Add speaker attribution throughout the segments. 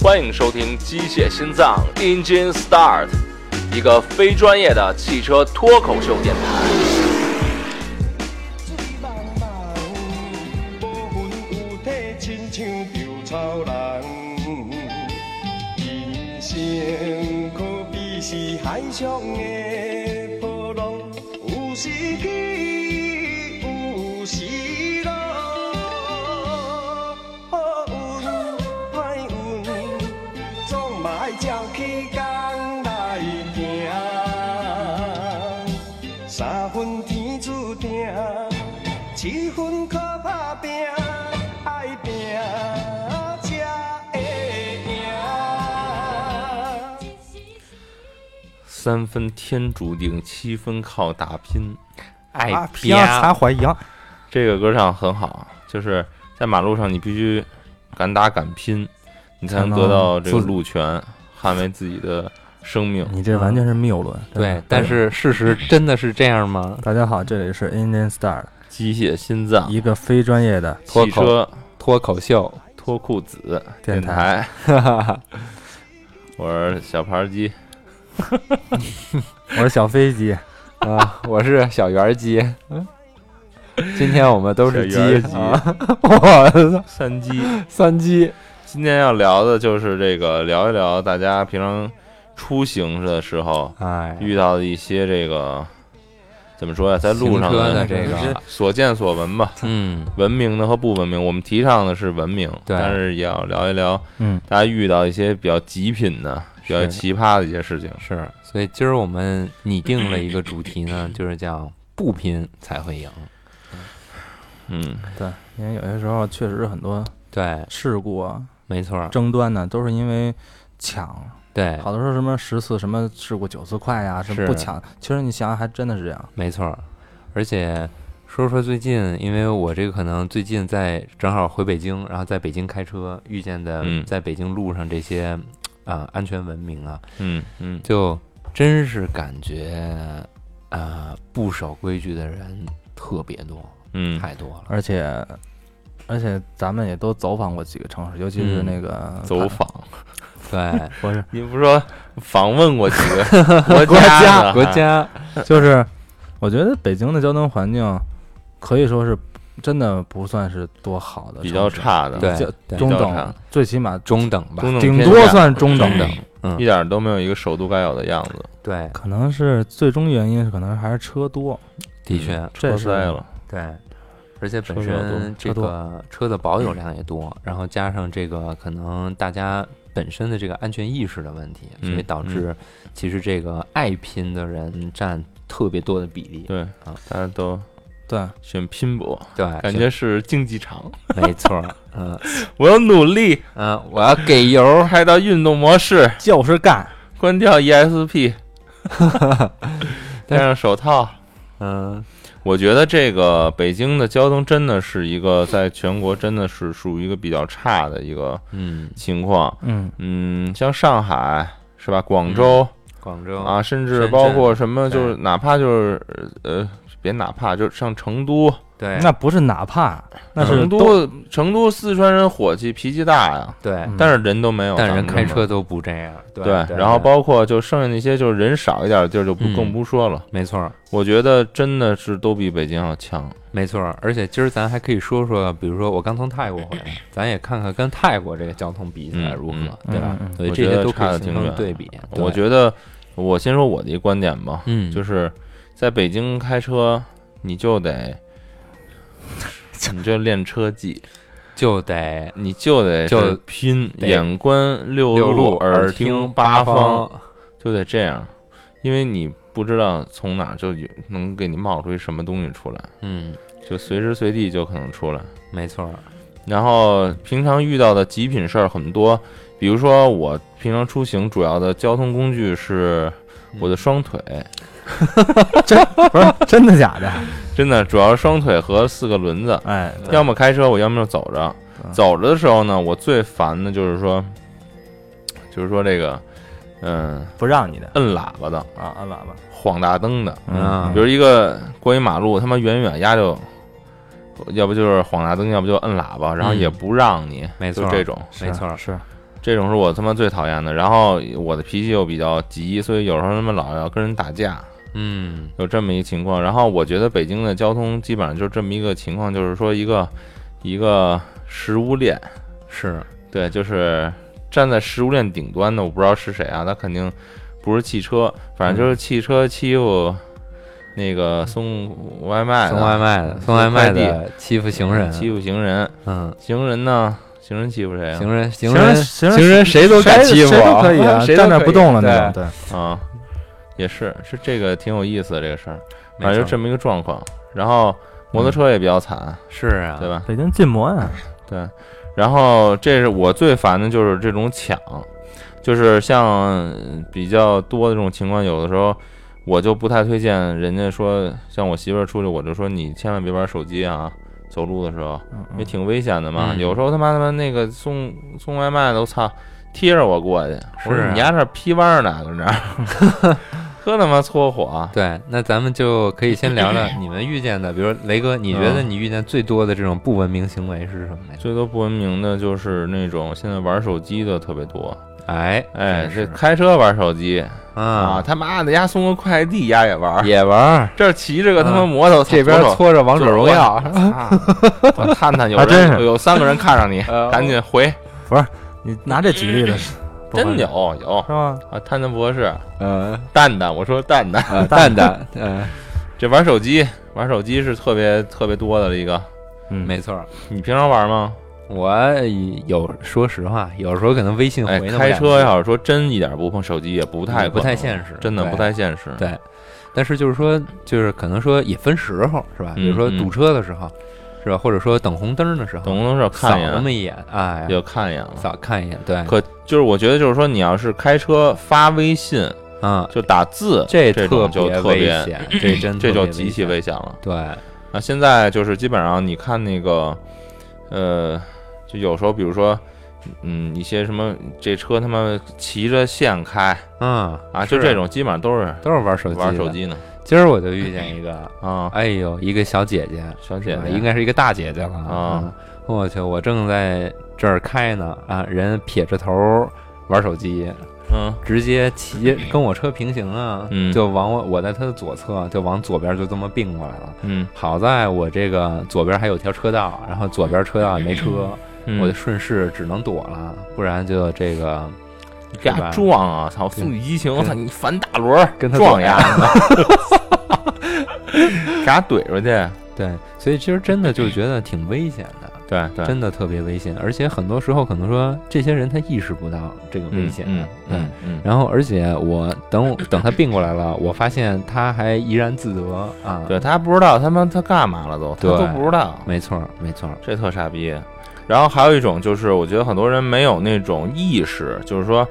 Speaker 1: 欢迎收听《机械心脏 Engine Start》，一个非专业的汽车脱口秀电台。
Speaker 2: 人嘛有，无魂有体，亲像稻草人。人生可比是海上的波浪，有时起，有时落。好运歹运，总嘛爱照起工来行。三分天注定，七分靠打拼，爱拼啊才会赢。
Speaker 1: 三分天注定，七分靠打拼。
Speaker 3: 哎
Speaker 4: 啊，皮亚才怀羊，
Speaker 1: 这个歌唱很好啊，就是在马路上你必须敢打敢拼，你才能得到这个路权，捍卫自己的生命。
Speaker 4: 你这完全是谬论。
Speaker 3: 对，但是事实真的是这样吗？
Speaker 4: 大家好，这里是 Indian Star，
Speaker 1: 机械心脏，
Speaker 4: 一个非专业的
Speaker 1: 汽
Speaker 3: 脱口
Speaker 1: 车
Speaker 3: 脱口秀，
Speaker 1: 脱裤子
Speaker 4: 电台
Speaker 1: 台。我是小盘鸡，
Speaker 4: 我是小飞机，
Speaker 3: 啊，我是小圆儿鸡。今天我们都是
Speaker 1: 小圆儿
Speaker 3: 鸡
Speaker 1: 鸡
Speaker 3: 啊！我操，
Speaker 1: 三鸡。
Speaker 3: 三鸡
Speaker 1: 今天要聊的就是这个，聊一聊大家平常出行的时候
Speaker 3: 哎，
Speaker 1: 遇到的一些这个怎么说呀，在路
Speaker 3: 行
Speaker 1: 上
Speaker 3: 车的
Speaker 1: 的
Speaker 3: 这个，
Speaker 1: 所见所闻吧。
Speaker 3: 嗯，
Speaker 1: 文明的和不文明，我们提倡的是文明，
Speaker 3: 对
Speaker 1: 但是也要聊一聊
Speaker 4: 嗯，
Speaker 1: 大家遇到一些比较极品的、比较奇葩的一些事情。
Speaker 3: 是，所以今儿我们拟定了一个主题呢，就是叫不拼才会赢。
Speaker 1: 嗯，
Speaker 4: 对，因为有些时候确实很多
Speaker 3: 对，
Speaker 4: 事故啊、
Speaker 3: 没错儿，
Speaker 4: 争端呢，都是因为抢，
Speaker 3: 对，
Speaker 4: 好多时候什么十次什么事故九次快呀、什么
Speaker 3: 是
Speaker 4: 不抢，其实你想想还真的是这样，
Speaker 3: 没错儿，而且说说最近，因为我这个可能最近在正好回北京，然后在北京开车遇见的
Speaker 1: 嗯，
Speaker 3: 在北京路上这些啊、呃安全文明啊，
Speaker 1: 嗯嗯，
Speaker 3: 就真是感觉啊、不守规矩的人特别多，
Speaker 1: 嗯，
Speaker 3: 太多 了。
Speaker 4: 而且。而且咱们也都走访过几个城市，尤其是
Speaker 3: 嗯
Speaker 4: 那个
Speaker 1: 走
Speaker 4: 法
Speaker 1: 访，
Speaker 3: 对，
Speaker 4: 不是，
Speaker 1: 你不说访问过几 个国家啊呢？
Speaker 3: 国家
Speaker 4: 就是我觉得北京的交通环境可以说是真的不算是多好的城市，
Speaker 1: 比较差的，
Speaker 3: 对
Speaker 4: 较
Speaker 3: 对
Speaker 4: 中
Speaker 1: 比较差
Speaker 4: 等，最起码
Speaker 3: 中等吧，
Speaker 1: 中等
Speaker 4: 顶
Speaker 1: 偏
Speaker 4: 多
Speaker 1: 下
Speaker 4: 算中等
Speaker 3: 中等，
Speaker 1: 一
Speaker 3: 嗯，
Speaker 1: 点都没有一个首都该有的样子，
Speaker 3: 对，
Speaker 4: 可能是最终原因，可能还是车多，
Speaker 3: 的确，
Speaker 4: 这
Speaker 1: 车
Speaker 4: 是
Speaker 1: 塞了。
Speaker 3: 对，而且本
Speaker 1: 车比较多
Speaker 3: 身这
Speaker 4: 车多
Speaker 3: 个车的保有量也多，然后加上这个可能大家本身的这个安全意识的问题，所以
Speaker 1: 嗯
Speaker 3: 导致其实这个爱拼的人占特别多的比例。
Speaker 1: 对
Speaker 3: 啊，
Speaker 1: 大家都
Speaker 4: 对，
Speaker 1: 选拼搏，
Speaker 3: 对，
Speaker 1: 感觉是竞技场。
Speaker 3: 是没错儿。嗯
Speaker 1: 我要努力，
Speaker 3: 嗯，我要给油。
Speaker 1: 开到运动模式，
Speaker 4: 就是干。
Speaker 1: 关掉 ESP，戴上手套。
Speaker 3: 嗯，
Speaker 1: 我觉得这个北京的交通真的是一个在全国真的是属于一个比较差的一个
Speaker 3: 嗯，
Speaker 1: 情况。
Speaker 4: 嗯，
Speaker 1: 嗯，像上海是吧？广州、
Speaker 3: 广州，
Speaker 1: 啊，甚至
Speaker 3: 嗯深圳
Speaker 1: 包括什么，
Speaker 3: 对
Speaker 1: 就是哪怕就是呃，别哪怕就是像成都，
Speaker 3: 对，
Speaker 4: 那不是哪怕，那是
Speaker 1: 成
Speaker 4: 都，
Speaker 1: 都成都四川人火气脾气大呀，
Speaker 3: 对，
Speaker 4: 嗯
Speaker 1: 但是人都没有，
Speaker 3: 但人
Speaker 1: 咱们
Speaker 3: 开
Speaker 1: 这么
Speaker 3: 车都不这样。对，
Speaker 1: 对，然后包括就剩下那些就是人少一点的地儿就不
Speaker 3: 嗯
Speaker 1: 更不说了。
Speaker 3: 没错儿。
Speaker 1: 我觉得真的是都比北京要强。
Speaker 3: 没错儿，而且今儿咱还可以说说，比如说我刚从泰国回来，咱也看看跟泰国这个交通比起来如何，
Speaker 1: 嗯
Speaker 3: 对吧？
Speaker 4: 嗯嗯
Speaker 3: 所以
Speaker 1: 我
Speaker 3: 这
Speaker 1: 觉
Speaker 3: 些
Speaker 1: 得
Speaker 3: 都
Speaker 1: 差
Speaker 3: 可
Speaker 1: 得
Speaker 3: 以形
Speaker 1: 挺
Speaker 3: 成
Speaker 1: 远
Speaker 3: 对比。对
Speaker 1: 我觉得我先说我的一个观点吧，
Speaker 3: 嗯，
Speaker 1: 就是是在北京开车，你就得，你就练车技，
Speaker 3: 就得
Speaker 1: 你就得
Speaker 3: 就是
Speaker 1: 拼，
Speaker 3: 得
Speaker 1: 眼观六
Speaker 3: 六
Speaker 1: 路，
Speaker 3: 耳
Speaker 1: 听
Speaker 3: 八
Speaker 1: 方，，就得这样，因为你不知道从哪儿就有能给你冒出一什么东西出来，
Speaker 3: 嗯，
Speaker 1: 就随时随地就可能出来。
Speaker 3: 没错儿，
Speaker 1: 然后平常遇到的极品事儿很多，比如说我平常出行主要的交通工具是我
Speaker 3: 嗯
Speaker 1: 的双腿，
Speaker 4: 不是真的 假的？
Speaker 1: 真的主要是双腿和四个轮子，
Speaker 4: 哎，
Speaker 1: 要么开车，我要么就走着。
Speaker 4: 嗯
Speaker 1: 走着的时候呢，我最烦的就是说，就是说这个，嗯，
Speaker 4: 不让你的
Speaker 1: 摁喇叭的，
Speaker 4: 啊，按喇叭，
Speaker 1: 晃大灯的，
Speaker 3: 啊
Speaker 4: 嗯
Speaker 1: 比如一个过一马路，他妈远远压就。要不就是晃大灯，要不就摁喇叭，然后
Speaker 3: 嗯
Speaker 1: 也不让你，
Speaker 3: 没错
Speaker 1: 就这种。
Speaker 4: 是
Speaker 3: 没错儿
Speaker 4: 是，
Speaker 1: 这种是我他妈最讨厌的。然后我的脾气又比较急，所以有时候他妈老要跟人打架，
Speaker 3: 嗯
Speaker 1: 有这么一个情况。然后我觉得北京的交通基本上就这么一个情况，就是说一个一个食物链，
Speaker 3: 是，
Speaker 1: 对，就是站在食物链顶端的，我不知道是谁啊，他肯定不是汽车，反正
Speaker 3: 嗯
Speaker 1: 就是汽车欺负那个送外卖的、
Speaker 3: 送外卖的，送外卖的欺负行人，
Speaker 1: 欺负行人，
Speaker 3: 嗯，
Speaker 1: 行人呢？行人欺负谁啊？
Speaker 3: 行人行
Speaker 4: 行人
Speaker 3: 人
Speaker 4: 行人
Speaker 3: 行人谁都敢欺负，
Speaker 4: 谁都可以啊，
Speaker 3: 谁都
Speaker 4: 站那
Speaker 3: 可
Speaker 4: 不
Speaker 3: 以
Speaker 4: 动了那
Speaker 3: 对
Speaker 4: 种。对，
Speaker 1: 啊，也是，是这个挺有意思的这个事儿，
Speaker 3: 没
Speaker 1: 反正就
Speaker 3: 错
Speaker 1: 这么一个状况。然后摩托车也比较惨，
Speaker 3: 是啊，
Speaker 1: 对？吧？
Speaker 4: 北京禁摩呀，
Speaker 1: 对。然后这是我最烦的就是这种抢，就是像比较多的这种情况，有的时候我就不太推荐人家说，像我媳妇儿出去，我就说你千万别玩手机啊，走路的时候，
Speaker 4: 嗯
Speaker 1: 因为挺危险的嘛。
Speaker 3: 嗯
Speaker 1: 有时候他妈他妈那个送送外卖的，我操，贴着我过去，我
Speaker 3: 是
Speaker 1: 说
Speaker 3: 啊
Speaker 1: 你丫这劈弯儿呢，搁那儿， 特他妈搓火。啊
Speaker 3: 对，那咱们就可以先聊聊你们遇见的，比如雷哥，你觉得
Speaker 1: 嗯
Speaker 3: 你遇见最多的这种不文明行为是什么呀？
Speaker 1: 最多不文明的就是那种现在玩手机的特别多，
Speaker 3: 哎
Speaker 1: 哎，这
Speaker 3: 真是
Speaker 1: 开车玩手机啊，
Speaker 3: 啊，
Speaker 1: 他妈的，丫送个快递，丫也玩儿，
Speaker 3: 也玩儿，
Speaker 1: 这儿骑着个他妈
Speaker 3: 嗯
Speaker 1: 摩托，
Speaker 3: 这边
Speaker 1: 左手
Speaker 3: 搓着王者荣耀，
Speaker 1: 左手啊 我探探有
Speaker 4: 还真
Speaker 1: 人
Speaker 4: 是
Speaker 1: 有三个人看上你
Speaker 3: 呃，
Speaker 1: 赶紧回，
Speaker 4: 你拿这举例的，不合
Speaker 1: 真
Speaker 4: 适
Speaker 1: 有有
Speaker 4: 是 吗？
Speaker 1: 啊，探探不合适，
Speaker 3: 呃
Speaker 1: 蛋蛋，我说蛋蛋，嗯
Speaker 3: 呃，蛋蛋，呃，
Speaker 1: 这玩手机玩手机是特别特别多的一个，
Speaker 4: 嗯，
Speaker 3: 没错儿。
Speaker 1: 你平常玩吗？
Speaker 3: 我有说实话，有时候可能微信
Speaker 1: 哎，
Speaker 3: 回那么
Speaker 1: 开
Speaker 3: 两
Speaker 1: 车
Speaker 3: 句
Speaker 1: 要是说真一点不碰手机也不太
Speaker 3: 也不
Speaker 1: 可
Speaker 3: 太
Speaker 1: 能
Speaker 3: 现实
Speaker 1: 真的
Speaker 3: 对
Speaker 1: 不太现实。
Speaker 3: 对，但是就是说，就是可能说也分时候是吧？比如说
Speaker 1: 嗯嗯
Speaker 3: 堵车的时候，是吧？或者说等红灯的时候，
Speaker 1: 懂不懂？是要
Speaker 3: 扫
Speaker 1: 看一
Speaker 3: 那
Speaker 1: 眼，
Speaker 3: 么一眼，哎，
Speaker 1: 要看一眼了。
Speaker 3: 扫看一眼，对，
Speaker 1: 可就是我觉得就是说，你要是开车发微信
Speaker 3: 嗯，
Speaker 1: 就打字，
Speaker 3: 这
Speaker 1: 这
Speaker 3: 特
Speaker 1: 种就特
Speaker 3: 危
Speaker 1: 别
Speaker 3: 险，这真
Speaker 1: 这
Speaker 3: 特
Speaker 1: 就
Speaker 3: 别
Speaker 1: 极其
Speaker 3: 危
Speaker 1: 危险了。
Speaker 3: 险，对，
Speaker 1: 啊，现在就是基本上你看那个，呃，就有时候比如说，嗯，一些什么这车他妈骑着线开
Speaker 3: 嗯
Speaker 1: 啊，就是这种基本上都是
Speaker 3: 都是玩手机，
Speaker 1: 玩手。机呢
Speaker 3: 今儿我就遇见一个，
Speaker 1: 啊，
Speaker 3: 哎呦，一个小姐姐，
Speaker 1: 小姐嗯
Speaker 3: 啊
Speaker 1: 姐
Speaker 3: 应该是一个大姐姐了
Speaker 1: 啊
Speaker 3: 嗯我去，我正在这儿开呢啊，人撇着头玩手机，
Speaker 1: 嗯
Speaker 3: 直接骑跟我车平行啊，
Speaker 1: 嗯
Speaker 3: 就往我我在他的左侧，就往左边就这么并过来了。
Speaker 1: 嗯
Speaker 3: 好在我这个左边还有条车道，然后左边车道也没车，
Speaker 1: 嗯，
Speaker 3: 我就顺势只能躲了，不然就这个
Speaker 1: 给
Speaker 3: 是
Speaker 1: 他
Speaker 3: 吧
Speaker 1: 撞啊！操，速度与激情，我
Speaker 3: 跟
Speaker 1: 操你反打轮儿
Speaker 3: 跟他
Speaker 1: 撞
Speaker 3: 呀
Speaker 1: 呀，， 给他怼出去。
Speaker 3: 对，所以其实真的就觉得挺危险的。
Speaker 1: 对对，
Speaker 3: 真的特别危险，而且很多时候可能说这些人他意识不到这个危险，啊
Speaker 1: 嗯
Speaker 3: 对
Speaker 1: 嗯嗯嗯，
Speaker 3: 然后，而且我等我 等他并过来了，我发现他还怡然自得啊。
Speaker 1: 嗯对，他不知道他妈他干嘛了都，他
Speaker 3: 对
Speaker 1: 都不知道，
Speaker 3: 没错儿，没错儿。
Speaker 1: 这特傻逼。然后还有一种就是，我觉得很多人没有那种意识，就是说，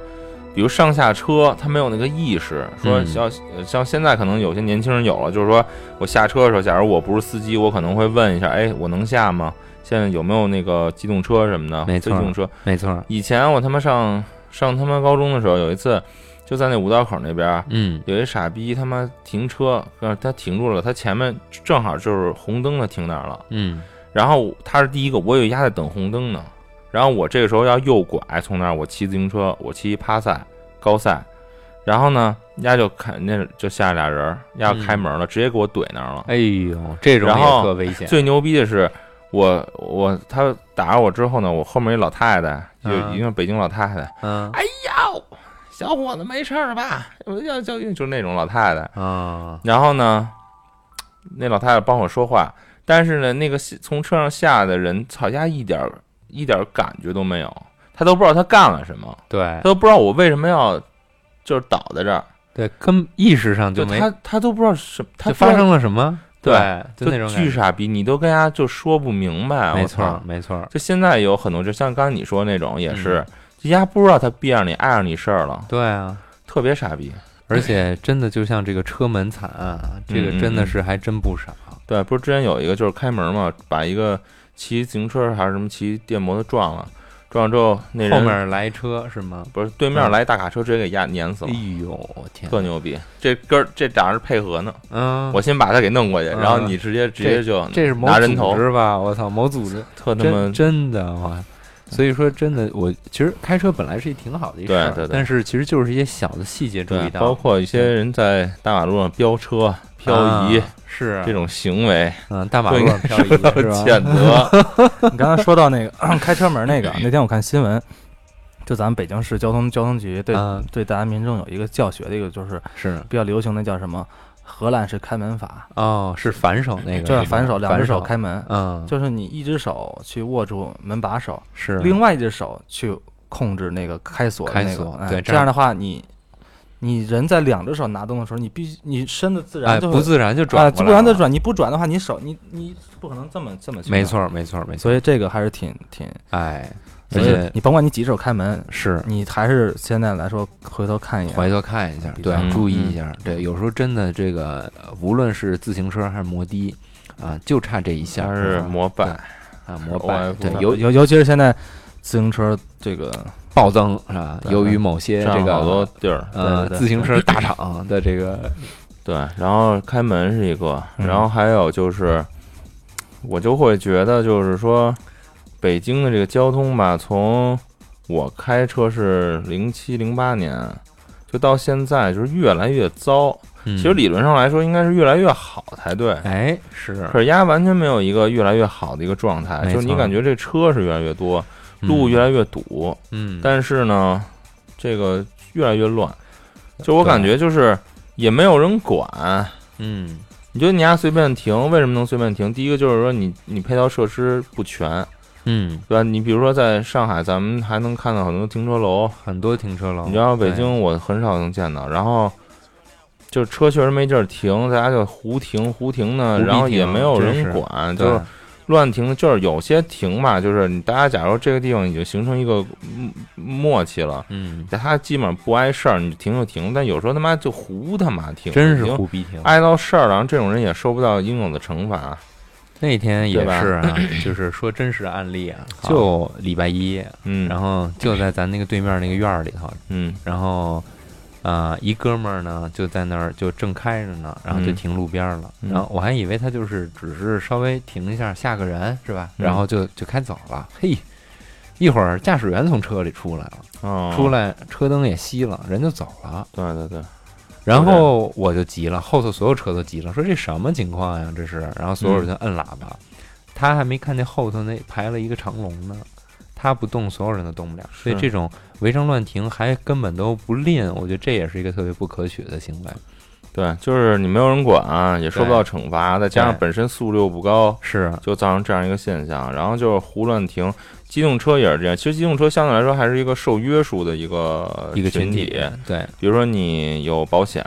Speaker 1: 比如上下车，他没有那个意识，说
Speaker 3: 嗯
Speaker 1: 像、呃像现在可能有些年轻人有了，就是说我下车的时候，假如我不是司机，我可能会问一下，哎，我能下吗？现在有没有那个机动车什么的？
Speaker 3: 没错
Speaker 1: 非机动车。
Speaker 3: 没错儿。
Speaker 1: 以前我他妈上上他妈高中的时候，有一次就在那五道口那边儿，
Speaker 3: 嗯，
Speaker 1: 有一傻逼他妈停车，呃他停住了，他前面正好就是红灯的停那儿了，
Speaker 3: 嗯，
Speaker 1: 然后他是第一个，我以为丫在等红灯呢，然后我这个时候要右拐，从那儿我骑自行车，我骑一趴赛高赛，然后呢，丫就看那就下俩人儿，丫就开门了，直接给我怼那儿了。
Speaker 3: 哎呦，这种
Speaker 1: 然
Speaker 3: 也
Speaker 1: 后
Speaker 3: 特危险。
Speaker 1: 最牛逼的是，我我他打着我之后呢，我后面一老太太，就
Speaker 3: 嗯
Speaker 1: 一个北京老太太，
Speaker 3: 嗯
Speaker 1: 哎呦，小伙子没事儿吧？我要教育就那种老太太。
Speaker 3: 啊，
Speaker 1: 然后呢，那老太太帮我说话，但是呢，那个下从车上下的人，吵架一点儿一点儿感觉都没有，他都不知道他干了什么，
Speaker 3: 对
Speaker 1: 他都不知道我为什么要就是倒在这儿，
Speaker 3: 对，根意识上
Speaker 1: 就
Speaker 3: 没
Speaker 1: 他他都不知道什他
Speaker 3: 就
Speaker 1: 不知道
Speaker 3: 发生了什么，
Speaker 1: 对
Speaker 3: 就那种
Speaker 1: 就
Speaker 3: 感
Speaker 1: 巨
Speaker 3: 觉。
Speaker 1: 傻逼，你都跟人家就说不明白，
Speaker 3: 没
Speaker 1: 我
Speaker 3: 错嗯
Speaker 1: 操
Speaker 3: 儿，！没错儿。
Speaker 1: 就现在有很多，就像刚才你说那种也是，人家不知道他逼上你碍上你事儿了，
Speaker 3: 对啊，
Speaker 1: 特别傻逼。
Speaker 3: 而且真的就像这个车门惨案，这
Speaker 1: 嗯
Speaker 3: 个真的是还真不少。
Speaker 1: 对，不是之前有一个就是开门嘛，把一个骑自行车还是什么骑电摩托撞了，撞了之后嗯那人
Speaker 3: 后面来车是吗？
Speaker 1: 不是对面来一大卡车直接给压碾死
Speaker 3: 哎
Speaker 1: 了，
Speaker 3: 呦，我天！
Speaker 1: 特牛逼！这哥儿这俩人配合呢，
Speaker 3: 嗯，
Speaker 1: 我先把他给弄过去，
Speaker 3: 嗯
Speaker 1: 然后你直接直接就
Speaker 3: 这是某
Speaker 1: 拿人头
Speaker 3: 组织吧？我操，某组织
Speaker 1: 特他妈
Speaker 3: 真真的哇！所以说真的，我其实开车本来是一挺好的一事儿，
Speaker 1: 对对对
Speaker 3: 但是其实就是一些小的细节注
Speaker 1: 对
Speaker 3: 意，到，
Speaker 1: 包括一些人在大马路上飙车、漂
Speaker 3: 啊
Speaker 1: 移
Speaker 3: 是啊
Speaker 1: 这种行为，
Speaker 3: 嗯，大马
Speaker 1: 都
Speaker 3: 路
Speaker 1: 应
Speaker 3: 上
Speaker 1: 该
Speaker 3: 漂移
Speaker 1: 受到
Speaker 3: 是吧？
Speaker 1: 谴 责。
Speaker 4: 你刚才说到那个 开车门那个，那天我看新闻，就咱们北京市交通交通局对、
Speaker 3: 啊，
Speaker 4: 对大家民众有一个教学的一个，就是
Speaker 3: 是
Speaker 4: 比较流行的叫什么？荷兰式开门法，
Speaker 3: 哦，是反手那个，
Speaker 4: 就是哎反手两只手
Speaker 3: 反
Speaker 4: 开门，
Speaker 3: 嗯，
Speaker 4: 就是你一只手去握住门把手，
Speaker 3: 是
Speaker 4: 另外一只手去控制那个开锁的那
Speaker 3: 开
Speaker 4: 个
Speaker 3: 锁。
Speaker 4: 哎
Speaker 3: 对这
Speaker 4: 这
Speaker 3: 样
Speaker 4: 样的话你你人在两只手拿东西的时候，你必须你身子自然
Speaker 3: 哎，
Speaker 4: 就
Speaker 3: 不
Speaker 4: 会
Speaker 3: 自然就转
Speaker 4: 啊，
Speaker 3: 过
Speaker 4: 不
Speaker 3: 来了，
Speaker 4: 然再转，你不转的话，你手你你不可能这么这么去。
Speaker 3: 没，错，没错，没错，
Speaker 4: 所以这个还是挺挺，
Speaker 3: 哎，而
Speaker 4: 所以
Speaker 3: 且
Speaker 4: 你甭管你几手开门，
Speaker 3: 是
Speaker 4: 你还是现在来说回头看一眼，
Speaker 3: 回头看一下，对，
Speaker 1: 嗯
Speaker 3: 注意一下，对，有时候真的这个，呃无论是自行车还是摩的，啊，就差这一下
Speaker 1: 它
Speaker 3: 儿，
Speaker 1: 是
Speaker 3: 吧
Speaker 1: 摩拜，
Speaker 3: 啊，摩
Speaker 1: OF
Speaker 3: 拜，对，
Speaker 1: 的
Speaker 3: 由
Speaker 4: 尤尤其是现在自行车这个
Speaker 3: 暴增啊，
Speaker 4: 对
Speaker 3: 由于某些这
Speaker 1: 占
Speaker 3: 个
Speaker 1: 好多地儿。
Speaker 4: 对
Speaker 3: 呃
Speaker 4: 对对
Speaker 3: 自行车大厂的这个
Speaker 1: 对，然后开门是一个，
Speaker 4: 嗯
Speaker 1: 然后还有就是，我就会觉得就是说，北京的这个交通吧，从我开车是零七零八年，就到现在就是越来越糟。
Speaker 3: 嗯，
Speaker 1: 其实理论上来说，应该是越来越好才对。
Speaker 3: 哎是
Speaker 1: 可是丫完全没有一个越来越好的一个状态，
Speaker 3: 没
Speaker 1: 就是你
Speaker 3: 错
Speaker 1: 感觉这车是越来越多，路越来越堵，
Speaker 3: 嗯，
Speaker 1: 但是呢，这个越来越乱。就我
Speaker 3: 对
Speaker 1: 感觉就是也没有人管，
Speaker 3: 嗯
Speaker 1: 你觉得你丫随便停，为什么能随便停？第一个就是说你你配套设施不全，
Speaker 3: 嗯，
Speaker 1: 对吧？你比如说在上海，咱们还能看到很多停车楼，
Speaker 3: 很多停车楼，
Speaker 1: 你知道北
Speaker 3: 对
Speaker 1: 京我很少能见到。然后就是车确实没地儿停，大家就胡停胡停
Speaker 3: 胡
Speaker 1: 呢，
Speaker 3: 逼
Speaker 1: 然后也
Speaker 3: 停
Speaker 1: 没有
Speaker 3: 真
Speaker 1: 人
Speaker 3: 是
Speaker 1: 管，
Speaker 3: 对
Speaker 1: 就乱停。就是有些停吧，就是你大家假如这个地方已经形成一个嗯默契了。
Speaker 3: 嗯，
Speaker 1: 他基本上不碍事儿，你停就停，但有时候他妈就胡他妈停，
Speaker 3: 真是
Speaker 1: 已经
Speaker 3: 胡逼停。
Speaker 1: 挨到事儿了，然后这种人也受不到应有的惩罚。
Speaker 3: 那天也
Speaker 1: 对吧
Speaker 3: 是 啊，就是说真实案例啊，
Speaker 1: 好
Speaker 3: 就礼拜一，
Speaker 1: 嗯，
Speaker 3: 然后就在咱那个对面那个院儿里头，
Speaker 1: 嗯
Speaker 3: 然后啊，一哥们儿呢就在那儿就正开着呢，然后就
Speaker 1: 嗯
Speaker 3: 停路边儿了，
Speaker 1: 嗯
Speaker 3: 然后我还以为他就是只是稍微停一下吓个人是吧，
Speaker 1: 嗯
Speaker 3: 然后就就开走了，嘿。一会儿驾驶员从车里出来了，
Speaker 1: 哦，
Speaker 3: 出来车灯也熄了，人就走了。
Speaker 1: 对对对，
Speaker 3: 然后我就急了，后头所有车都急了，说这什么情况呀？这是，然后
Speaker 1: 嗯
Speaker 3: 所有人就摁喇叭，他还没看见后头那排了一个长龙呢，他不动，所有人都动不了，所以
Speaker 1: 是
Speaker 3: 这种违章乱停还根本都不吝，我觉得这也是一个特别不可取的行为。
Speaker 1: 对，就是你没有人管、啊也受不到惩罚，再加上
Speaker 3: 对
Speaker 1: 本身素质又不高，
Speaker 3: 是，
Speaker 1: 就造成这样一个现象。然后就是胡乱停，机动车也是这样。其实机动车相对来说还是一个受约束的一个
Speaker 3: 一个
Speaker 1: 群
Speaker 3: 体，对，
Speaker 1: 比如说你有保险，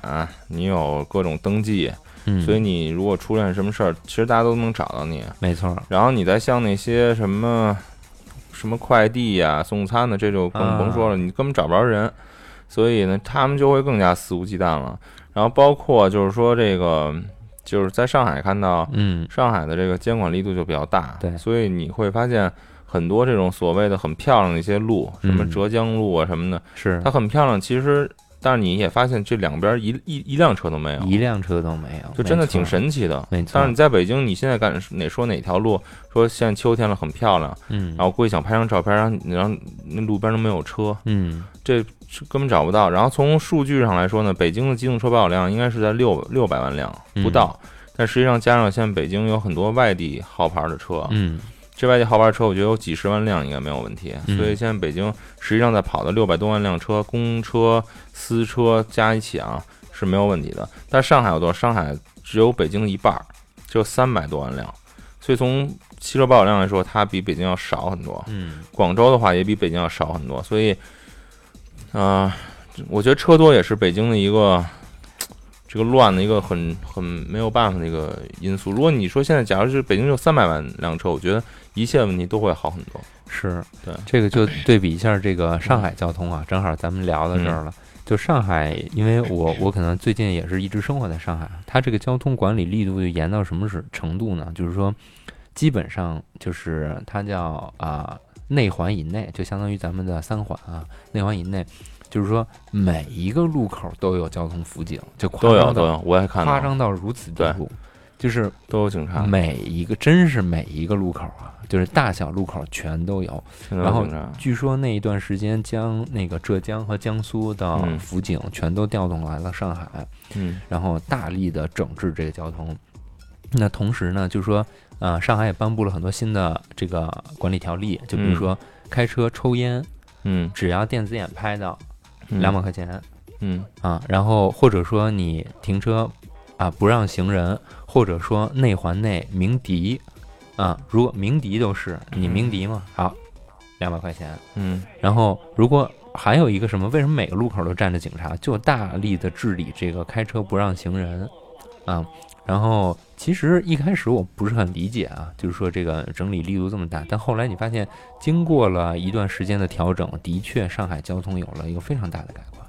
Speaker 1: 你有各种登记，
Speaker 3: 嗯，
Speaker 1: 所以你如果出现什么事儿，其实大家都能找到你。
Speaker 3: 没错儿，
Speaker 1: 然后你再像那些什么什么快递呀、送餐的，这就更
Speaker 3: 啊
Speaker 1: 甭说了，你根本找不着人，所以呢，他们就会更加肆无忌惮了。然后包括就是说这个，就是在上海看到
Speaker 3: 嗯，
Speaker 1: 上海的这个监管力度就比较大，
Speaker 3: 对
Speaker 1: 所以你会发现很多这种所谓的很漂亮的一些路，什么
Speaker 3: 嗯
Speaker 1: 浙江路啊什么的，
Speaker 3: 是
Speaker 1: 它，很漂亮，其实但是你也发现这两边一一一辆车都没有，
Speaker 3: 一辆车都没有，
Speaker 1: 就真的
Speaker 3: 没错
Speaker 1: 挺
Speaker 3: 儿，
Speaker 1: 神奇的。
Speaker 3: 没错
Speaker 1: 但是
Speaker 3: 儿
Speaker 1: 你，在北京，你现在敢哪说哪条路？说现在秋天了，很漂亮，
Speaker 3: 嗯，
Speaker 1: 然后过去想拍张照片，然后然后那路边都没有车，
Speaker 3: 嗯，
Speaker 1: 这这根本找不到。然后从数据上来说呢，北京的机动车保有量应该是在六六百万辆不到，但实际上加上现在北京有很多外地号牌的车，
Speaker 3: 嗯，
Speaker 1: 这外地号牌车我觉得有几十万辆应该没有问题。
Speaker 3: 嗯
Speaker 1: 所以现在北京实际上在跑的六百多万辆车，公车、私车加一起啊是没有问题的。但上海有多少？上海只有北京的一半儿，只有三百多万辆，所以从汽车保有量来说，它比北京要少很多。
Speaker 3: 嗯，
Speaker 1: 广州的话也比北京要少很多，所以，啊、这我觉得车多也是北京的一个这个乱的一个很很没有办法的一个因素。如果你说现在假如是北京就三百万辆车，我觉得一切问题都会好很多。
Speaker 3: 是，
Speaker 1: 对
Speaker 3: 这个就对比一下这个上海交 通啊，正好咱们聊到这
Speaker 1: 嗯
Speaker 3: 儿了。就上海，因为我我可能最近也是一直生活在上海，它这个交通管理力度就严到什么时程度呢？就是说，基本上就是它叫啊、内环以内，就相当于咱们的三环啊，内环以内，就是说每一个路口都有交通辅警，就夸
Speaker 1: 都有
Speaker 3: 张
Speaker 1: 都
Speaker 3: 到
Speaker 1: 有，我也看到。
Speaker 3: 夸张到如此地
Speaker 1: 对
Speaker 3: 步。就是
Speaker 1: 都有警察，
Speaker 3: 每一个真是每一个路口啊，就是大小路口全都有。
Speaker 1: 真的有
Speaker 3: 然后
Speaker 1: 警察
Speaker 3: 据说那一段时间，江那个浙江和江苏的
Speaker 1: 嗯
Speaker 3: 辅警全都调动来了上海，
Speaker 1: 嗯
Speaker 3: 然后大力的整治这个交通。那同时呢，就说呃，上海也颁布了很多新的这个管理条例，就比如
Speaker 1: 嗯
Speaker 3: 说开车抽烟，
Speaker 1: 嗯，
Speaker 3: 只要电子眼拍到
Speaker 1: 嗯
Speaker 3: 两百，块钱
Speaker 1: 嗯
Speaker 3: 啊，然后或者说你停车啊不让行人，或者说内环内鸣笛啊，如果鸣笛都是你鸣笛嘛，好，两百块钱。
Speaker 1: 嗯
Speaker 3: 然后如果还有一个什么，为什么每个路口都站着警察，就大力的治理这个开车不让行人啊？然后其实一开始我不是很理解啊，就是说这个整理力度这么大，但后来你发现，经过了一段时间的调整，的确上海交通有了一个非常大的改观。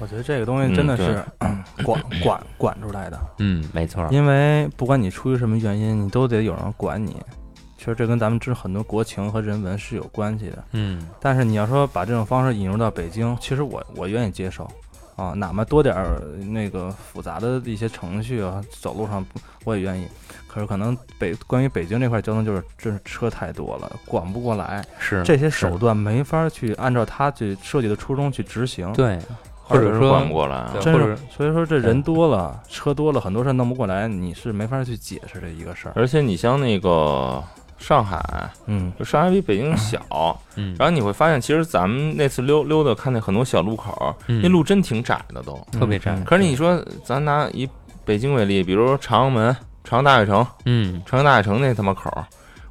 Speaker 4: 我觉得这个东西真的
Speaker 1: 嗯
Speaker 4: 是管管管出来的，
Speaker 3: 嗯，没错儿，
Speaker 4: 因为不管你出于什么原因，你都得有人管你。其实这跟咱们之很多国情和人文是有关系的。
Speaker 3: 嗯
Speaker 4: 但是你要说把这种方式引入到北京，其实我我愿意接受啊，哪怕多点儿那个复杂的一些程序啊，走路上不我也愿意。可是可能北关于北京这块交通就是真是车太多了，管不过来，
Speaker 3: 是
Speaker 4: 这些
Speaker 3: 是
Speaker 4: 手段没法去按照他去设计的初衷去执行。，
Speaker 3: 对，或者说
Speaker 1: 管不过来啊
Speaker 3: 对，
Speaker 4: 真
Speaker 3: 或
Speaker 4: 是
Speaker 3: 者
Speaker 4: 所以说这人多了，车多了，很多事儿弄不过来，你是没法去解释这一个事儿。
Speaker 1: 而且你像那个上海，
Speaker 4: 嗯
Speaker 1: 就上海比北京小，
Speaker 3: 嗯，
Speaker 1: 然后你会发现，其实咱们那次溜溜达看那很多小路口，
Speaker 3: 嗯
Speaker 1: 那路真挺窄的都。
Speaker 3: 特
Speaker 4: 嗯
Speaker 3: 别窄，
Speaker 1: 可是你说，咱拿以北京为例，比如长阳门、长阳大悦城、
Speaker 3: 嗯
Speaker 1: 长阳大悦城那他妈口儿，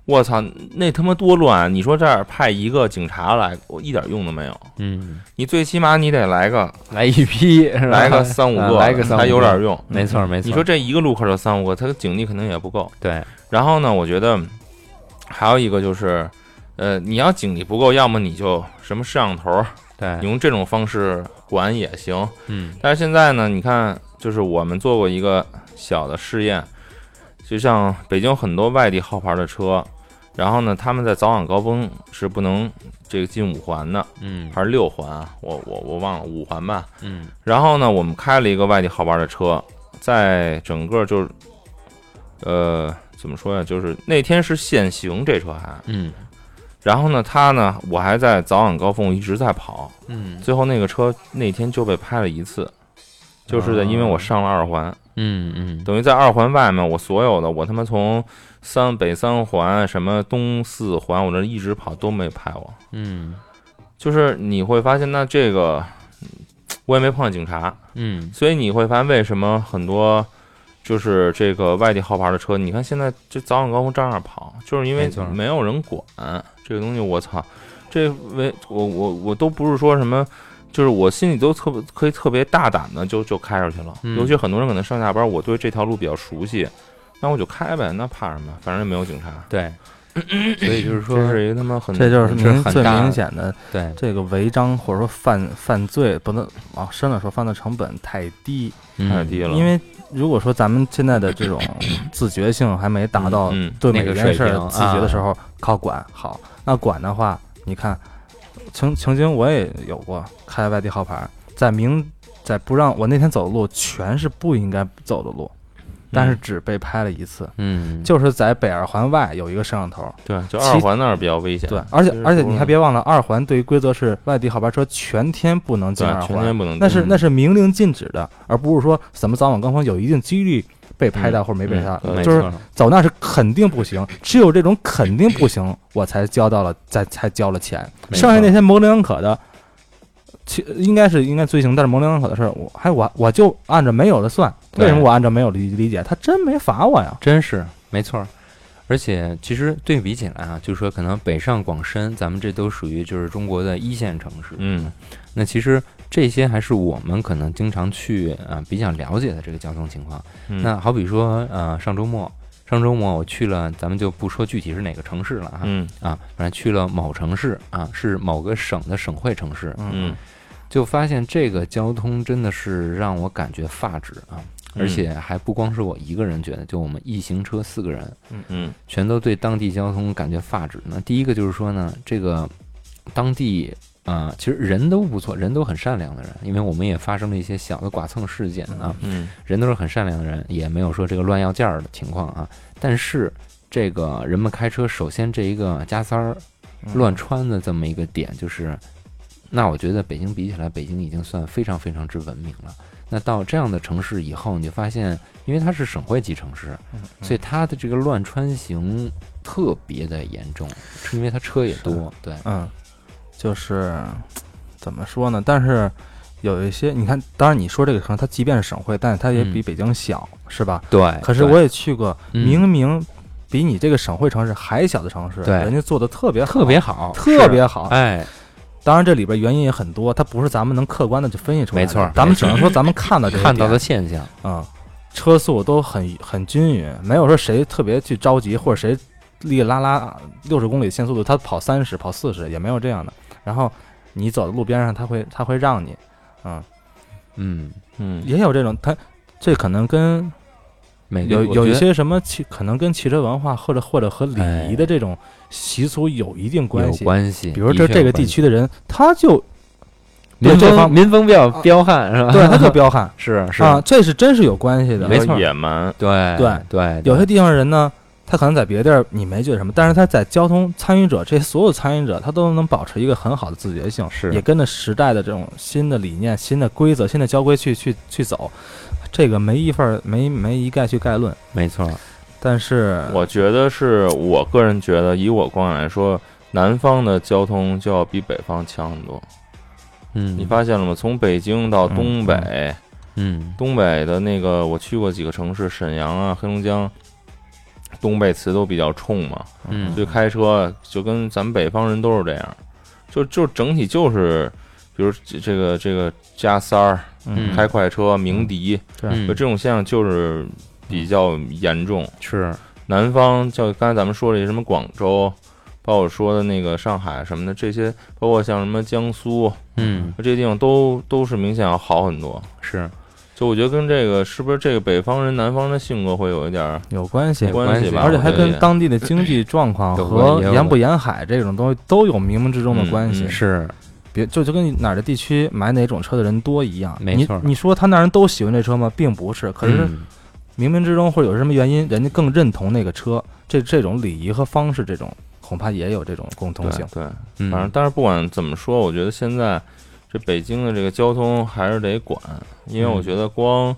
Speaker 1: 我操，那他妈多乱啊！你说这儿派一个警察来，我一点用都没有。
Speaker 3: 嗯，
Speaker 1: 你最起码你得来个
Speaker 3: 来一批，是吧
Speaker 1: 来个三五个，
Speaker 3: 啊来个三五
Speaker 1: 才
Speaker 3: 个
Speaker 1: 有点用。
Speaker 3: 没错儿没错儿，
Speaker 1: 你说这一个路口就三五个，他警力肯定也不够。
Speaker 3: 对，
Speaker 1: 然后呢，我觉得还有一个就是，呃，你要警力不够，要么你就什么摄像头儿，你
Speaker 3: 对，
Speaker 1: 用这种方式管也行。
Speaker 3: 嗯
Speaker 1: 但是现在呢，你看，就是我们做过一个小的试验，就像北京很多外地号牌的车，然后呢，他们在早晚高峰是不能这个进五环的，
Speaker 3: 嗯
Speaker 1: 还是六环啊？我我我忘了五环吧。
Speaker 3: 嗯
Speaker 1: 然后呢，我们开了一个外地号牌的车，在整个就是，呃，怎么说呀？就是那天是限行，这车还。
Speaker 3: 嗯
Speaker 1: 然后呢，他呢，我还在早晚高峰一直在跑，
Speaker 3: 嗯
Speaker 1: 最后那个车那天就被拍了一次，就是在因为我上了二环，
Speaker 3: 嗯嗯，
Speaker 1: 等于在二环外面，我所有的我他妈从三北三环什么东四环，我这一直跑都没拍我。
Speaker 3: 嗯
Speaker 1: 就是你会发现，那这个嗯我也没碰见警察，
Speaker 3: 嗯
Speaker 1: 所以你会发现为什么很多。就是这个外地号牌的车，你看现在这早晚高峰照样跑，就是因为
Speaker 3: 没错
Speaker 1: 没有人管这个东西。我操，这为我我我都不是说什么，就是我心里都特别可以特别大胆的就就开出去了。
Speaker 3: 嗯
Speaker 1: 尤其很多人可能上下班，我对这条路比较熟悉，那我就开呗，那怕什么？反正也没有警察。
Speaker 3: 对，所以就是说
Speaker 1: 这是一个他妈很
Speaker 4: 这就是
Speaker 3: 这是
Speaker 4: 明
Speaker 3: 很
Speaker 4: 最
Speaker 3: 大
Speaker 4: 明
Speaker 3: 的
Speaker 4: 显的
Speaker 3: 对，
Speaker 4: 这个违章或者说犯犯罪不能往深了说，犯罪成本太低，
Speaker 3: 嗯
Speaker 1: 太低了，
Speaker 4: 因为如果说咱们现在的这种自觉性还没达到
Speaker 1: 嗯嗯
Speaker 4: 对
Speaker 3: 那
Speaker 4: 每
Speaker 3: 个
Speaker 4: 件
Speaker 3: 水
Speaker 4: 事儿
Speaker 3: 平
Speaker 4: 自觉的
Speaker 3: 啊
Speaker 4: 时候靠管好，那管的话，你看，曾曾经我也有过开外地号牌，在明在不让我那天走的路全是不应该走的路，但
Speaker 1: 嗯
Speaker 4: 是只被拍了一次，
Speaker 3: 嗯，
Speaker 4: 就是在北二环外有一个摄像头，
Speaker 1: 对，就
Speaker 4: 其
Speaker 1: 二环那儿比较危险。
Speaker 4: 对，而且
Speaker 1: 其实
Speaker 4: 而且
Speaker 1: 不
Speaker 4: 你
Speaker 1: 是
Speaker 4: 还别忘了，二环对于规则是外地号牌车全天不能进
Speaker 1: 对
Speaker 4: 二
Speaker 1: 全天
Speaker 4: 环，
Speaker 1: 不能
Speaker 4: 那是
Speaker 1: 嗯
Speaker 4: 那是明令禁止的，而不是说什么早晚高峰有一定几率被拍到或者没被拍到，
Speaker 1: 嗯嗯
Speaker 4: 就是
Speaker 3: 没错
Speaker 4: 走那是肯定不行，只有这种肯定不行，我才交到了，才才交了钱。
Speaker 3: 没错
Speaker 4: 剩下那些模棱两可的，其应该是应该罪行，但是模棱两可的事儿，我还我我就按照没有的算，
Speaker 3: 对
Speaker 4: 为什么我按照没有的理理解？他真没罚我呀，
Speaker 3: 真是没错儿。而且其实对比起来啊，就是说可能北上广深，咱们这都属于就是中国的一线城市。
Speaker 1: 嗯
Speaker 3: 那其实这些还是我们可能经常去啊、呃比较了解的这个交通情况。
Speaker 1: 嗯
Speaker 3: 那好比说呃上周末，上周末我去了，咱们就不说具体是哪个城市了啊、
Speaker 1: 嗯
Speaker 3: 啊，反正去了某城市啊，是某个省的省会城市。
Speaker 1: 嗯
Speaker 3: 就发现这个交通真的是让我感觉发指啊！
Speaker 1: 嗯
Speaker 3: 而且还不光是我一个人觉得，就我们一行车四个人，
Speaker 1: 嗯
Speaker 3: 全都对当地交通感觉发指呢。第一个就是说呢，这个当地啊、其实人都不错，人都很善良的人，因为我们也发生了一些小的剐蹭事件啊，
Speaker 1: 嗯
Speaker 3: 人都是很善良的人，也没有说这个乱要价儿的情况啊。但是这个人们开车，首先这一个加塞儿
Speaker 4: 嗯
Speaker 3: 乱穿的这么一个点，就是，那我觉得北京比起来，北京已经算非常非常之文明了。那到这样的城市以后，你就发现，因为它是省会级城市，
Speaker 4: 嗯嗯
Speaker 3: 所以它的这个乱穿行特别的严重，是因为它车也多，对，
Speaker 4: 嗯，就是怎么说呢？但是有一些，你看，当然你说这个城市，它即便是省会，但是它也比
Speaker 3: 嗯
Speaker 4: 北京小，是吧？
Speaker 3: 对。
Speaker 4: 可是
Speaker 3: 对
Speaker 4: 我也去过，
Speaker 3: 嗯
Speaker 4: 明明比你这个省会城市还小的城市，
Speaker 3: 对
Speaker 4: 人家做的特别好
Speaker 3: 特别好，
Speaker 4: 特别
Speaker 3: 是
Speaker 4: 好。
Speaker 3: 哎，
Speaker 4: 当然这里边原因也很多，它不是咱们能客观的去分析出来的，
Speaker 3: 没错
Speaker 4: 咱们只能说咱们看到这些
Speaker 3: 看到
Speaker 4: 点
Speaker 3: 的现象，
Speaker 4: 嗯，车速都很很均匀，没有说谁特别去着急，或者谁哩哩啦啦六十公里限速度，他跑三十、跑四十也没有这样的。然后你走在路边上，他会他会让你，嗯，
Speaker 3: 嗯，
Speaker 1: 嗯，
Speaker 4: 也有这种，他这可能跟
Speaker 3: 每个
Speaker 4: 有
Speaker 3: 哎我
Speaker 4: 有一
Speaker 3: 觉得
Speaker 4: 些什么汽，可能跟汽车文化或者或者和礼仪的这种习俗有一定关
Speaker 3: 哎有
Speaker 4: 系。
Speaker 3: 关系，
Speaker 4: 比如
Speaker 3: 的
Speaker 4: 这
Speaker 3: 确
Speaker 4: 这
Speaker 3: 有
Speaker 4: 个
Speaker 3: 关
Speaker 4: 地
Speaker 3: 系
Speaker 4: 区的人，他就对
Speaker 3: 民
Speaker 4: 这
Speaker 3: 风
Speaker 4: 方啊
Speaker 3: 民风比较彪悍是吧？
Speaker 4: 对他 就彪悍
Speaker 3: 是是
Speaker 4: 啊，这是真是有关系的。
Speaker 3: 没错
Speaker 1: 野蛮，
Speaker 3: 对
Speaker 4: 对
Speaker 3: 对，
Speaker 4: 有些地方人呢，他可能在别的地儿你没觉得什么，但是他在交通参与者这些所有参与者，他都能保持一个很好的自觉性，
Speaker 3: 是
Speaker 4: 也跟着时代的这种新的理念、新的规则、新的交规去去去走，这个没一份儿没没一概去概论，
Speaker 3: 没错，嗯
Speaker 4: 但是
Speaker 1: 我觉得是我个人觉得，以我观感来说，南方的交通就要比北方强很多。
Speaker 3: 嗯，
Speaker 1: 你发现了吗？从北京到东北，
Speaker 3: 嗯
Speaker 1: 东北的那个我去过几个城市，沈阳啊、黑龙江，东北词都比较冲嘛，
Speaker 3: 嗯
Speaker 1: 所以开车就跟咱们北方人都是这样，就就整体就是，比如这这个这个加塞儿、
Speaker 3: 嗯
Speaker 1: 开快车、鸣笛，
Speaker 4: 对
Speaker 1: 就
Speaker 3: 嗯
Speaker 1: 这种现象就是比较严重。
Speaker 3: 是
Speaker 1: 南方就刚才咱们说的什么广州，包括我说的那个上海什么的，这些包括像什么江苏
Speaker 3: 嗯
Speaker 1: 这些地方都都是明显要好很多。
Speaker 3: 是
Speaker 1: 就我觉得跟这个是不是这个北方人、南方的性格会有一点儿
Speaker 4: 有关系
Speaker 3: 有。关
Speaker 1: 系
Speaker 3: 系
Speaker 1: 吧，
Speaker 4: 而且还
Speaker 1: 我觉得
Speaker 4: 跟
Speaker 1: 也
Speaker 4: 当地的经济状况
Speaker 3: 有关
Speaker 4: 和
Speaker 3: 也有
Speaker 4: 沿不沿海这种东西都有冥冥之中的
Speaker 1: 嗯
Speaker 4: 关系
Speaker 1: 嗯，
Speaker 3: 是
Speaker 4: 别就就跟哪儿的地区买哪种车的人多一样。
Speaker 3: 没错
Speaker 4: 你你说他那人都喜欢这车吗？并不是，可是
Speaker 3: 嗯
Speaker 4: 冥冥之中或者有什么原因，人家更认同那个车，这这种礼仪和方式，这种恐怕也有这种共通性
Speaker 1: 对。对，
Speaker 3: 嗯
Speaker 1: 反正但是不管怎么说，我觉得现在这北京的这个交通还是得管，因为我觉得光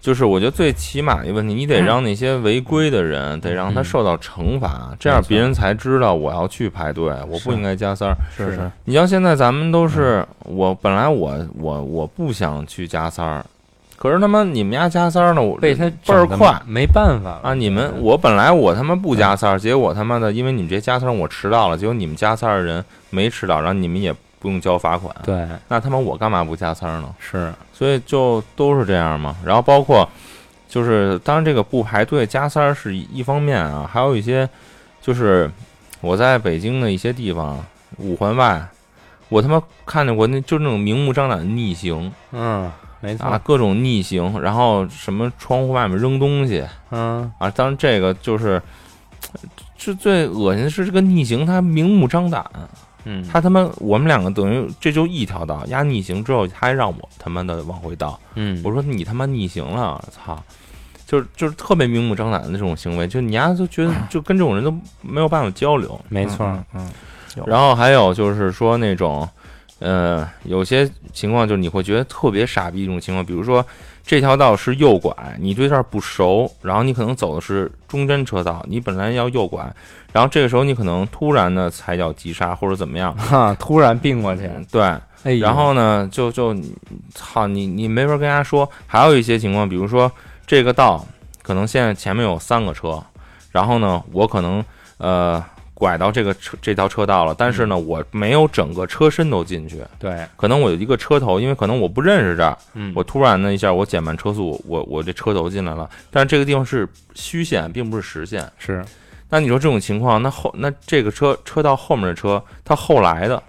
Speaker 1: 就是我觉得最起码一个问题，你得让那些违规的人得让他
Speaker 3: 嗯
Speaker 1: 受到惩罚，这样别人才知道我要去排队，我不应该加塞儿。
Speaker 4: 是是，
Speaker 1: 你像现在咱们都是我本来我我我不想去加塞儿，可是他妈你们家加塞儿呢，我
Speaker 3: 被他嗯
Speaker 1: 倍儿
Speaker 3: 整得
Speaker 1: 快
Speaker 3: 没办法了
Speaker 1: 啊！你们
Speaker 3: 对
Speaker 1: 我本来我他妈不
Speaker 3: 嗯
Speaker 1: 加塞儿，结果他妈的因为你们这加塞儿我迟到了，结果你们加塞儿的人没迟到，然后你们也不用交罚款，
Speaker 3: 对
Speaker 1: 那他妈我干嘛不加塞儿呢？
Speaker 3: 是
Speaker 1: 所以就都是这样嘛。然后包括就是当然这个不排队加塞儿是一方面啊，还有一些就是我在北京的一些地方，五环外。我他妈看见过那就那种明目张胆的逆行
Speaker 3: 嗯没错
Speaker 1: 啊，各种逆行，然后什么窗户外面扔东西，
Speaker 3: 嗯
Speaker 1: 啊，当然这个就是，这最恶心的是这个逆行，他明目张胆，
Speaker 3: 嗯
Speaker 1: 他他妈我们两个等于这就一条道，压逆行之后，他还让我他妈的往回倒，
Speaker 3: 嗯
Speaker 1: 我说你他妈逆行了，操！就是就是特别明目张胆的那种行为，就你丫都觉得就跟这种人都没有办法交流。
Speaker 3: 没错
Speaker 4: 嗯，嗯，嗯有
Speaker 1: 然后还有就是说那种，呃，有些情况就是你会觉得特别傻逼一种情况，比如说这条道是右拐，你对这儿不熟，然后你可能走的是中间车道，你本来要右拐，然后这个时候你可能突然的踩脚急刹或者怎么样，
Speaker 4: 嗯
Speaker 3: 哈突然并过去
Speaker 1: 嗯对，
Speaker 3: 哎呦
Speaker 1: 然后呢，就就你操你你没法跟人家说。还有一些情况，比如说这个道可能现在前面有三个车，然后呢，我可能呃拐到这个车这条车道了，但是呢，我没有整个车身都进去，
Speaker 3: 对
Speaker 1: 可能我有一个车头，因为可能我不认识这儿，
Speaker 3: 嗯
Speaker 1: 我突然的一下我减慢车速，我我这车头进来了，但是这个地方是虚线，并不是实线。
Speaker 3: 是
Speaker 1: 那你说这种情况，那后那这个车车道后面的车，他后来的，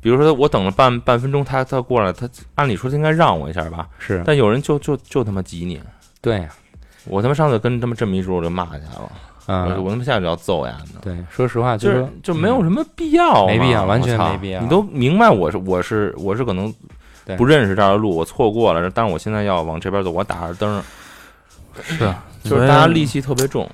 Speaker 1: 比如说我等了半半分钟，他他过来，他按理说他应该让我一下吧，
Speaker 3: 是
Speaker 1: 但有人就就就他妈挤你，
Speaker 3: 对呀
Speaker 1: 我他妈上次跟他们这么一说，我就骂去了，
Speaker 3: 啊、
Speaker 1: 我我他妈下去要揍呀！
Speaker 3: 对，说实话，
Speaker 1: 就
Speaker 3: 就是
Speaker 1: 是就没有
Speaker 3: 嗯
Speaker 1: 什么必要嘛，
Speaker 3: 没必要
Speaker 1: 我
Speaker 3: 完全
Speaker 1: 操
Speaker 3: 没必要
Speaker 1: 你都明白我是我是我是可能
Speaker 3: 对
Speaker 1: 不认识这条路，我错过了，但是我现在要往这边走，我打着灯儿，
Speaker 4: 是，
Speaker 1: 就是大家戾气特别重。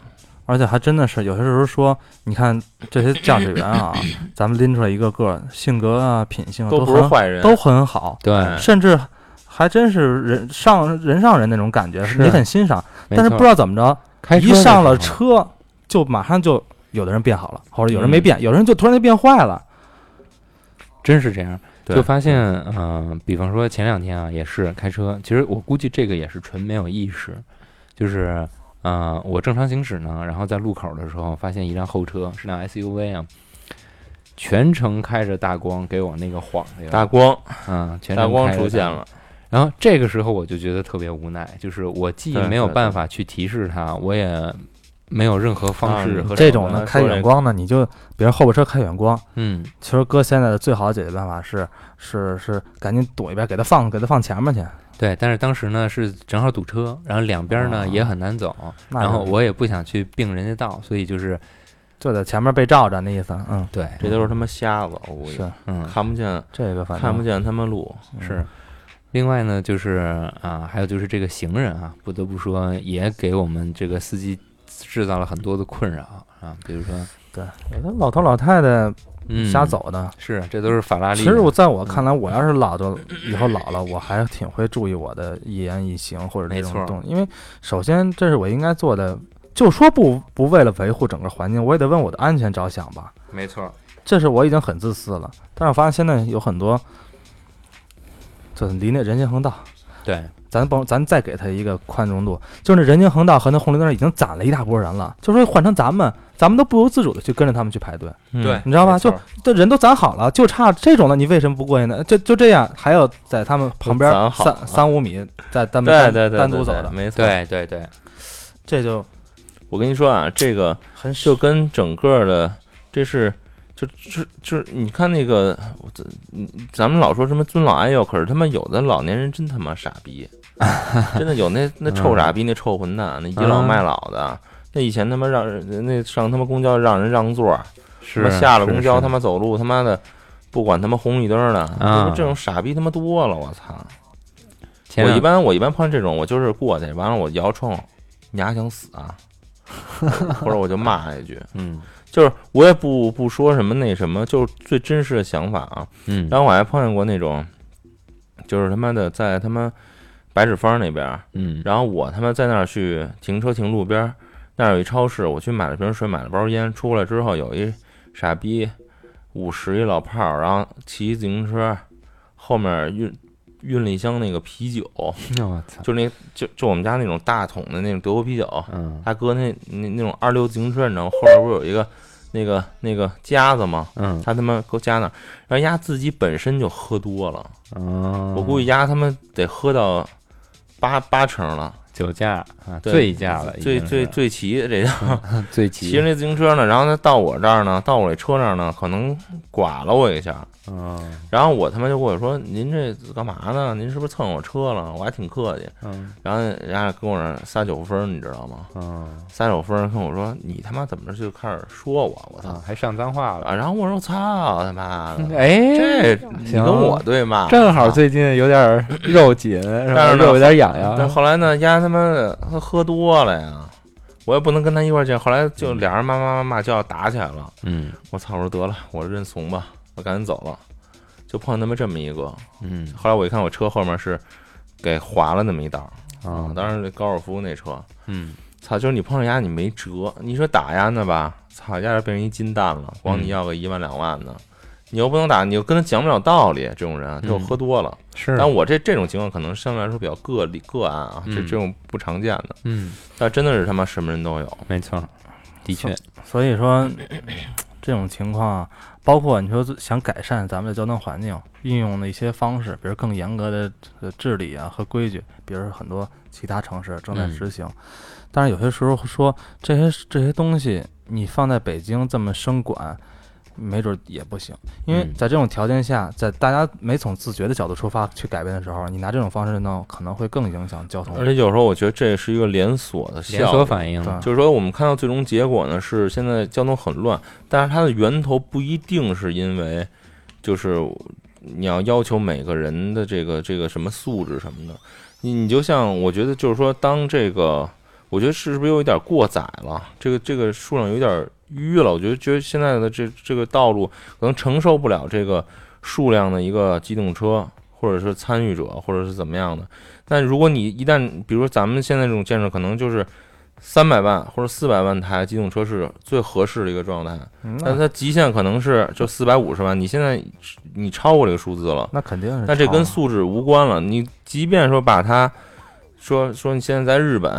Speaker 4: 而且还真的是有些时候说，你看这些驾驶员啊，咱们拎出来一个个，性格啊、品
Speaker 3: 嗯
Speaker 4: 性啊
Speaker 1: 都不是
Speaker 4: 很
Speaker 1: 坏人，
Speaker 4: 都很好，
Speaker 3: 对，
Speaker 1: 哎
Speaker 4: 甚至还真是人上人上人那种感觉，
Speaker 3: 是
Speaker 4: 你很欣赏。
Speaker 3: 没
Speaker 4: 但是
Speaker 3: 错
Speaker 4: 不知道怎么着，
Speaker 3: 开车
Speaker 4: 一
Speaker 3: 的
Speaker 4: 上
Speaker 3: 时
Speaker 4: 了
Speaker 3: 候
Speaker 4: 车就马上就有的人变好了，或者有
Speaker 1: 嗯
Speaker 4: 人没变，有人就突然就变坏了。
Speaker 3: 真是这样，
Speaker 1: 对
Speaker 3: 就发现，嗯、比方说前两天啊，也是开车，其实我估计这个也是纯没有意识，就是，呃，我正常行驶呢，然后在路口的时候发现一辆后车是辆 SUV 啊，全程开着大光给我那个晃的呀，
Speaker 1: 大光
Speaker 3: 嗯，全程
Speaker 1: 大光
Speaker 3: 开着
Speaker 1: 出现了，
Speaker 3: 然后这个时候我就觉得特别无奈，就是我既
Speaker 1: 对
Speaker 3: 没有
Speaker 1: 对
Speaker 3: 办法去提示他，我也没有任何方式
Speaker 1: 啊
Speaker 3: 和、
Speaker 4: 这种
Speaker 1: 我刚
Speaker 4: 呢，
Speaker 1: 才
Speaker 4: 开
Speaker 1: 说
Speaker 4: 远
Speaker 1: 这
Speaker 4: 光呢，你就别人后边车开远光。
Speaker 3: 嗯，
Speaker 4: 其实哥现在的最好的解决办法是是是赶紧躲一边，给他放给他放前面去。
Speaker 3: 对。但是当时呢是正好堵车，然后两边呢、
Speaker 4: 啊
Speaker 3: 也很难走，
Speaker 4: 那
Speaker 3: 然
Speaker 4: 就
Speaker 3: 后我也不想去并人家道，所以就是
Speaker 4: 就在前面被罩着那意思。嗯，
Speaker 3: 对，
Speaker 1: 这都是他妈瞎子，我估计
Speaker 4: 是啊
Speaker 3: 嗯
Speaker 1: 看不见
Speaker 4: 这个反正
Speaker 1: 看不见他们路，
Speaker 3: 是。另外呢，就是啊，还有就是这个行人啊，不得不说也给我们这个司机制造了很多的困扰啊，比如说，
Speaker 4: 有的老头老太太
Speaker 3: 嗯，
Speaker 4: 瞎走的。
Speaker 3: 是，这都是法拉利的。
Speaker 4: 其实我在我看
Speaker 3: 嗯
Speaker 4: 来，我要是老的以后老了，我还挺会注意我的一言一行或者这
Speaker 3: 没错
Speaker 4: 种东西，因为首先这是我应该做的。就说不不为了维护整个环境，我也得为我的安全着想吧。
Speaker 3: 没错，
Speaker 4: 这是我已经很自私了，但是我发现现在有很多，就是离那人行横道，
Speaker 3: 对，
Speaker 4: 咱甭咱再给他一个宽容度，就是那人行横道和那红绿灯已经攒了一大波人了，就说换成咱们，咱们都不由自主的去跟着他们去排队。
Speaker 1: 对
Speaker 4: 你知道吧
Speaker 1: 没错
Speaker 4: 就这人都攒好了，就差这种了，你为什么不过去呢？就就这样，还要在他们旁边
Speaker 1: 都攒好了
Speaker 4: 三三五米再单
Speaker 1: 对对对，
Speaker 4: 单独
Speaker 1: 对
Speaker 4: 走
Speaker 1: 对嗯
Speaker 4: 的，
Speaker 1: 没错。
Speaker 3: 对对对，
Speaker 4: 这就
Speaker 1: 我跟你说啊，这个
Speaker 4: 很
Speaker 1: 就跟整个的，这是就就就是你看那个，我这嗯咱们老说什么尊老爱幼，可是他妈有的老年人真他妈傻逼，
Speaker 4: 啊
Speaker 1: 真的有 那那臭傻逼，那臭混蛋，那倚老卖老
Speaker 4: 嗯
Speaker 1: 的。那以前他妈让人那上他妈公交让人让座，他
Speaker 3: 是
Speaker 1: 妈下了公
Speaker 3: 是
Speaker 1: 交
Speaker 3: 是
Speaker 1: 他妈走路他妈的，不管他妈红绿灯的，
Speaker 3: 啊
Speaker 1: 这种傻逼他妈多了，我操！
Speaker 3: 前
Speaker 1: 我
Speaker 3: 两
Speaker 1: 一般我一般碰上这种，我就是过去，完了我摇窗户，你还想死啊？或者我就骂他一句，
Speaker 3: 嗯
Speaker 1: 就是我也不不说什么那什么，就是最真实的想法啊。
Speaker 3: 嗯，
Speaker 1: 然后我还碰见过那种，就是他妈的在他妈白纸坊那边儿，
Speaker 3: 嗯
Speaker 1: 然后我他妈在那儿去停车停路边儿，那儿有一超市，我去买了瓶水，买了包烟，出来之后有一傻逼五十一老炮儿，然后骑自行车，后面运运了一箱那个啤酒，
Speaker 3: 后我操，
Speaker 1: 就那就就我们家那种大桶的那种德国啤酒，
Speaker 3: 嗯
Speaker 1: 他搁那那那种二六自行车，你知道吗？后边不是有一个那个那个夹子吗？
Speaker 3: 嗯
Speaker 1: 他他妈搁夹那儿，然后丫自己本身就喝多了，
Speaker 3: 嗯，
Speaker 1: 我估计丫他妈得喝到八八成了，
Speaker 3: 酒驾啊，
Speaker 1: 对
Speaker 3: 醉驾了，已
Speaker 1: 醉
Speaker 3: 经
Speaker 1: 醉
Speaker 3: 是啊嗯
Speaker 1: 醉骑这叫
Speaker 3: 醉
Speaker 1: 骑
Speaker 3: 骑
Speaker 1: 着，那自行车呢，然后他到我这儿呢，到我这车那儿呢，可能剐了我一下，
Speaker 3: 嗯
Speaker 1: 然后我他妈就跟我说：“您这干嘛呢？您是不是蹭我车了？”我还挺客气，
Speaker 3: 嗯
Speaker 1: 然后人家跟我那儿撒酒疯儿，你知道吗？
Speaker 3: 嗯
Speaker 1: 撒酒疯儿跟我说：“你他妈怎么着就开始说我？我操！”
Speaker 3: 啊，还上脏话了，
Speaker 1: 啊，然后我说操他妈的，
Speaker 3: 哎，
Speaker 1: 这你
Speaker 3: 行
Speaker 1: 跟我对骂，
Speaker 3: 正好
Speaker 1: 啊。
Speaker 3: 最近有点儿肉 紧，是吧？
Speaker 1: 但是呢
Speaker 3: 肉有点痒
Speaker 1: 但
Speaker 3: 痒，
Speaker 1: 后来呢，丫他妈的他喝多了呀，我也不能跟他一块儿见。后来就俩人骂骂骂骂就要打起来了。
Speaker 3: 嗯
Speaker 1: 我操！我说得了，我认怂吧，我赶紧走了。就碰他妈这么一个。
Speaker 3: 嗯
Speaker 1: 后来我一看，我车后面是给划了那么一道
Speaker 3: 啊
Speaker 1: 当时高尔夫那车，
Speaker 3: 嗯
Speaker 1: 操！就是你碰上丫你没辙，你说打丫呢吧？操，丫这变成一金蛋了，管
Speaker 3: 嗯
Speaker 1: 你要个一万两万的，你又不能打，你又跟他讲不了道理，这种人就
Speaker 3: 嗯
Speaker 1: 喝多了。
Speaker 3: 是，
Speaker 1: 但我这这种情况可能相对来说比较个例个案啊，这
Speaker 3: 嗯
Speaker 1: 这种不常见的，
Speaker 3: 嗯，
Speaker 1: 但真的是他妈什么人都有。
Speaker 3: 没错，的确，
Speaker 4: 所以说这种情况啊，包括你说想改善咱们的交通环境，运用的一些方式，比如更严格的呃治理啊和规矩，比如很多其他城市正在
Speaker 3: 嗯
Speaker 4: 实行。但是有些时候说这些这些东西，你放在北京这么生管，没准也不行，因为
Speaker 3: 嗯
Speaker 4: 在这种条件下，在大家没从自觉的角度出发去改变的时候，你拿这种方式弄，可能会更影响交通。
Speaker 1: 而且有时候我觉得这是一个连锁的
Speaker 3: 连
Speaker 1: 效
Speaker 3: 锁
Speaker 1: 应，
Speaker 3: 反应，
Speaker 4: 对
Speaker 1: 就是说我们看到最终结果呢是现在交通很乱，但是它的源头不一定是因为就是你要要求每个人的这个这个什么素质什么的，你你就像我觉得就是说当这个我觉得是不是有一点过载了，这个这个数量有点淤了，我觉得觉得现在的这这个道路可能承受不了这个数量的一个机动车。或者是参与者，或者是怎么样的？但如果你一旦，比如说咱们现在这种建设，可能就是三百万或者四百万台机动车是最合适的一个状态，
Speaker 4: 嗯
Speaker 1: 但
Speaker 4: 那
Speaker 1: 它极限可能是就四百五十万。你现在你超过这个数字了，
Speaker 4: 那肯定是超了，
Speaker 1: 那这跟素质无关了。你即便说把它说说你现在在日本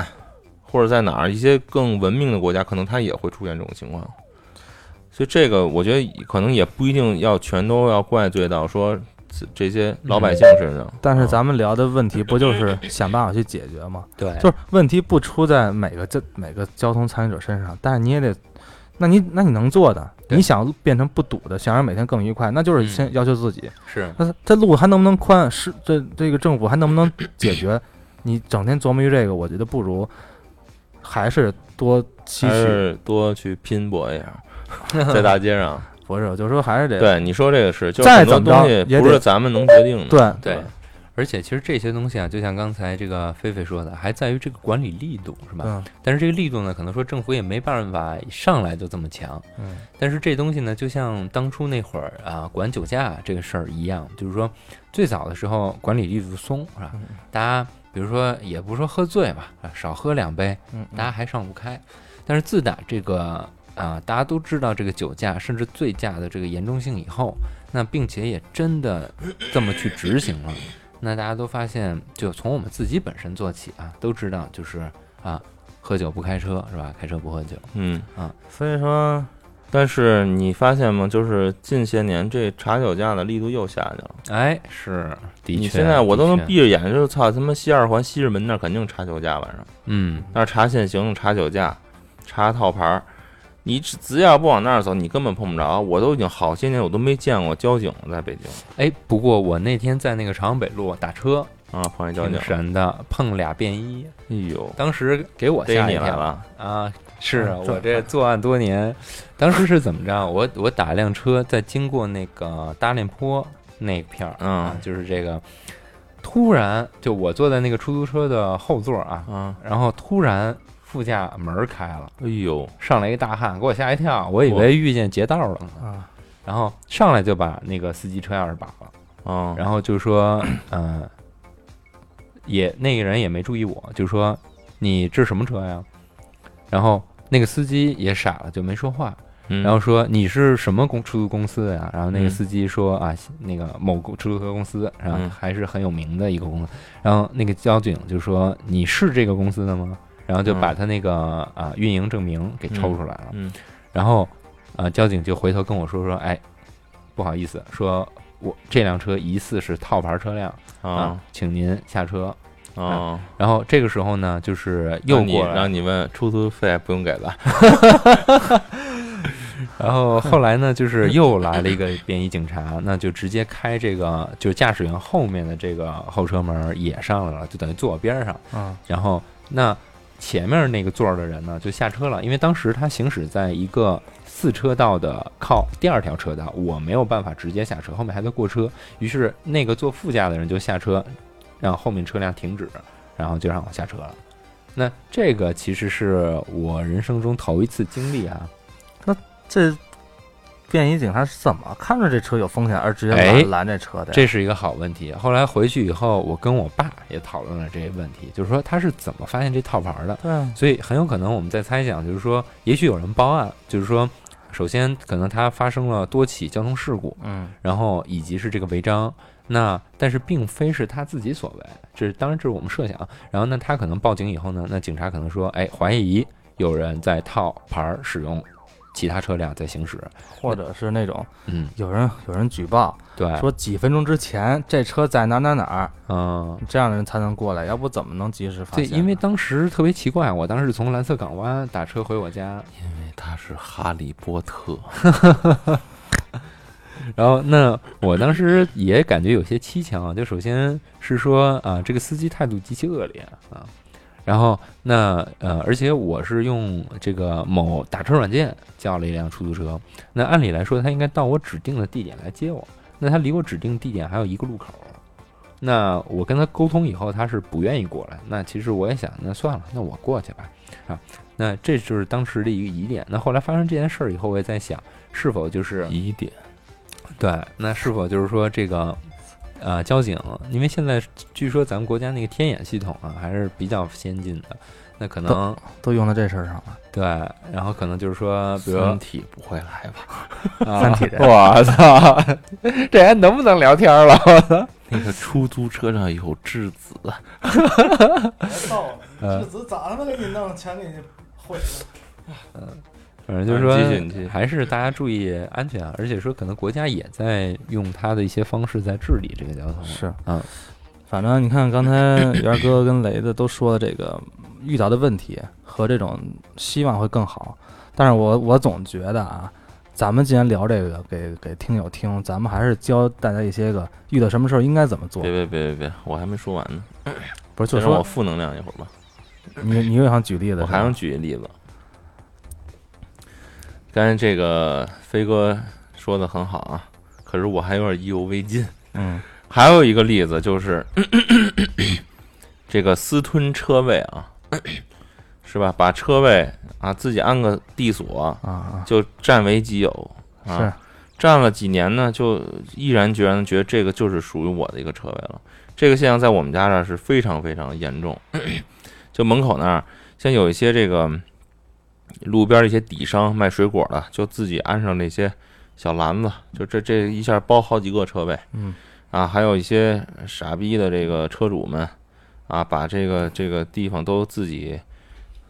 Speaker 1: 或者在哪儿一些更文明的国家，可能它也会出现这种情况。所以这个我觉得可能也不一定要全都要怪罪到说这这些老百姓身上。
Speaker 4: 但是咱们聊的问题不就是想办法去解决吗？
Speaker 3: 对，
Speaker 4: 就是问题不出在每个这每个交通参与者身上，但是你也得，那你那你能做的，
Speaker 3: 对
Speaker 4: 你想变成不堵的，想让每天更愉快，那就是
Speaker 3: 嗯
Speaker 4: 先要求自己。
Speaker 3: 是
Speaker 4: 那这路还能不能宽？是这这个政府还能不能解决？你整天琢磨于这个，我觉得不如还是多期
Speaker 1: 还
Speaker 4: 许。
Speaker 1: 是多去拼搏一下，在大街上。
Speaker 4: 不是，我就说还是得
Speaker 1: 对，你说这个是，就是
Speaker 4: 再
Speaker 1: 很多
Speaker 4: 怎么着
Speaker 1: 东西
Speaker 4: 也
Speaker 1: 不
Speaker 4: 得
Speaker 1: 是咱们能决定的。
Speaker 4: 对
Speaker 3: 对。而且其实这些东西啊，就像刚才这个菲菲说的，还在于这个管理力度，是吧？
Speaker 4: 嗯
Speaker 3: 但是这个力度呢，可能说政府也没办法上来就这么强。
Speaker 4: 嗯
Speaker 3: 但是这东西呢，就像当初那会儿啊，管酒驾这个事儿一样，就是说最早的时候管理力度松，是吧？
Speaker 4: 嗯
Speaker 3: 大家比如说也不是说喝醉吧，啊少喝两杯，
Speaker 4: 嗯，
Speaker 3: 大家还上不开。但是自打这个啊、大家都知道这个酒驾甚至醉驾的这个严重性以后，那并且也真的这么去执行了，那大家都发现，就从我们自己本身做起啊，都知道就是啊，喝酒不开车是吧？开车不喝酒，
Speaker 1: 嗯，
Speaker 4: 所以说
Speaker 1: 但是你发现吗？就是近些年这查酒驾的力度又下去了。
Speaker 3: 哎，是的确，
Speaker 1: 你现在我都
Speaker 3: 的
Speaker 1: 能
Speaker 3: 确
Speaker 1: 闭着眼，就操他妈西二环西直门那儿肯定查酒驾，晚上
Speaker 3: 嗯，
Speaker 1: 那儿查限行、查酒驾、查套牌儿。你只只要不往那儿走，你根本碰不着。我都已经好些年我都没见过交警了在北京
Speaker 3: 哎，不过我那天在那个朝阳北路打车，
Speaker 1: 啊，碰见交警
Speaker 3: 挺
Speaker 1: 了。
Speaker 3: 神的，碰俩便衣，
Speaker 1: 哎呦，
Speaker 3: 当时给我
Speaker 1: 逮
Speaker 3: 吓
Speaker 1: 你
Speaker 3: 一
Speaker 1: 来
Speaker 3: 跳。
Speaker 1: 了！
Speaker 3: 啊，是啊
Speaker 4: 嗯
Speaker 3: 我
Speaker 4: 这
Speaker 3: 这作案多年，当时是怎么着？我我打辆车，在经过那个大练坡那片儿，啊
Speaker 1: 嗯，
Speaker 3: 就是这个，突然就我坐在那个出租车的后座啊，
Speaker 1: 啊，
Speaker 3: 然后突然副驾门开了，
Speaker 1: 哎呦，
Speaker 3: 上来一大汉，给我吓一跳，我以为遇见劫道了呢，
Speaker 4: 啊，
Speaker 3: 然后上来就把那个司机车钥匙拔了，
Speaker 1: 啊，
Speaker 3: 然后就说，嗯、也那个人也没注意我，就说你这是什么车呀？然后那个司机也傻了，就没说话。
Speaker 1: 嗯
Speaker 3: 然后说你是什么公出租公司的呀？然后那
Speaker 1: 嗯
Speaker 3: 个司机说啊，那个某公出租车公司，然后
Speaker 1: 嗯
Speaker 3: 还是很有名的一个公司。然后那个交警就说你是这个公司的吗？然后就把
Speaker 1: 嗯
Speaker 3: 他那个啊运营证明给抽出来了。
Speaker 1: 嗯，
Speaker 3: 然后啊交警就回头跟我说说，哎，不好意思，说我这辆车疑似是套牌车辆啊
Speaker 1: 啊，
Speaker 3: 请您下车。
Speaker 4: 嗯
Speaker 1: 啊，
Speaker 3: 然后这个时候呢，就是又
Speaker 1: 让啊你
Speaker 3: 过来，
Speaker 1: 让你问出租费不用给吧？
Speaker 3: 然后后来呢，就是又来了一个便衣警察， 那就直接开这个就是驾驶员后面的这个后车门也上来了，就等于坐我边儿上。
Speaker 4: 嗯
Speaker 3: 然后那前面那个座儿的人呢就下车了，因为当时他行驶在一个四车道的靠第二条车道，我没有办法直接下车，后面还在过车，于是那个坐副驾的人就下车，让后面车辆停止，然后就让我下车了。那这个其实是我人生中头一次经历啊，
Speaker 4: 这便衣警察是怎么看着这车有风险而直接
Speaker 3: 哎
Speaker 4: 拦拦这车的呀？
Speaker 3: 这是一个好问题。后来回去以后，我跟我爸也讨论了这个问题，就是说他是怎么发现这套牌的。
Speaker 4: 对啊，
Speaker 3: 所以很有可能我们在猜想，就是说，也许有人报案，就是说，首先可能他发生了多起交通事故，
Speaker 4: 嗯，
Speaker 3: 然后以及是这个违章。那但是并非是他自己所为，这是当然这是我们设想。然后呢，他可能报警以后呢，那警察可能说，哎，怀疑有人在套牌儿使用其他车辆在行驶。
Speaker 4: 或者是那种
Speaker 3: 嗯，
Speaker 4: 有人有人举报
Speaker 3: 对，
Speaker 4: 说几分钟之前这车在哪儿哪儿哪儿，
Speaker 3: 嗯，
Speaker 4: 这样的人才能过来，要不怎么能及时发
Speaker 3: 对，
Speaker 4: 现呢？
Speaker 3: 因为当时特别奇怪，我当时从蓝色港湾打车回我家，
Speaker 1: 他是哈利波特，
Speaker 3: 然后那我当时也感觉有些蹊跷啊，就首先是说啊，这个司机态度极其恶劣啊，然后那呃，而且我是用这个某打车软件叫了一辆出租车，那按理来说他应该到我指定的地点来接我，那他离我指定地点还有一个路口。那我跟他沟通以后，他是不愿意过来。那其实我也想，那算了，那我过去吧，啊，那这就是当时的一个疑点。那后来发生这件事儿以后，我也在想，是否就是
Speaker 1: 疑点，
Speaker 3: 对，那是否就是说这个，呃，交警，因为现在据说咱们国家那个天眼系统啊，还是比较先进的，那可能
Speaker 4: 都用到这事儿上了。
Speaker 3: 对，然后可能就是说，比如
Speaker 1: 三
Speaker 3: 说
Speaker 1: 体不会来 吧？
Speaker 3: 啊
Speaker 4: 三体人
Speaker 3: 我操，这还能不能聊天了？我操，
Speaker 1: 那个出租车上有质子，
Speaker 5: 操，
Speaker 3: 呃
Speaker 5: 这子咋他妈给你弄，全给你毁了。
Speaker 3: 反正就是
Speaker 1: 啊继续你继
Speaker 3: 说
Speaker 1: 续，
Speaker 3: 还是大家注意安全啊，而且说可能国家也在用它的一些方式在治理这个交通。
Speaker 4: 是
Speaker 3: 嗯，
Speaker 4: 反正你看刚才元哥跟雷子都说的这个遇到的问题和这种希望会更好，但是我我总觉得啊，咱们既然聊这个给给听友听，咱们还是教大家一些个遇到什么事儿应该怎么做
Speaker 1: 别，别别别别，我还没说完呢，
Speaker 4: 不是
Speaker 1: 就
Speaker 4: 就
Speaker 1: 让我
Speaker 4: 说
Speaker 1: 负能量一会儿吧。
Speaker 4: 你你又想举例子，
Speaker 1: 我还能
Speaker 4: 是吧
Speaker 1: 举一例子，刚才这个飞哥说的很好啊，可是我还有点意犹未尽。
Speaker 4: 嗯
Speaker 1: 还有一个例子就是咳咳咳咳这个私吞车位啊，咳咳是吧？把车位啊自己安个地锁，
Speaker 4: 啊啊
Speaker 1: 就占为己有啊。
Speaker 4: 是
Speaker 1: 占了几年呢，就毅然决然的觉得这个就是属于我的一个车位了。这个现象在我们家这儿是非常非常严重，就门口那儿，像有一些这个路边儿一些底商卖水果的，就自己安上那些小篮子，就这这一下包好几个车位，
Speaker 4: 嗯
Speaker 1: 啊，还有一些傻逼的这个车主们啊，把这个这个地方都自己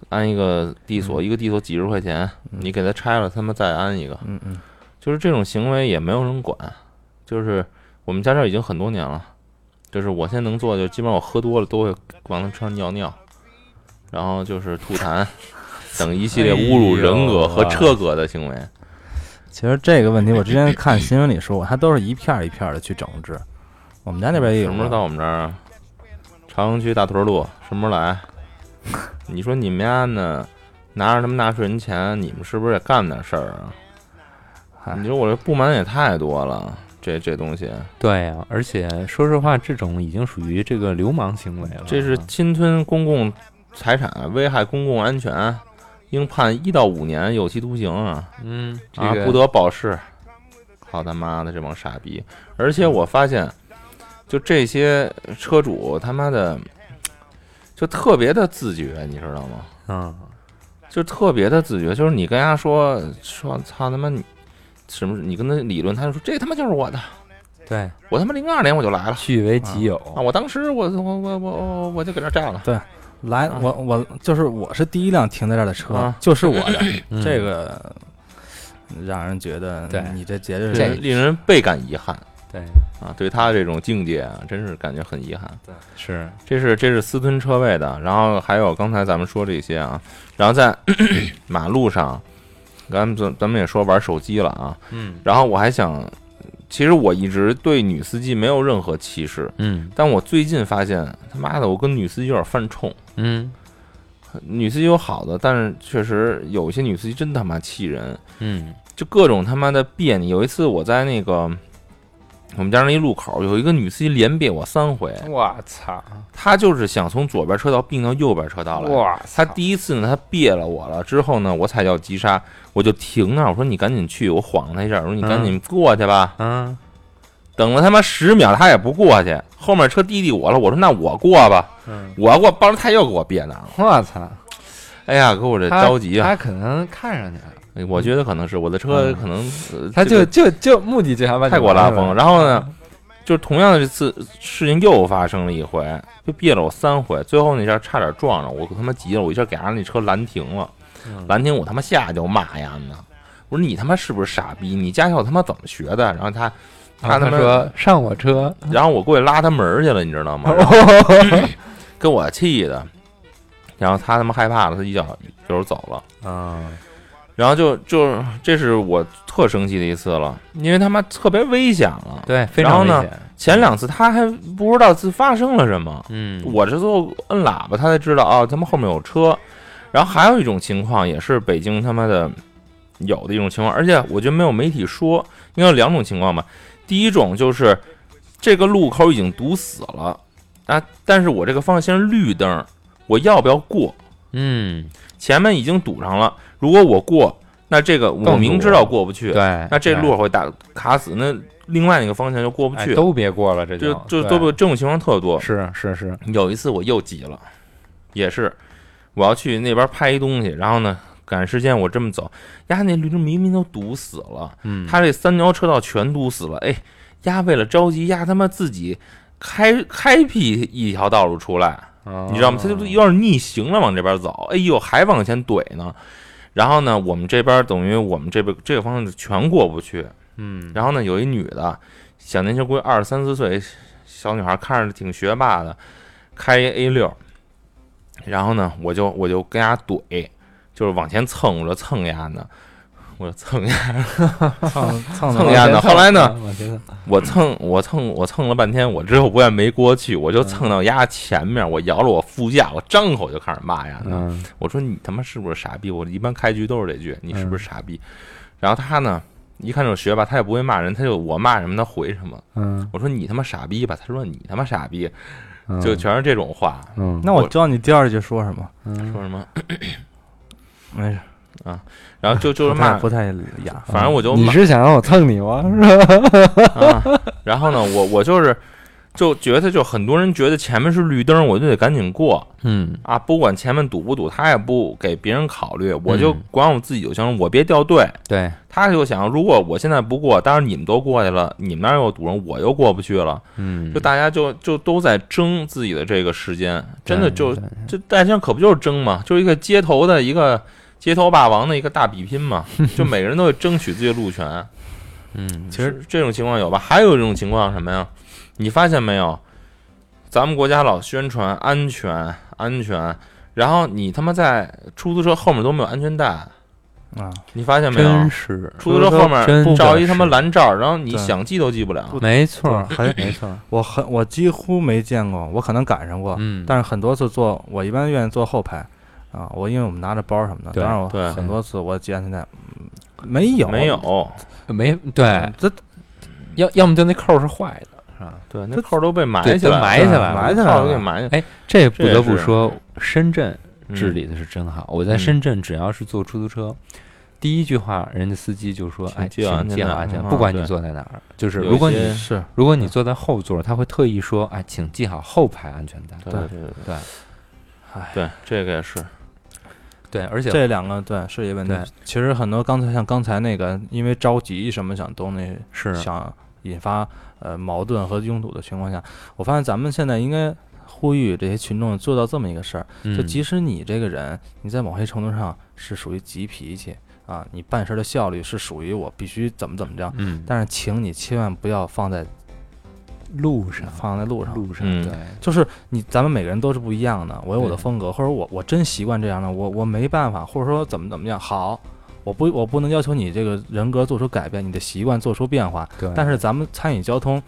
Speaker 1: 安一个地
Speaker 4: 嗯
Speaker 1: 锁，一个地锁几十块钱，你给他拆了，他们再安一个，
Speaker 4: 嗯嗯
Speaker 1: 就是这种行为也没有人管，就是我们家这儿已经很多年了，就是我现在能做的，就基本上我喝多了都会往他车上尿尿，然后就是吐痰 等一系列侮辱人格
Speaker 4: 哎
Speaker 1: 和车格的行为。
Speaker 4: 其实这个问题我之前看新闻里说过，它都是一片儿一片儿的去整治。我们家那边也有
Speaker 1: 什么时候到我们这儿啊？朝阳区大屯路什么时候来？ 你说你们家呢，拿着他们纳税人钱，你们是不是也干点事儿啊？
Speaker 4: 嗨
Speaker 1: 你说我这不满也太多了，这这东西，
Speaker 3: 对呀、而且说实话，这种已经属于这个流氓行为了。啊
Speaker 1: 这
Speaker 4: 嗯
Speaker 1: 是侵吞公共财产、危害公共安全，应判一到五年有期徒刑啊！
Speaker 3: 嗯，这
Speaker 1: 啊，
Speaker 3: 个
Speaker 1: 不得保释。好他妈的这帮傻逼！而且我发现，就这些车主他妈的，就特别的自觉，你知道吗？
Speaker 3: 嗯，
Speaker 1: 就特别的自觉，就是你跟人家说说操他妈你什么，你跟他理论，他就说这他妈就是我的，
Speaker 3: 对，
Speaker 1: 我他妈零二年我就来了
Speaker 3: 据为己有。
Speaker 1: 啊！我当时我我我我我就搁这儿站了，
Speaker 4: 来，
Speaker 1: 啊
Speaker 4: 我我就是我是第一辆停在这儿的车，
Speaker 1: 啊
Speaker 4: 就是我的，
Speaker 3: 嗯
Speaker 4: 这个让人觉得
Speaker 3: 对
Speaker 4: 你这节日
Speaker 1: 令人令人倍感遗憾
Speaker 3: 嗯对
Speaker 1: 啊！对他这种境界啊，真是感觉很遗憾。
Speaker 3: 是
Speaker 1: 这是这是私吞车位的，然后还有刚才咱们说这些啊，然后在马路上，咱们咱咱们也说玩手机了啊，
Speaker 3: 嗯
Speaker 1: 然后我还想，其实我一直对女司机没有任何歧视，
Speaker 3: 嗯
Speaker 1: 但我最近发现他妈的我跟女司机有点犯冲，
Speaker 3: 嗯
Speaker 1: 女司机有好的，但是确实有些女司机真他妈气人，
Speaker 3: 嗯
Speaker 1: 就各种他妈的别扭。有一次我在那个我们家那一路口，有一个女司机连别 我三回，
Speaker 3: 我操！
Speaker 1: 她就是想从左边车道并到右边车道来。
Speaker 3: 哇，
Speaker 1: 他第一次呢，他别了我了，之后呢，我踩脚急刹，我就停那儿，我说你赶紧去，我晃了他一下，我说你赶紧过去吧。
Speaker 3: 啊，
Speaker 1: 等了他妈十秒，他也不过去，后面车滴滴我了，我说那我过吧，
Speaker 3: 嗯，
Speaker 1: 我过，帮着他又给我别那儿了，
Speaker 3: 我操！
Speaker 1: 哎呀，给我这着急啊！
Speaker 3: 他可能看上你了，
Speaker 1: 哎我觉得可能是我的车
Speaker 3: 嗯
Speaker 1: 可能，呃
Speaker 3: 他
Speaker 1: 这
Speaker 3: 就
Speaker 1: 个
Speaker 3: 就就目的就想把你
Speaker 1: 太给我拉风了。
Speaker 3: 了。
Speaker 1: 然后呢，就是同样的这次事情又发生了一回，就别了我三回，最后那下差点撞着我，我他妈急了，我一下给人家那车拦停了。
Speaker 3: 嗯
Speaker 1: 蓝天我他妈下就骂呀呢，我说你他妈是不是傻逼？你驾校他妈怎么学的？然后他他
Speaker 3: 他
Speaker 1: 他妈，
Speaker 3: 说上 我车，
Speaker 1: 然后我过去拉他门儿去了，你知道
Speaker 3: 哦
Speaker 1: 吗？然后给我气的，然后他他妈害怕了，他一脚就是走了。
Speaker 3: 啊，
Speaker 1: 然后就就这是我特生气的一次了，因为他妈特别危险了。
Speaker 3: 对，非
Speaker 1: 然后
Speaker 3: 常危
Speaker 1: 呢
Speaker 3: 险。
Speaker 1: 前两次他还不知道自发生了什么，
Speaker 3: 嗯，
Speaker 1: 我这最后摁喇叭，他才知道啊，他们后面有车。然后还有一种情况，也是北京他妈的有的一种情况，而且我觉得没有媒体说，应该有两种情况吧。第一种就是这个路口已经堵死了啊，但是我这个方向先是绿灯，我要不要过？
Speaker 3: 嗯，
Speaker 1: 前面已经堵上了，如果我过，那这个我
Speaker 3: 更
Speaker 1: 明
Speaker 3: 堵
Speaker 1: 知道过不去，
Speaker 3: 对，
Speaker 1: 那这
Speaker 3: 对
Speaker 1: 路会打卡死，那另外那个方向就过不
Speaker 3: 哎
Speaker 1: 去，
Speaker 3: 都别过了，这
Speaker 1: 就就
Speaker 3: 对
Speaker 1: 都不这种情况特多。
Speaker 3: 是是是，
Speaker 1: 有一次我又急了，也是我要去那边拍一东西，然后呢赶时间我这么走，呀那绿灯明明都堵死了，
Speaker 3: 嗯，
Speaker 1: 他这三条车道全堵死了，哎呀为了着急呀他妈自己开开辟一条道路出来，你知道吗？
Speaker 3: 哦
Speaker 1: 他就有点逆行了，往这边走，哎呦，还往前怼呢。然后呢，我们这边等于我们这边这个方向就全过不去。
Speaker 3: 嗯，
Speaker 1: 然后呢，有一女的，小年轻，估计二十三四岁，小女孩看着挺学霸的，开一 A 六。然后呢，我就我就跟人家怼，就是往前蹭，我就蹭人家呢，我就蹭人家。
Speaker 4: 蹭蹭
Speaker 1: 蹭
Speaker 4: 的
Speaker 1: 一下呢后来呢
Speaker 3: 嗯，我觉得
Speaker 1: 我蹭我蹭我蹭了半天，我之后不也没过去，我
Speaker 3: 嗯
Speaker 1: 就蹭到丫前面，我摇了我副驾，我张口就开始骂丫呢。
Speaker 3: 嗯
Speaker 1: 我说你他妈是不是傻逼？我一般开局都是这句，你是
Speaker 3: 嗯
Speaker 1: 不是傻逼？然后他呢，一看这种学霸，他也不会骂人，他就我骂什么他回什么。
Speaker 3: 嗯
Speaker 1: 我说你他妈傻逼吧，他说你他妈傻逼，
Speaker 3: 嗯，
Speaker 1: 就全是这种话。
Speaker 3: 嗯
Speaker 4: 那我知道你第二句说什么，
Speaker 3: 嗯
Speaker 1: 说什么，
Speaker 4: 没事，
Speaker 1: 然后 就就是
Speaker 4: 不太
Speaker 1: 骂，
Speaker 4: 不太雅。
Speaker 1: 反正我就
Speaker 3: 嗯你
Speaker 1: 骂。
Speaker 3: 是想让我蹭你吗？
Speaker 1: 啊、然后呢，我我就是就觉得就很多人觉得前面是绿灯，我就得赶紧过。
Speaker 3: 嗯
Speaker 1: 啊，不管前面堵不堵，他也不给别人考虑，我就
Speaker 3: 嗯
Speaker 1: 管我自己就行了，我别掉队。
Speaker 3: 对，
Speaker 1: 他就想，如果我现在不过，当然你们都过去了，你们那儿又堵上，我又过不去了，
Speaker 3: 嗯，
Speaker 1: 就大家就就都在争自己的这个时间，真的
Speaker 3: 对
Speaker 1: 就
Speaker 3: 对
Speaker 1: 这大家可不就是争嘛，就是一个街头的一个街头霸王的一个大比拼 嘛，就每个人都会争取自己的路权。
Speaker 3: 嗯
Speaker 1: 其实这种情况有吧？还有一种情况是什么呀？你发现没有？咱们国家老宣传安全，安全，然后你他妈在出租车后面都没有安全带，
Speaker 4: 啊，
Speaker 1: 你发现没有
Speaker 3: 真？是，
Speaker 1: 出租车后面
Speaker 3: 真的
Speaker 1: 罩一他妈
Speaker 3: 是
Speaker 1: 蓝罩，然后你
Speaker 4: 对
Speaker 1: 想系都系不了。
Speaker 3: 没错儿，
Speaker 4: 很
Speaker 3: 没错儿，
Speaker 4: 我很我几乎没见过，我可能赶上过，
Speaker 3: 嗯，
Speaker 4: 但是很多次坐，我一般愿意坐后排啊。我因为我们拿着包什么的，
Speaker 3: 对
Speaker 4: 当然我
Speaker 1: 对
Speaker 4: 很多次我系安全带，嗯没有嗯
Speaker 1: 没有，
Speaker 3: 没
Speaker 1: 嗯
Speaker 3: 对，
Speaker 4: 这
Speaker 3: 要要么就那扣儿是坏的。
Speaker 1: 对，那扣儿都被埋
Speaker 3: 对
Speaker 1: 起
Speaker 3: 都
Speaker 1: 来了，
Speaker 3: 埋起来了
Speaker 1: 埋起
Speaker 4: 埋起来
Speaker 1: 来
Speaker 4: 了
Speaker 1: 都给埋起来。
Speaker 3: 哎，这不
Speaker 1: 这也
Speaker 3: 得不
Speaker 1: 是
Speaker 3: 说，深圳
Speaker 1: 嗯
Speaker 3: 治理的是真好。我在深圳，只要是坐出租车，第一句话，人家司机就说：“
Speaker 1: 请
Speaker 3: 哎，
Speaker 1: 系
Speaker 3: 请
Speaker 1: 安全
Speaker 3: 系好
Speaker 1: 带
Speaker 3: 安全，
Speaker 1: 嗯
Speaker 3: 不管你
Speaker 1: 对
Speaker 3: 坐在哪儿。”就是
Speaker 1: 有
Speaker 3: 如果
Speaker 1: 一
Speaker 3: 你
Speaker 1: 些
Speaker 4: 是
Speaker 3: 如果你坐在后座，他会特意说：“哎，请系好后排安全带。
Speaker 1: 嗯对
Speaker 4: 对
Speaker 1: 对对
Speaker 3: 对
Speaker 4: 唉
Speaker 1: 对，这个也是，”
Speaker 3: 对，而且
Speaker 4: 这两个对是一个问题
Speaker 3: 对。
Speaker 4: 其实很多刚才像刚才那个，因为着急什么想东西，
Speaker 3: 是
Speaker 4: 想引发呃矛盾和拥堵的情况下，我发现咱们现在应该呼吁这些群众做到这么一个事儿：就
Speaker 3: 嗯
Speaker 4: 即使你这个人，你在某些程度上是属于急脾气啊，你办事儿的效率是属于我必须怎么怎么着，
Speaker 3: 嗯，
Speaker 4: 但是请你千万不要放在
Speaker 3: 路上
Speaker 4: 放在路上。
Speaker 3: 路上
Speaker 1: 嗯
Speaker 3: 对
Speaker 4: 就是你，咱们每个人都是不一样的。我有我的
Speaker 3: 对
Speaker 4: 风格，或者我我真习惯这样的，我我没办法，或者说怎么怎么样好，我不我不能要求你这个人格做出改变，你的习惯做出变化。
Speaker 3: 对，
Speaker 4: 但是咱们参与交通，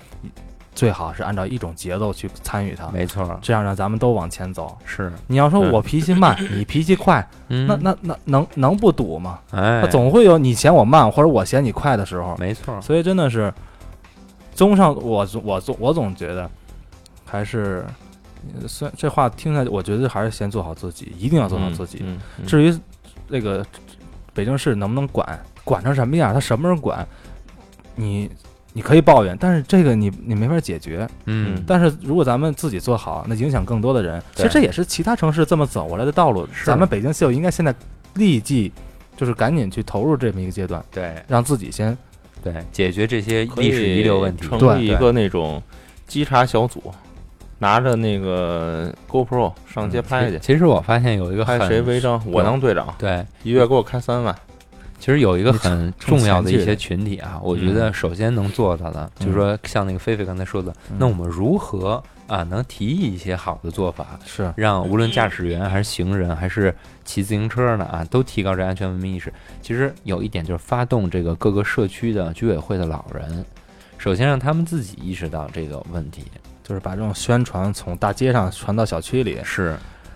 Speaker 4: 最好是按照一种节奏去参与它，
Speaker 3: 没错儿
Speaker 4: 这样让咱们都往前走。
Speaker 3: 是
Speaker 4: 你要说
Speaker 1: 对
Speaker 4: 我脾气慢，你脾气快，那
Speaker 3: 那
Speaker 4: 那那能能不堵吗？
Speaker 3: 哎
Speaker 4: 那，总会有你嫌我慢或者我嫌你快的时候。
Speaker 3: 没错儿
Speaker 4: 所以真的是，综上我我总我总觉得，还是，呃虽然这话听下去，我觉得还是先做好自己，一定要做好
Speaker 1: 嗯
Speaker 4: 自己。
Speaker 1: 嗯嗯
Speaker 4: 至于那个北京市能不能管，管成什么样，他什么时候管，你你可以抱怨，但是这个你你没法解决。
Speaker 3: 嗯
Speaker 1: 嗯
Speaker 4: 但是如果咱们自己做好，那影响更多的人，其实
Speaker 1: 对
Speaker 4: 这也是其他城市这么走过来的道路。
Speaker 3: 是
Speaker 4: 咱们北京就应该现在立即就是赶紧去投入这么一个阶段，
Speaker 3: 对
Speaker 4: 让自己先
Speaker 3: 对，解决这些
Speaker 1: 可
Speaker 3: 历史
Speaker 1: 以
Speaker 3: 遗留问题，
Speaker 1: 成
Speaker 4: 对
Speaker 1: 立一个那种稽查小组，拿着那个 GoPro 上
Speaker 4: 嗯
Speaker 1: 街拍去，
Speaker 3: 其实我发现有一个
Speaker 1: 拍
Speaker 3: 很
Speaker 1: 谁违章，我当队长，
Speaker 3: 对，
Speaker 1: 一月给我开三
Speaker 4: 嗯
Speaker 1: 万。
Speaker 3: 其实有一个很重要的
Speaker 4: 冲前进嗯
Speaker 3: 一些群
Speaker 4: 嗯
Speaker 3: 体啊，我觉得首先能做到的，就是说像那个菲菲刚才说的，那我们如何啊，能提议一些好的做法，
Speaker 4: 是
Speaker 3: 让无论驾驶员还是行人还是骑自行车呢啊，都提高这安全文明意识。其实有一点就是发动这个各个社区的居委会的老人，首先让他们自己意识到这个问题。
Speaker 4: 就是把这种宣传从大街上传到小区里，
Speaker 3: 是，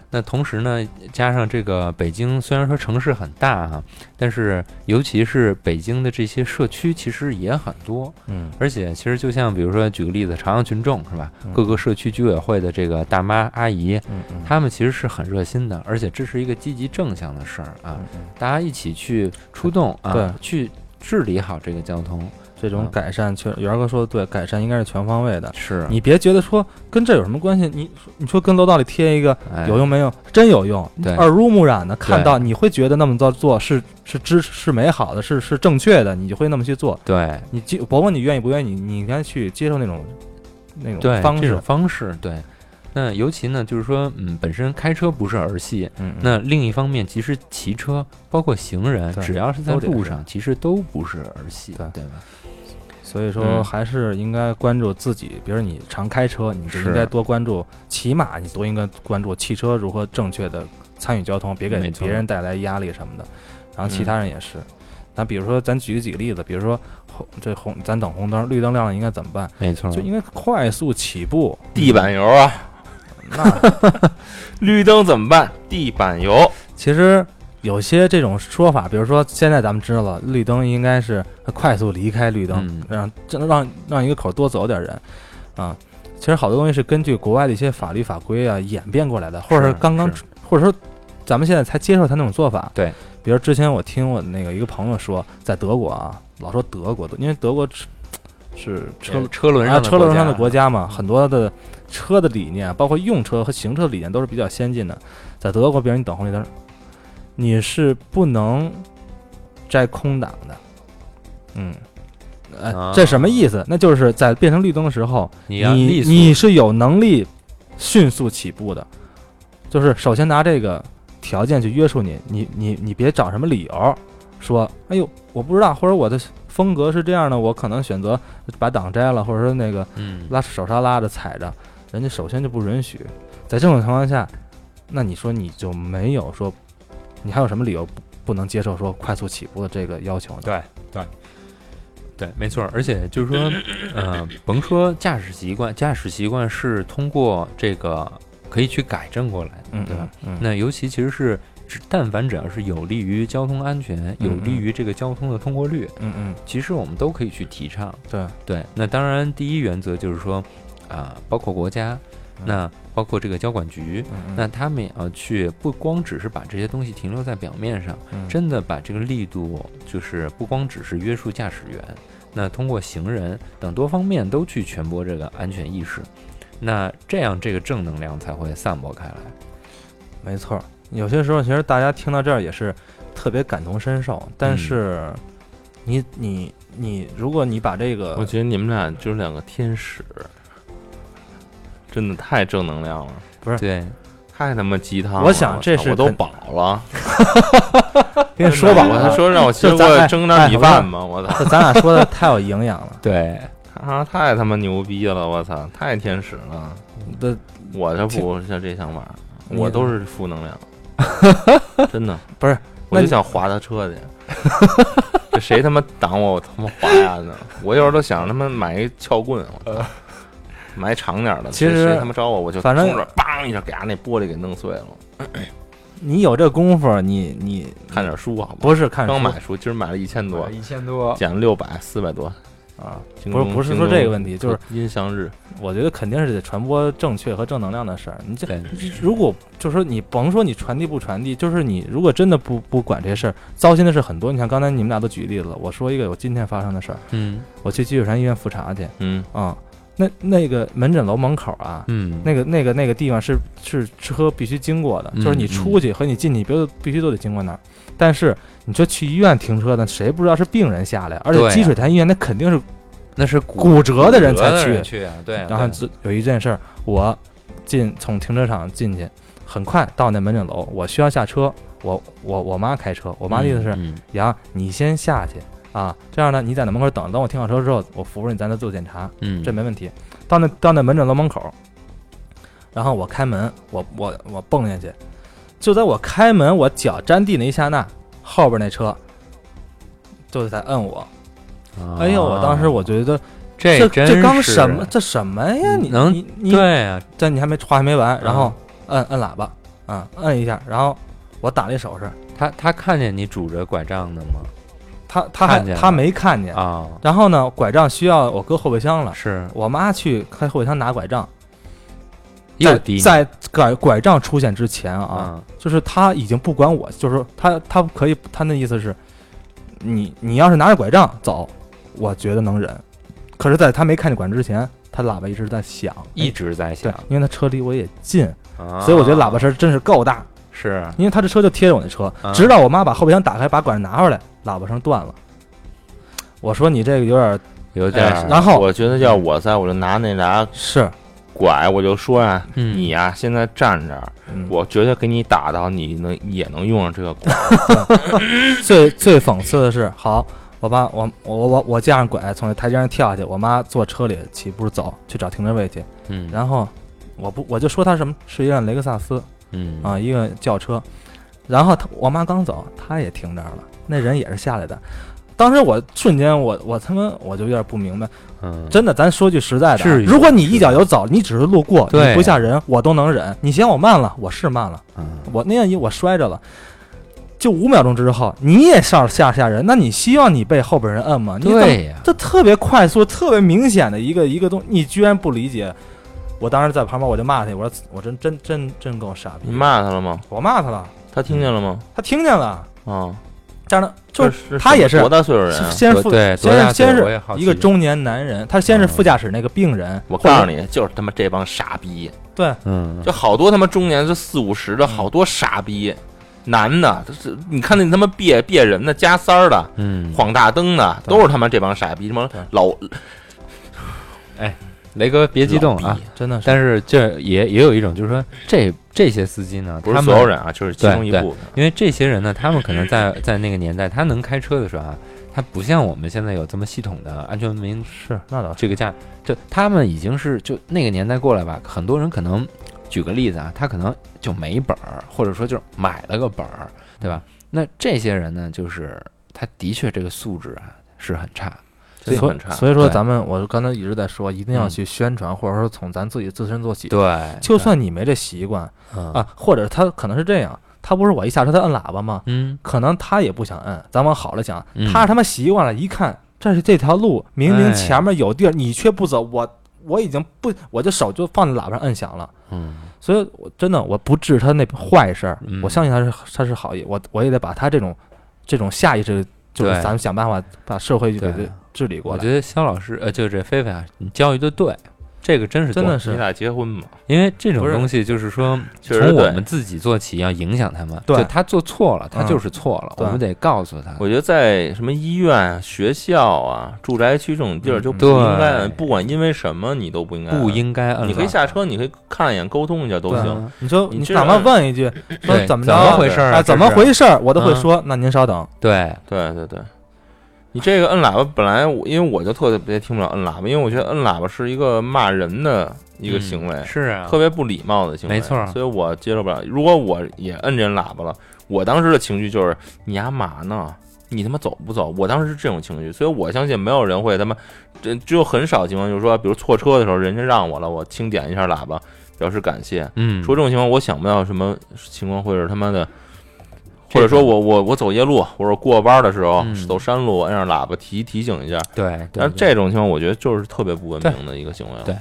Speaker 3: 那同时呢，加上这个北京虽然说城市很大哈、但是尤其是北京的这些社区其实也很多，
Speaker 4: 嗯，
Speaker 3: 而且其实就像比如说举个例子，朝阳群众是吧
Speaker 4: 嗯？
Speaker 3: 各个社区居委会的这个大妈阿姨，
Speaker 4: 嗯嗯，
Speaker 3: 他们其实是很热心的，而且这是一个积极正向的事儿啊，
Speaker 4: 嗯
Speaker 3: 大家一起去出动
Speaker 4: 对
Speaker 3: 啊，去治理好这个交通。
Speaker 4: 这种
Speaker 3: 嗯
Speaker 4: 改善确，元儿哥说的对，改善应该是全方位的。
Speaker 3: 是
Speaker 4: 你别觉得说跟这有什么关系，你你说跟楼道里贴一个
Speaker 3: 哎
Speaker 4: 有用没用？真有用，
Speaker 3: 对
Speaker 4: 耳濡目染的看
Speaker 3: 对
Speaker 4: 到，你会觉得那么做做是是支是美好的，是是正确的，你就会那么去做。
Speaker 3: 对
Speaker 4: 你接，甭管你愿意不愿意，你你应该去接受那种那
Speaker 3: 对
Speaker 4: 种方
Speaker 3: 这
Speaker 4: 式
Speaker 3: 种。方式对。那尤其呢，就是说，嗯，本身开车不是儿戏，
Speaker 4: 嗯，嗯
Speaker 3: 那另一方面，其实骑车包括行人，
Speaker 4: 对
Speaker 3: 只要是在
Speaker 4: 都得
Speaker 3: 路
Speaker 4: 是
Speaker 3: 上，其实都不是儿戏，
Speaker 4: 对
Speaker 3: 对吧？
Speaker 4: 所以说
Speaker 1: 嗯
Speaker 4: 还是应该关注自己，比如你常开车，你就是应该多关注，起码你多应该关注汽车如何正确的参与交通，别给
Speaker 3: 没错
Speaker 4: 别人带来压力什么的。然后其
Speaker 1: 嗯
Speaker 4: 他人也是，咱比如说咱举几个例子，比如说红这红，咱等红灯，绿灯亮了应该怎么办？
Speaker 3: 没错
Speaker 4: 就应该快速起步，
Speaker 1: 嗯地板油啊，
Speaker 4: 那
Speaker 1: 绿灯怎么办？地板油，
Speaker 4: 其实有些这种说法，比如说现在咱们知道了，绿灯应该是快速离开绿灯，
Speaker 3: 嗯
Speaker 4: 让让让让一个口多走点人，啊，其实好多东西是根据国外的一些法律法规啊演变过来的，或者
Speaker 3: 是
Speaker 4: 刚刚
Speaker 3: 是
Speaker 4: 或者说咱们现在才接受他那种做法。
Speaker 3: 对，
Speaker 4: 比如之前我听我那个一个朋友说，在德国啊，老说德国，因为德国是是车
Speaker 3: 车呃车轮
Speaker 4: 啊，
Speaker 3: 上
Speaker 4: 车轮上的国
Speaker 3: 家，
Speaker 4: 家嘛，很多的车的理念，包括用车和行车的理念都是比较先进的。在德国，比如你等红绿灯，你是不能摘空挡的。嗯，呃
Speaker 3: 啊，
Speaker 4: 这什么意思？那就是在变成绿灯的时候，
Speaker 3: 你
Speaker 4: 你
Speaker 3: 要
Speaker 4: 你
Speaker 3: 力速
Speaker 4: 是有能力迅速起步的，就是首先拿这个条件去约束你，你你你别找什么理由说，哎呦，我不知道，或者我的风格是这样的，我可能选择把挡摘了，或者说那个
Speaker 3: 嗯，
Speaker 4: 拉手刹拉着踩着，人家首先就不允许。在这种情况下，那你说你就没有说，你还有什么理由不不能接受说快速起步的这个要求呢？
Speaker 3: 对对对，没错。而且就 是说，呃，甭说驾驶习惯，驾驶习惯是通过这个可以去改正过来的，
Speaker 4: 嗯，
Speaker 3: 对吧？
Speaker 4: 嗯？嗯，
Speaker 3: 那尤其其实是。只但凡只要是有利于交通安全，有利于这个交通的通过率，
Speaker 4: 嗯嗯，
Speaker 3: 其实我们都可以去提倡。
Speaker 4: 对，
Speaker 3: 对，那当然，第一原则就是说，啊、包括国家，那包括这个交管局，
Speaker 4: 嗯
Speaker 3: 那他们也要去，不光只是把这些东西停留在表面上，
Speaker 4: 嗯
Speaker 3: 真的把这个力度，就是不光只是约束驾驶员，那通过行人等多方面都去传播这个安全意识，那这样这个正能量才会散播开来。
Speaker 4: 没错儿，有些时候其实大家听到这儿也是特别感同身受，但
Speaker 3: 嗯
Speaker 4: 是你、你你，如果你把这
Speaker 1: 我
Speaker 4: 个
Speaker 1: 觉得你们俩就是两个天使，真的太正能量了，
Speaker 3: 对，，
Speaker 1: 太他妈鸡汤了！
Speaker 4: 我想
Speaker 1: 操
Speaker 4: 这是
Speaker 1: 我都
Speaker 4: 肯
Speaker 1: 饱了，
Speaker 4: 跟你说吧，
Speaker 1: 我说让我吃
Speaker 4: 就咱哎
Speaker 1: 过蒸
Speaker 4: 哎
Speaker 1: 点米
Speaker 4: 我跟
Speaker 1: 饭吧，我操！
Speaker 4: 这咱俩说的太有营养了
Speaker 3: 对，
Speaker 1: 他太他妈牛逼了，我操，太天使了！
Speaker 4: 这
Speaker 1: 我这不像这想法，
Speaker 4: 你
Speaker 1: 我都是负能 量，真的
Speaker 4: 不是，
Speaker 1: 我
Speaker 4: 那
Speaker 1: 就
Speaker 4: 你
Speaker 1: 想划他车去。 这谁他妈挡我，我他妈划呀呢！我有时候都想他妈买一撬棍，我操，买长点儿的。
Speaker 4: 呃其
Speaker 1: 谁
Speaker 4: 实
Speaker 1: 谁他妈招我，我就
Speaker 4: 反正
Speaker 1: 冲着梆一下给他那玻璃给弄碎了，
Speaker 4: 你有这功夫，你你
Speaker 1: 看点书好吧？
Speaker 4: 不是看
Speaker 1: 刚
Speaker 4: 书
Speaker 1: 买书，今儿买了一千多，
Speaker 3: 一千多，
Speaker 1: 减了六百，四百多。
Speaker 4: 啊，
Speaker 1: 京
Speaker 4: 不是
Speaker 1: 东
Speaker 4: 不是
Speaker 1: 京
Speaker 4: 说这个
Speaker 1: 东
Speaker 4: 问题，就是
Speaker 1: 音箱日，
Speaker 4: 我觉得肯定是得传播正确和正能量的事儿，你这。
Speaker 3: 对，
Speaker 4: 如果就是说你甭说你传递不传递，就是你如果真的不不管这事儿，糟心的事很多。你像刚才你们俩都举例子了，我说一个我今天发生的事儿，
Speaker 3: 嗯
Speaker 4: 我去积水潭医院复查去
Speaker 1: 嗯，
Speaker 4: 啊、那那个门诊楼门口啊，
Speaker 3: 嗯，
Speaker 4: 那个那个那个地方是是车必须经过的，
Speaker 3: 嗯
Speaker 4: 就是你出去和你进去，别的必须都得经过那儿。但是你说去医院停车呢，谁不知道是病人下来，而且
Speaker 3: 对呀
Speaker 4: 积水潭医院那肯定是
Speaker 3: 那是骨
Speaker 4: 骨折的人才去，
Speaker 3: 去去啊，对啊，
Speaker 4: 然后
Speaker 3: 对
Speaker 4: 这有一件事儿，我进从停车场进去，很快到那门诊楼，我需要下车，我我我妈开车，我妈的意思是，
Speaker 3: 嗯嗯
Speaker 4: 杨、你先下去啊，这样呢你在那门口等，等我停好车之后，我扶着你咱再做检查，
Speaker 3: 嗯，
Speaker 4: 这没问题。到那到那门诊楼门口，然后我开门，我我我蹦下去，就在我开门我脚沾地那一刹那，后边那车就在摁我，哎呦！我当时我觉得
Speaker 3: 啊这
Speaker 4: 这
Speaker 3: 真
Speaker 4: 这刚
Speaker 3: 是
Speaker 4: 什么这什么呀？你
Speaker 3: 能
Speaker 4: 你你
Speaker 3: 对啊，
Speaker 4: 但你还没话还没完，
Speaker 3: 嗯
Speaker 4: 然后摁摁喇叭，啊、摁一下，然后我打了一手势，
Speaker 3: 他他看见你拄着拐杖的吗？
Speaker 4: 他他还
Speaker 3: 看见了
Speaker 4: 他没看见，
Speaker 3: 啊，
Speaker 4: 然后呢，拐杖需要我搁后备箱了，
Speaker 3: 是
Speaker 4: 我妈去开后备箱拿拐杖，
Speaker 3: 又
Speaker 4: 在
Speaker 3: 低
Speaker 4: 在拐拐杖出现之前啊，
Speaker 3: 啊，
Speaker 4: 就是他已经不管我，就是他他可以，他那意思是，你你要是拿着拐杖走，我觉得能忍，可是在他没看见拐杖之前，他喇叭一直在响，哎
Speaker 3: 一直在
Speaker 4: 对
Speaker 3: 想，，
Speaker 4: 因为他车离我也近，
Speaker 3: 啊
Speaker 4: 所以我觉得喇叭声真是够大。
Speaker 3: 是
Speaker 4: 因为他这车就贴着我那车
Speaker 3: 啊，
Speaker 4: 直到我妈把后备箱打开，把管拿回来，喇叭声断了。我说你这个有点
Speaker 3: 有点
Speaker 1: 哎
Speaker 3: 儿，
Speaker 4: 然后
Speaker 1: 我觉得要我在，我就拿那俩
Speaker 4: 是，
Speaker 1: 拐，我就说呀、
Speaker 3: 嗯
Speaker 1: 你呀、现在站这儿，
Speaker 4: 嗯
Speaker 1: 我绝对给你打到，你能也能用上这个拐。
Speaker 4: 最最讽刺的是，好，我妈我我我我架上拐从那台阶上跳下去，我妈坐车里起步走去找停车位去，
Speaker 3: 嗯
Speaker 4: 然后我不我就说她什么是一辆雷克萨斯
Speaker 3: 嗯
Speaker 4: 啊，一个轿车，然后她我妈刚走，她也停这儿了，那人也是下来的。当时我瞬间我我他妈我就有点不明白，
Speaker 3: 嗯，
Speaker 4: 真的，咱说句实在的啊，
Speaker 3: 至于吗
Speaker 4: 如果你一脚油走，你只是路过，
Speaker 3: 对
Speaker 4: 你不吓人，我都能忍。你嫌我慢了，我是慢了，
Speaker 3: 嗯
Speaker 4: 我那样一我摔着了，就五秒钟之后，你也上吓吓人，那你希望你被后边人摁吗？你怎么
Speaker 3: 对呀，
Speaker 4: 这特别快速、特别明显的一个一个东，你居然不理解。我当时在旁边我就骂他，我说我真真真真够傻逼
Speaker 1: 你，骂他了吗？
Speaker 4: 我骂他了，
Speaker 1: 他听见了吗？
Speaker 4: 他听见了，
Speaker 1: 啊，
Speaker 4: 但是就
Speaker 1: 这是
Speaker 4: 他也是
Speaker 1: 多大岁数人啊？
Speaker 4: 先
Speaker 3: 多
Speaker 4: 是副
Speaker 3: 对，多
Speaker 4: 先
Speaker 3: 大
Speaker 4: 是
Speaker 3: 岁
Speaker 4: 先
Speaker 3: 数
Speaker 4: 是
Speaker 3: 我也好
Speaker 4: 一个
Speaker 3: 奇
Speaker 4: 中年男人，他先是
Speaker 3: 嗯
Speaker 4: 副驾驶那个病人，
Speaker 1: 我告诉你，就是他妈这帮傻逼，
Speaker 4: 对，
Speaker 3: 嗯
Speaker 1: 就好多他妈中年就四五十的，
Speaker 4: 嗯
Speaker 1: 好多傻逼，男的，这是你看那他妈别别人的、加塞儿的、
Speaker 3: 嗯，
Speaker 1: 晃大灯的，
Speaker 3: 对
Speaker 1: 都是他妈这帮傻逼，什么
Speaker 4: 对
Speaker 1: 老
Speaker 3: 雷哥别激动
Speaker 1: 老
Speaker 3: 啊
Speaker 1: 逼。
Speaker 4: 真的是
Speaker 3: 但是这也也有一种，就是说这这些司机呢，
Speaker 1: 不
Speaker 3: 他
Speaker 1: 是
Speaker 3: 们
Speaker 1: 所有人啊，就是其中一
Speaker 3: 对对
Speaker 1: 部分。
Speaker 3: 因为这些人呢，他们可能在 在那个年代，他能开车的时候啊，他不像我们现在有这么系统的安全文明
Speaker 4: 是那倒是。
Speaker 3: 这个价，就他们已经是就那个年代过来吧，很多人可能举个例子啊，他可能就没本儿，或者说就是买了个本儿，对吧？那这些人呢，就是他的确这个素质啊是很差，
Speaker 1: 真的
Speaker 4: 所
Speaker 1: 很差
Speaker 4: 所以说，
Speaker 3: 对
Speaker 4: 咱们我刚才一直在说，一定要
Speaker 3: 嗯
Speaker 4: 去宣传，或者说从咱自己自身做起。
Speaker 3: 对
Speaker 4: 就算你没这习惯
Speaker 3: 啊，
Speaker 4: 啊，或者他可能是这样，他不是我一下车他摁喇叭吗？
Speaker 3: 嗯，
Speaker 4: 可能他也不想摁。咱往好了想
Speaker 3: 嗯，
Speaker 4: 啊他他妈习惯了，一看这是这条路，明明
Speaker 3: 哎
Speaker 4: 前面有地儿，你却不走，我我已经不，我这手就放在喇叭上摁响了。
Speaker 3: 嗯，
Speaker 4: 所以，我真的我不治他那坏事儿，
Speaker 3: 嗯
Speaker 4: 我相信他是他是好意，我我也得把他这种这种下意识，就是
Speaker 3: 对
Speaker 4: 咱们想办法把社会给
Speaker 3: 对
Speaker 4: 治理过
Speaker 3: 我
Speaker 4: 来。
Speaker 3: 觉得肖老师呃，就这菲菲啊，你教育的对，这个真是
Speaker 4: 真
Speaker 3: 对
Speaker 4: 的
Speaker 1: 你
Speaker 4: 是
Speaker 1: 俩结婚吧？
Speaker 3: 因为这
Speaker 4: 不
Speaker 3: 种
Speaker 4: 是
Speaker 3: 东西就是说，
Speaker 1: 确实
Speaker 3: 从我
Speaker 1: 对
Speaker 3: 们自己做起，要影响他们。
Speaker 4: 对
Speaker 3: 就他做错了，他
Speaker 4: 嗯
Speaker 3: 就是错了，
Speaker 4: 对
Speaker 3: 我们得告诉他。
Speaker 1: 我觉得在什么医院啊、学校啊、住宅区这种
Speaker 4: 嗯
Speaker 1: 地儿就不
Speaker 3: 对
Speaker 1: 应该摁，不管因为什么你都不应该摁，
Speaker 3: 不应该摁喇叭。
Speaker 1: 你可以下车，你可以看一眼，沟通一下都
Speaker 4: 对啊
Speaker 1: 行。
Speaker 4: 你说
Speaker 1: 你
Speaker 4: 你
Speaker 1: 这
Speaker 4: 哪怕
Speaker 1: 人
Speaker 4: 问一句说
Speaker 3: 对
Speaker 4: 怎么
Speaker 3: 怎
Speaker 4: 着
Speaker 3: 么
Speaker 4: 啊
Speaker 3: 回事儿
Speaker 4: 哎
Speaker 3: 啊？
Speaker 4: 怎
Speaker 3: 这
Speaker 4: 么
Speaker 3: 是？
Speaker 4: 回事儿，我都会
Speaker 3: 嗯
Speaker 4: 说。那您稍等，
Speaker 3: 对，
Speaker 1: 对对对，你这个摁喇叭本来我因为我就特别听不了摁喇叭，因为我觉得摁喇叭是一个骂人的一个行为，
Speaker 3: 嗯是啊，
Speaker 1: 特别不礼貌的行为，
Speaker 3: 没错
Speaker 1: 所以我接受不了。如果我也摁这人喇叭了，我当时的情绪就是你干嘛呢？你他妈走不走？我当时是这种情绪，所以我相信没有人会他妈，这只有很少情况就是说，比如错车的时候，人家让我了，我轻点一下喇叭表示感谢。
Speaker 3: 嗯，
Speaker 1: 除了这种情况，我想不到什么情况会是他妈的，或者说我我我走夜路，或者过弯的时候、
Speaker 3: 嗯
Speaker 1: 走山路，我摁上喇叭提提醒一下。
Speaker 3: 对，
Speaker 1: 但
Speaker 3: 对
Speaker 1: 是啊这种情况，我觉得就是特别不文明的一个行为了。
Speaker 3: 对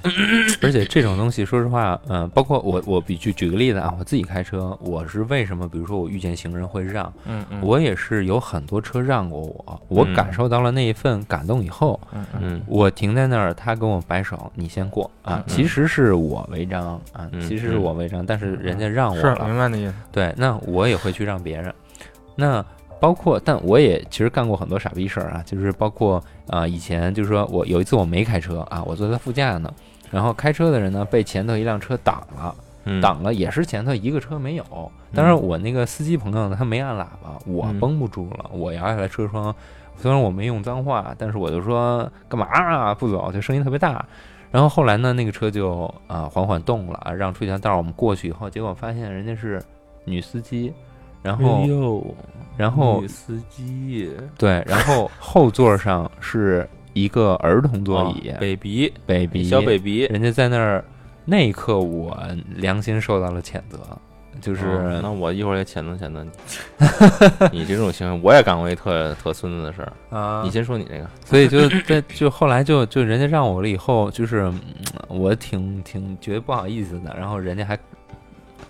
Speaker 3: 而且这种东西，说实话，嗯、包括我，我比举举个例子啊，我自己开车，我是为什么？比如说我遇见行人会让，
Speaker 4: 嗯嗯
Speaker 3: 我也是有很多车让过我，我
Speaker 1: 嗯
Speaker 3: 感受到了那一份感动以后，
Speaker 1: 嗯，
Speaker 3: 我停在那儿，他跟我摆手，你先过啊
Speaker 4: 嗯，
Speaker 3: 其实是我违章啊，
Speaker 1: 嗯
Speaker 3: 其实是我违章，但是人家让我
Speaker 4: 嗯是
Speaker 3: 了，
Speaker 4: 明白你意思。
Speaker 3: 对，那我也会去让别人。那包括，但我也其实干过很多傻逼事儿啊，就是包括呃，以前就是说我有一次我没开车啊，我坐在副驾呢，然后开车的人呢被前头一辆车挡了，
Speaker 1: 嗯
Speaker 3: 挡了也是前头一个车没有，当然我那个司机朋友呢他没按喇叭，我
Speaker 1: 嗯
Speaker 3: 绷不住了，我摇下来车窗，虽然我没用脏话，但是我就说干嘛啊不走，就声音特别大，然后后来呢，那个车就啊、缓缓动了，让出一条道儿我们过去以后，结果发现人家是女司机，然后
Speaker 1: 哟，
Speaker 3: 哎然
Speaker 1: 哎
Speaker 3: 后
Speaker 1: 女司机
Speaker 3: 对，然后后座上是一个儿童座椅、
Speaker 1: 啊 baby
Speaker 3: baby
Speaker 1: 小 baby，
Speaker 3: 人家在那儿那一刻我良心受到了谴责，就是、
Speaker 1: 哦那我一会儿也谴责谴责你，你这种行为我也干过一特特孙子的事儿。
Speaker 3: 啊
Speaker 1: 你先说你这个，
Speaker 3: 所以就在就后来就就人家让我了以后，就是嗯我挺挺觉得不好意思的，然后人家还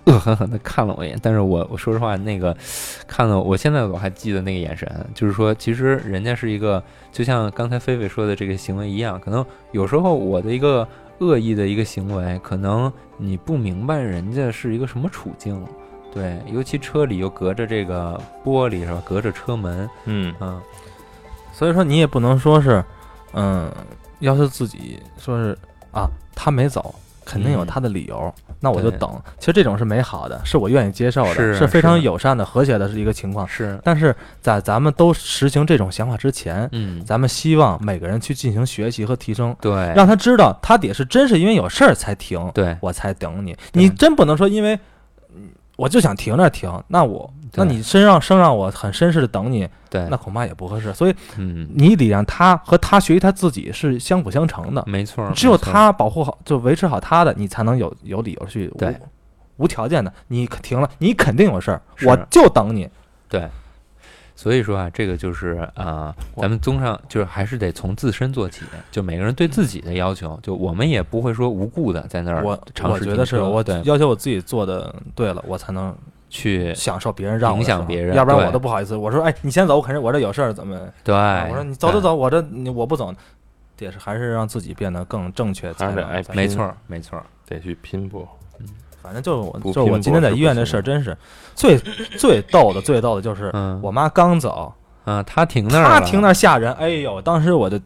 Speaker 3: 恶狠狠的看了我一眼，但是我我说实话，那个看了我现在我还记得那个眼神，就是说其实人家是一个，就像刚才菲菲说的这个行为一样，可能有时候我的一个恶意的一个行为，可能你不明白人家是一个什么处境。对，尤其车里又隔着这个玻璃是吧？隔着车门，
Speaker 1: 嗯，
Speaker 3: 嗯，
Speaker 4: 所以说你也不能说是，嗯，要是自己说是啊，他没走，肯定有
Speaker 3: 嗯
Speaker 4: 他的理由，那我就
Speaker 3: 对
Speaker 4: 等。其实这种是美好的，是我愿意接受的，
Speaker 3: 是
Speaker 4: 是
Speaker 3: 是
Speaker 4: 非常
Speaker 3: 的
Speaker 4: 友善的、和谐的是一个情况。
Speaker 3: 是，
Speaker 4: 但是在咱们都实行这种想法之前，
Speaker 3: 嗯，
Speaker 4: 咱们希望每个人去进行学习和提升，
Speaker 3: 对，
Speaker 4: 让他知道他得是真是因为有事儿才停，
Speaker 3: 对
Speaker 4: 我才等你。
Speaker 3: 对
Speaker 4: 你真不能说因为嗯我就想停那儿停，那我那
Speaker 3: 对
Speaker 4: 你身上生让我很绅士的等你，
Speaker 3: 对，
Speaker 4: 那恐怕也不合适。所以
Speaker 3: 嗯，
Speaker 4: 你得让他和他学习他自己是相辅相成的，
Speaker 3: 嗯没错儿，
Speaker 4: 只有
Speaker 3: 没错儿，
Speaker 4: 他保护好，就维持好他的，你才能有有理由去
Speaker 3: 对
Speaker 4: 无无条件的，你停了，你肯定有事儿，
Speaker 3: 是
Speaker 4: 我就等你。
Speaker 3: 所以说啊，这个就是啊、呃咱们综上就是还是得从自身做起，就每个人对自己的要求，就我们也不会说无故的在那儿
Speaker 4: 我
Speaker 3: 尝
Speaker 4: 我
Speaker 3: 试
Speaker 4: 觉
Speaker 3: 停
Speaker 4: 得是
Speaker 3: 车
Speaker 4: 我
Speaker 3: 对
Speaker 4: 要求我自己做的对了，我才能
Speaker 3: 去
Speaker 4: 享受别人让我的
Speaker 3: 影响
Speaker 4: 时候
Speaker 3: 别人
Speaker 4: 要不然
Speaker 3: 对
Speaker 4: 我都不好意思。我说，哎，你先走，我肯定我这有事儿，怎么？
Speaker 3: 对，
Speaker 1: 哎
Speaker 4: 啊我说你走走
Speaker 3: 对，
Speaker 4: 走，我这你我不走，这也是还是让自己变得更正确才
Speaker 1: 还是哎
Speaker 4: 能
Speaker 1: 得爱
Speaker 4: 咱们。
Speaker 1: 拼
Speaker 3: 没错儿没错儿，
Speaker 1: 得去拼搏。
Speaker 4: 反正就是我
Speaker 1: 不
Speaker 4: 就是我
Speaker 1: 拼
Speaker 4: 今
Speaker 1: 搏
Speaker 4: 天
Speaker 1: 是
Speaker 4: 在医
Speaker 1: 不
Speaker 4: 院这
Speaker 1: 行
Speaker 4: 事儿，真是最最逗的最逗的就是
Speaker 3: 嗯，
Speaker 4: 我妈 刚走，
Speaker 3: 嗯，他停那儿
Speaker 4: 他
Speaker 3: 了
Speaker 4: 停那儿吓人，哎呦，当时我就，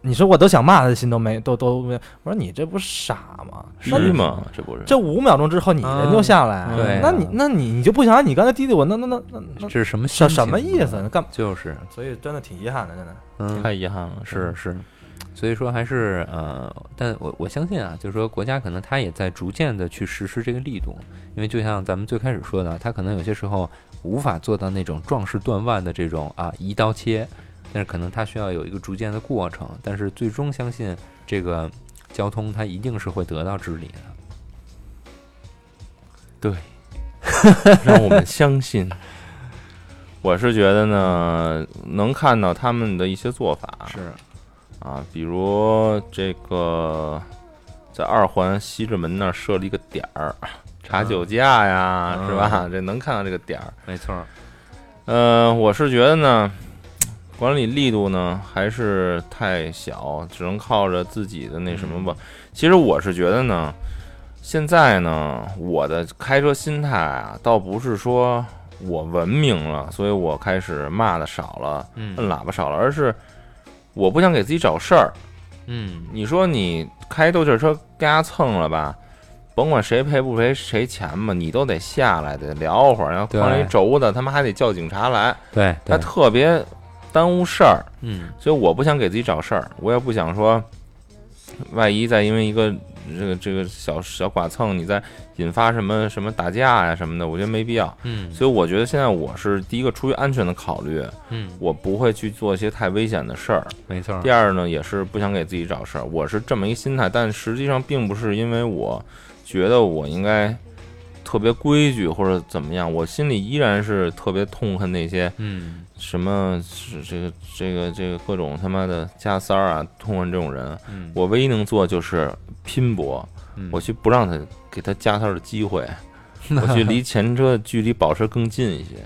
Speaker 4: 你说我都想骂他的心都没，都都没。我说你这不傻吗？那
Speaker 1: 是
Speaker 4: 你
Speaker 1: 吗？啊这不是
Speaker 4: 这五秒钟之后你人就下来，
Speaker 3: 嗯对
Speaker 4: 那你那你你就不想你刚才滴滴我，那那那那那
Speaker 3: 这是什么
Speaker 4: 什
Speaker 3: 心
Speaker 4: 什么
Speaker 3: 情
Speaker 1: 啊
Speaker 4: 意
Speaker 3: 呢
Speaker 4: 思？？干嘛？
Speaker 3: 就是
Speaker 4: 所以真的挺遗憾的，真的。
Speaker 3: 嗯，
Speaker 1: 太遗憾了，
Speaker 3: 是是，所以说还是呃，但我我相信啊，就是说国家可能它也在逐渐的去实施这个力度，因为就像咱们最开始说的，它可能有些时候无法做到那种壮士断腕的这种啊一刀切，但是可能它需要有一个逐渐的过程，但是最终相信这个交通它一定是会得到治理的。
Speaker 1: 让我们相 信。我是觉得呢，能看到他们的一些做法
Speaker 3: 是，
Speaker 1: 啊，比如这个在二环西直门那儿设了一个点儿，查酒驾呀，
Speaker 3: 嗯
Speaker 1: 是吧？这能看到这个点儿。
Speaker 3: 没错儿，
Speaker 1: 呃，我是觉得呢，管理力度呢还是太小，只能靠着自己的那什么
Speaker 3: 嗯
Speaker 1: 吧。其实我是觉得呢，现在呢，我的开车心态啊，倒不是说我文明了，所以我开始骂的少了，
Speaker 3: 嗯
Speaker 1: 摁喇叭少了，而是我不想给自己找事儿。
Speaker 3: 嗯，
Speaker 1: 你说你开斗气车跟家蹭了吧，甭管谁赔不赔谁钱吧，你都得下来得聊会儿，然后
Speaker 3: 对
Speaker 1: 碰一轴的，他妈还得叫警察来，
Speaker 3: 对
Speaker 1: 他
Speaker 3: 对，
Speaker 1: 特别耽误事儿，
Speaker 3: 嗯
Speaker 1: 所以我不想给自己找事儿，我也不想说，万一再因为一个这个这个小小剐蹭，你再引发什么什么打架呀、什么的，我觉得没必要。
Speaker 3: 嗯
Speaker 1: 所以我觉得现在我是第一个出于安全的考虑，
Speaker 3: 嗯，
Speaker 1: 我不会去做一些太危险的事儿。
Speaker 3: 没错儿，
Speaker 1: 第二呢，也是不想给自己找事儿，我是这么一心态，但实际上并不是因为我觉得我应该特别规矩或者怎么样，我心里依然是特别痛恨那些
Speaker 3: 嗯
Speaker 1: 什么是这个这个这个各种他妈的加塞儿啊，痛恨这种人。
Speaker 3: 嗯，
Speaker 1: 我唯一能做就是拼搏，
Speaker 3: 嗯
Speaker 1: 我去不让他给他加塞儿的机 会，我去离前车距离保持更近一些，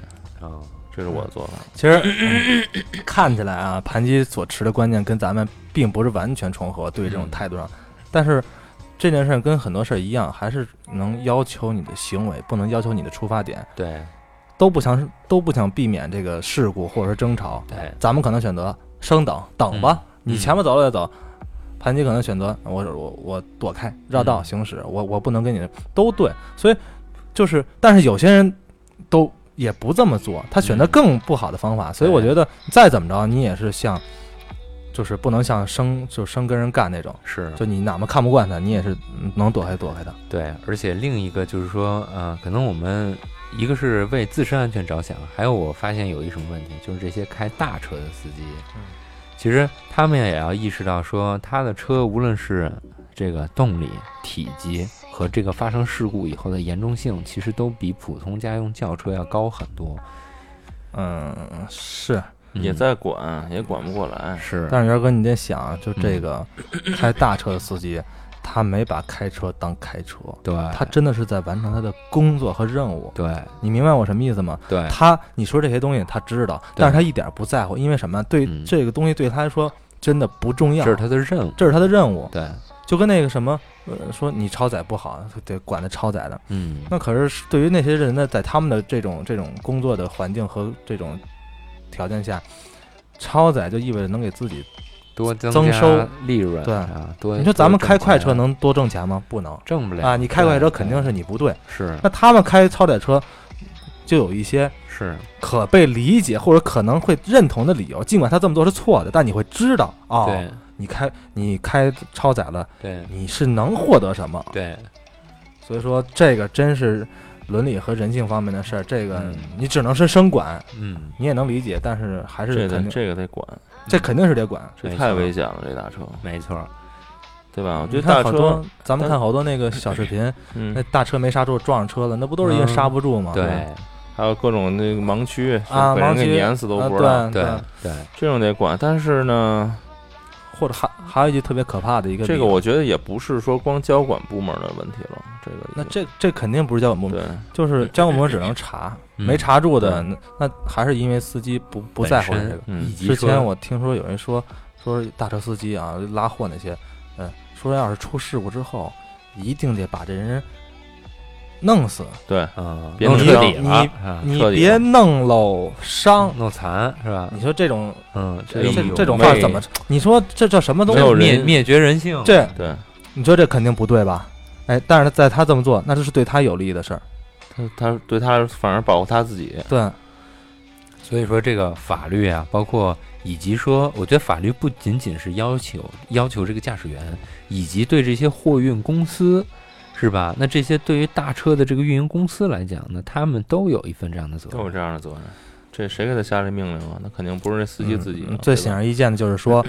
Speaker 3: 啊
Speaker 1: 这是我的做法。
Speaker 4: 其实、嗯看起来啊，盘基所持的观念跟咱们并不是完全重合，对于这种
Speaker 3: 嗯
Speaker 4: 态度上，但是这件事儿跟很多事儿一样，还是能要求你的行为，不能要求你的出发点，
Speaker 3: 对
Speaker 4: 都不想都不想避免这个事故或者说争吵。
Speaker 1: 哎
Speaker 3: 对，
Speaker 4: 咱们可能选择升等，等吧，
Speaker 3: 嗯
Speaker 4: 你前面走我也走。盘基可能选择我我我躲开绕道
Speaker 3: 嗯
Speaker 4: 行驶，我我不能跟你都对，所以就是，但是有些人都也不这么做，他选择
Speaker 3: 嗯
Speaker 4: 更不好的方法，所以我
Speaker 3: 对
Speaker 4: 觉得再怎么着，你也是向就是不能像生就生跟人干那种，
Speaker 3: 是
Speaker 4: 就你哪怕看不惯他，你也是嗯能躲开躲开他。
Speaker 3: 对，而且另一个就是说，呃，可能我们一个是为自身安全着想，还有我发现有一什么问题，就是这些开大车的司机，其实他们也要意识到说，他的车无论是这个动力、体积和这个发生事故以后的严重性，其实都比普通家用轿车要高很多。
Speaker 4: 嗯，是，
Speaker 3: 嗯
Speaker 1: 也在管，也管不过来。
Speaker 3: 是，
Speaker 4: 但是元哥你得想，啊就
Speaker 3: 嗯
Speaker 4: 这个、开大车的司机，他没把开车当开车，
Speaker 3: 对，
Speaker 4: 他真的是在完成他的工作和任务。
Speaker 3: 对
Speaker 4: 你明白我什么意思吗？
Speaker 3: 对
Speaker 4: 他你说这些东西他知道，
Speaker 3: 对
Speaker 4: 但是他一点儿不在乎，因为什么？对、
Speaker 3: 嗯
Speaker 4: 这个东西对他来说真的不重要，
Speaker 3: 这是他的任务。
Speaker 4: 这是他的任务，
Speaker 3: 对，
Speaker 4: 就跟那个什么，呃，说你超载不好，得管他超载的。
Speaker 3: 嗯，
Speaker 4: 那可是对于那些人呢，在他们的这种这种工作的环境和这种条件下，超载就意味着能给自己，
Speaker 3: 多增
Speaker 4: 增
Speaker 3: 加
Speaker 4: 收
Speaker 3: 利润，
Speaker 4: 对
Speaker 3: 啊，多。
Speaker 4: 你说咱们
Speaker 3: 多挣
Speaker 4: 开快车
Speaker 3: 钱
Speaker 4: 能多挣钱吗？不能
Speaker 3: 挣不了
Speaker 4: 啊！你开快车
Speaker 3: 对
Speaker 4: 肯定是你不对。
Speaker 3: 是
Speaker 4: 那他们开超载车，就有一些
Speaker 3: 是，
Speaker 4: 可被理解或者可能会认同的理由，尽管他这么做是错的，但你会知道哦，
Speaker 3: 对
Speaker 4: 你开你开超载了，
Speaker 3: 对
Speaker 4: 你是能获得什么？
Speaker 3: 对，
Speaker 4: 所以说这个真是伦理和人性方面的事儿，这个
Speaker 3: 嗯
Speaker 4: 你只能是生管，
Speaker 3: 嗯，
Speaker 4: 你也能理解，但是还
Speaker 1: 这
Speaker 4: 是
Speaker 1: 得
Speaker 4: 肯定
Speaker 1: 这个得管，
Speaker 4: 这肯定是得管。
Speaker 1: 这
Speaker 3: 没
Speaker 1: 太
Speaker 3: 错
Speaker 1: 危险了，这大车，
Speaker 3: 没错儿，
Speaker 1: 对吧？我觉
Speaker 4: 嗯你
Speaker 1: 得
Speaker 4: 看
Speaker 1: 大
Speaker 4: 好
Speaker 1: 车
Speaker 4: 多，，咱们
Speaker 1: 但
Speaker 4: 看好多那个小视频，
Speaker 1: 嗯
Speaker 4: 那，大车没刹住撞上车了，那不都是因为
Speaker 3: 嗯
Speaker 4: 刹不住吗？
Speaker 3: 对
Speaker 1: 还有各种那个盲区，
Speaker 4: 啊
Speaker 1: 被人给
Speaker 4: 盲区
Speaker 1: 碾死都
Speaker 4: 啊
Speaker 1: 不知道，
Speaker 4: 对
Speaker 3: 对对，
Speaker 1: 这种得管。但是呢，
Speaker 4: 或者还还有一句特别可怕的一个
Speaker 1: 这
Speaker 4: 理
Speaker 1: 个
Speaker 4: 由
Speaker 1: 我觉得也不是说光交管部门的问题了，这个已
Speaker 4: 那
Speaker 1: 经
Speaker 4: 这这肯定不是交管部门。
Speaker 1: 对
Speaker 4: 就是交管部门只能查，
Speaker 3: 嗯
Speaker 4: 没查住的那那还是因为司机不不在乎这
Speaker 3: 本
Speaker 4: 个
Speaker 3: 身。
Speaker 1: 嗯
Speaker 3: 以及
Speaker 4: 之前
Speaker 3: 说
Speaker 4: 我听说有人说说大车司机啊拉货那些，嗯，说要是出事故之后，一定得把这人弄死，
Speaker 1: 对，
Speaker 3: 嗯，
Speaker 1: 别
Speaker 3: 弄
Speaker 1: 弄
Speaker 3: 彻
Speaker 1: 脏
Speaker 3: 底
Speaker 4: 你
Speaker 3: 了啊，
Speaker 4: 你
Speaker 1: 啊彻底嗯
Speaker 4: 别弄喽伤。
Speaker 3: 弄残是吧？
Speaker 4: 你说这种
Speaker 3: 嗯，
Speaker 1: 哎
Speaker 4: 这
Speaker 1: 呦
Speaker 4: 这这种
Speaker 1: 没
Speaker 4: 话怎么？你说这叫什么东
Speaker 1: 没有
Speaker 4: 西？
Speaker 1: 人
Speaker 3: 灭灭绝人性？
Speaker 4: 这
Speaker 1: 对，
Speaker 4: 你说这肯定不对吧？哎，但是在他这么做，那这是对他有利的事儿。
Speaker 1: 他他对他反而保护他自己，
Speaker 4: 对，
Speaker 3: 所以说这个法律啊，包括以及说，我觉得法律不仅仅是要求要求这个驾驶员，以及对这些货运公司，是吧？那这些对于大车的这个运营公司来讲呢，他们都有一份这样的责
Speaker 1: 都有
Speaker 3: 任。
Speaker 1: 这样的责任。这谁给他下这命令啊？那肯定不是这司机自己啊、
Speaker 4: 嗯最
Speaker 1: 对吧
Speaker 4: 显而易见的就是说，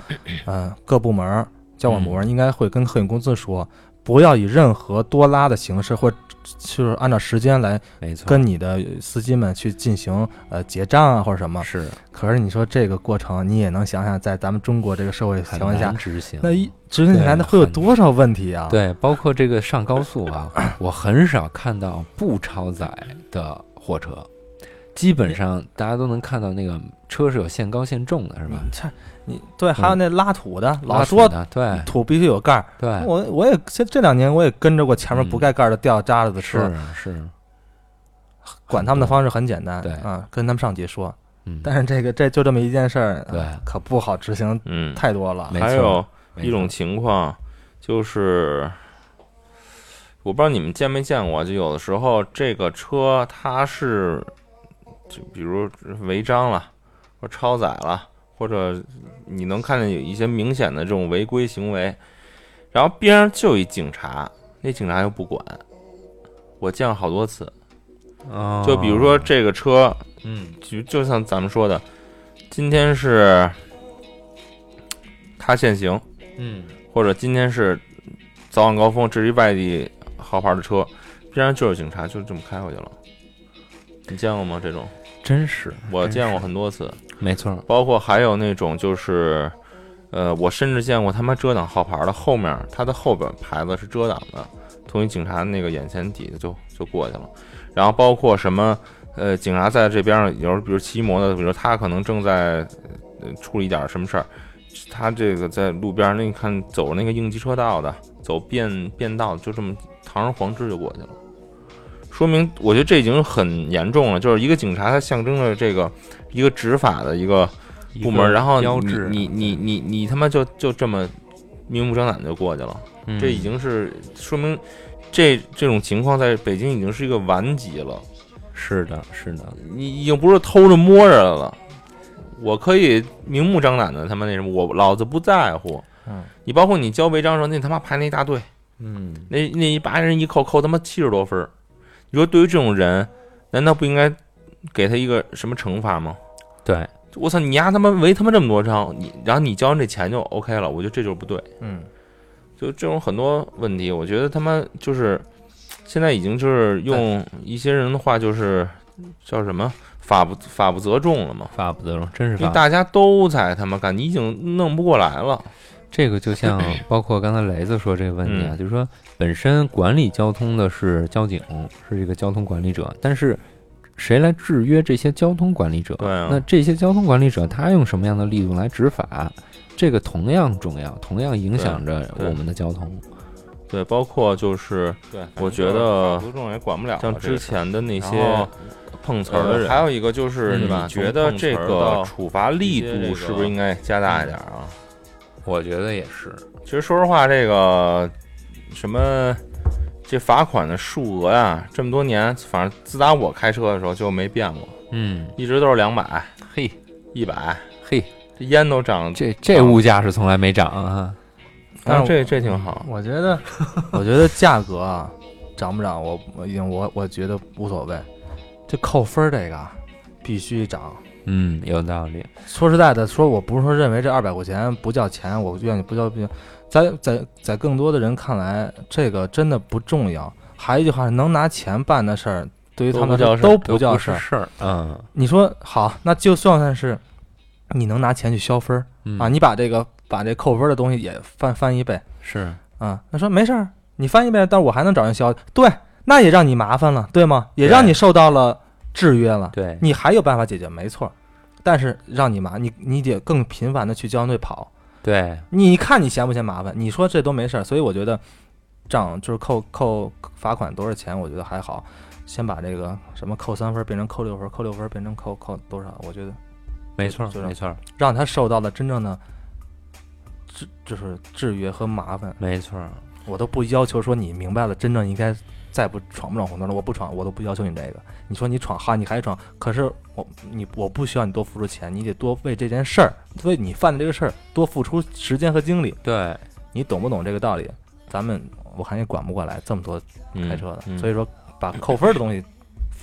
Speaker 4: 嗯、各部门儿、交管部
Speaker 3: 嗯
Speaker 4: 门儿应该会跟客运公司说，不要以任何多拉的形式，或就是按照时间来
Speaker 3: 没错，
Speaker 4: 跟你的司机们去进行呃结账啊或者什么。
Speaker 3: 是
Speaker 4: 可是你说这个过程，你也能想想，在咱们中国这个社会情
Speaker 3: 很
Speaker 4: 况下
Speaker 3: 难，执行。
Speaker 4: 那一执行起来
Speaker 3: 对
Speaker 4: 那会有
Speaker 3: 很
Speaker 4: 多少问题啊？，
Speaker 3: 对，包括这个上高速啊，我很少看到不超载的货车，基本上大家都能看到那个车是有限高限重的，是吧？
Speaker 4: 这你对，还有那拉土的，嗯老
Speaker 3: 嗯拉屎
Speaker 4: 说
Speaker 3: 的，哎对
Speaker 4: 土必须有盖儿。
Speaker 3: 对，
Speaker 4: 我我也这这两年我也跟着过前面不
Speaker 3: 嗯
Speaker 4: 盖盖儿的掉渣子的车，
Speaker 3: 是是，
Speaker 4: 管他们的方式很简单，
Speaker 3: 对
Speaker 4: 啊，跟他们上级说。
Speaker 3: 嗯，
Speaker 4: 但是啊这个这就这么一件事儿，
Speaker 3: 对
Speaker 4: 可不好执行
Speaker 1: 嗯，
Speaker 4: 太多了
Speaker 3: 没。
Speaker 1: 还
Speaker 3: 错
Speaker 1: 有
Speaker 3: 没
Speaker 1: 一种
Speaker 3: 错
Speaker 1: 情况就是，我不知道你们见没见过，就有的时候这个车它是，就比如违章了，或超载了，或者你能看见有一些明显的这种违规行为，然后边上就一警察，那警察又不管。我见过好多次，
Speaker 3: 哦
Speaker 1: 就比如说这个车，
Speaker 3: 嗯
Speaker 1: 就就像咱们说的，今天是他限行，
Speaker 3: 嗯
Speaker 1: 或者今天是早晚高峰，这是一外地号牌的车，边上就是警察，就这么开过去了。你见过吗？这种
Speaker 3: 真是
Speaker 1: 我
Speaker 3: 真
Speaker 1: 见过
Speaker 3: 是
Speaker 1: 很多次，
Speaker 3: 没错，
Speaker 1: 包括还有那种就是，呃，我甚至见过他妈遮挡号牌的，后面他的后边牌子是遮挡的，从一警察那个眼前底下就就过去了。然后包括什么，呃，警察在这边儿，有时候比如骑摩托，比如他可能正在呃处理一点什么事儿，他这个在路边儿，那你看走那个应急车道的，走变变道的，就这么堂而皇之就过去了。说明，我觉得这已经很严重了，就是一个警察，他象征着这个一个执法的一个
Speaker 3: 一
Speaker 1: 部
Speaker 3: 个
Speaker 1: 门，然后
Speaker 3: 标
Speaker 1: 你
Speaker 3: 志啊
Speaker 1: 你你你你他妈就就这么明目张胆就过去了，
Speaker 3: 嗯
Speaker 1: 这已经是说明这这种情况在北京已经是一个顽疾了，
Speaker 3: 嗯是的，是的，
Speaker 1: 你已经不是偷着摸着的了，我可以明目张胆的他妈那什么，我老子不在乎。
Speaker 4: 嗯，
Speaker 1: 你包括你交违章的时候，那他妈排那一大队，
Speaker 3: 嗯，
Speaker 1: 那那一把人一扣扣他妈七十多分儿，你说对于这种人，难道不应该给他一个什么惩罚吗？
Speaker 3: 对，
Speaker 1: 我操，你丫他妈违他妈这么多章，你然后你交完这钱就 OK 了，我觉得这就是不对。
Speaker 4: 嗯，
Speaker 1: 就这种很多问题，我觉得他妈就是现在已经就是
Speaker 6: 哎
Speaker 1: 用一些人的话就是叫什么法不法不责众了嘛，
Speaker 3: 法不责众，真是
Speaker 1: 因
Speaker 3: 法
Speaker 1: 为
Speaker 3: 不
Speaker 1: 大家都在他妈干，你已经弄不过来了。
Speaker 3: 这个就 像包括刚才雷子说这个问题啊，就是说本身管理交通的是交警，是这个交通管理者，但是谁来制约这些交通管理者？
Speaker 1: 对啊
Speaker 3: 那这些交通管理者他用什么样的力度来执法？这个同样重要，同样影响着
Speaker 1: 对对
Speaker 3: 我们的交通。
Speaker 1: 对，包括就是
Speaker 6: 对，
Speaker 1: 我觉得
Speaker 6: 不重也管不了了。啊
Speaker 1: 像之前的那
Speaker 6: 这个
Speaker 1: 些碰瓷儿的
Speaker 6: 呃，
Speaker 1: 人，
Speaker 6: 还有一个就是，
Speaker 1: 嗯
Speaker 6: 你
Speaker 1: 吧
Speaker 6: 觉得
Speaker 1: 从
Speaker 6: 这
Speaker 1: 碰瓷儿
Speaker 6: 个
Speaker 1: 到
Speaker 6: 处罚力
Speaker 1: 一些这
Speaker 6: 度
Speaker 1: 个
Speaker 6: 是不是应该加大一点啊？
Speaker 3: 我觉得也是，
Speaker 1: 其实说实话，这个什么这罚款的数额啊，这么多年，反正自打我开车的时候就没变过，
Speaker 3: 嗯，
Speaker 1: 一直都是两百、
Speaker 3: 嘿
Speaker 1: 一百，
Speaker 3: 嘿，
Speaker 1: 这烟都涨，
Speaker 3: 这这物价是从来没涨啊，
Speaker 1: 啊
Speaker 4: 但、是
Speaker 1: 这这挺好。
Speaker 4: 我觉得，我觉得价格啊，涨不涨我我已经我我觉得无所谓，这扣分儿这个啊必须涨。
Speaker 3: 嗯，有道理，
Speaker 4: 说实在的，说我不是说认为这二百块钱不叫钱，我愿意不叫不叫，在在在更多的人看来，这个真的不重要。还有一句话是，能拿钱办的事儿，对于他们来说
Speaker 1: 都
Speaker 4: 都
Speaker 3: 都
Speaker 4: 不叫
Speaker 3: 不
Speaker 4: 事
Speaker 3: 是
Speaker 4: 儿。
Speaker 3: 事儿，嗯
Speaker 4: 你说好，那就算是你能拿钱去消分儿
Speaker 3: 嗯
Speaker 4: 啊，你把这个把这扣分儿的东西也翻翻一倍
Speaker 3: 是
Speaker 4: 啊。那说没事儿，你翻一倍，但我还能找人消，对，那也让你麻烦了，对吗？也让
Speaker 3: 对
Speaker 4: 你受到了制约了。
Speaker 3: 对，
Speaker 4: 你还有办法解决，没错儿，但是让你麻，你你得更频繁的去交通队跑，
Speaker 3: 对，
Speaker 4: 你看你嫌不嫌麻烦？你说这都没事儿，所以我觉得涨就是扣扣罚款多少钱，我觉得还好，先把这个什么扣三分儿变成扣六分儿，扣六分儿变成扣扣多少，我觉得
Speaker 3: 没错
Speaker 4: 就
Speaker 3: 儿，
Speaker 4: 是
Speaker 3: 没错儿，
Speaker 4: 让他受到了真正的制就是制约和麻烦，
Speaker 3: 没错儿，
Speaker 4: 我都不要求说你明白了，真正应该再不闯不闯红灯了，我不闯，我都不要求你这个。你说你闯哈，你还闯，可是我你我不需要你多付出钱，你得多为这件事儿，为你犯的这个事儿多付出时间和精力。
Speaker 3: 对，
Speaker 4: 你懂不懂这个道理？咱们我看也管不过来这么多
Speaker 1: 嗯
Speaker 4: 开车的，
Speaker 1: 嗯
Speaker 4: 所以说把扣分儿的东西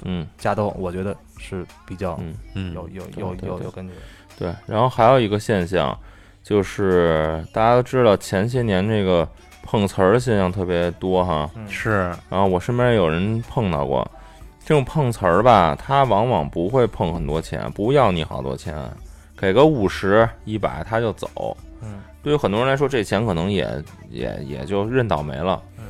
Speaker 1: 嗯，
Speaker 4: 加都，我觉得是比较
Speaker 1: 嗯
Speaker 3: 嗯，
Speaker 4: 有有
Speaker 1: 对
Speaker 4: 有
Speaker 1: 对
Speaker 4: 有
Speaker 1: 对
Speaker 4: 有根据的。
Speaker 1: 对。然后还有一个现象，就是大家都知道前些年这个碰瓷儿的现象特别多哈，
Speaker 3: 是，
Speaker 1: 然啊后我身边也有人碰到过。这种碰瓷儿吧，他往往不会碰很多钱，不要你好多钱，给个五十、一百他就走。
Speaker 4: 嗯，
Speaker 1: 对于很多人来说，这钱可能也也也就认倒霉了。
Speaker 4: 嗯，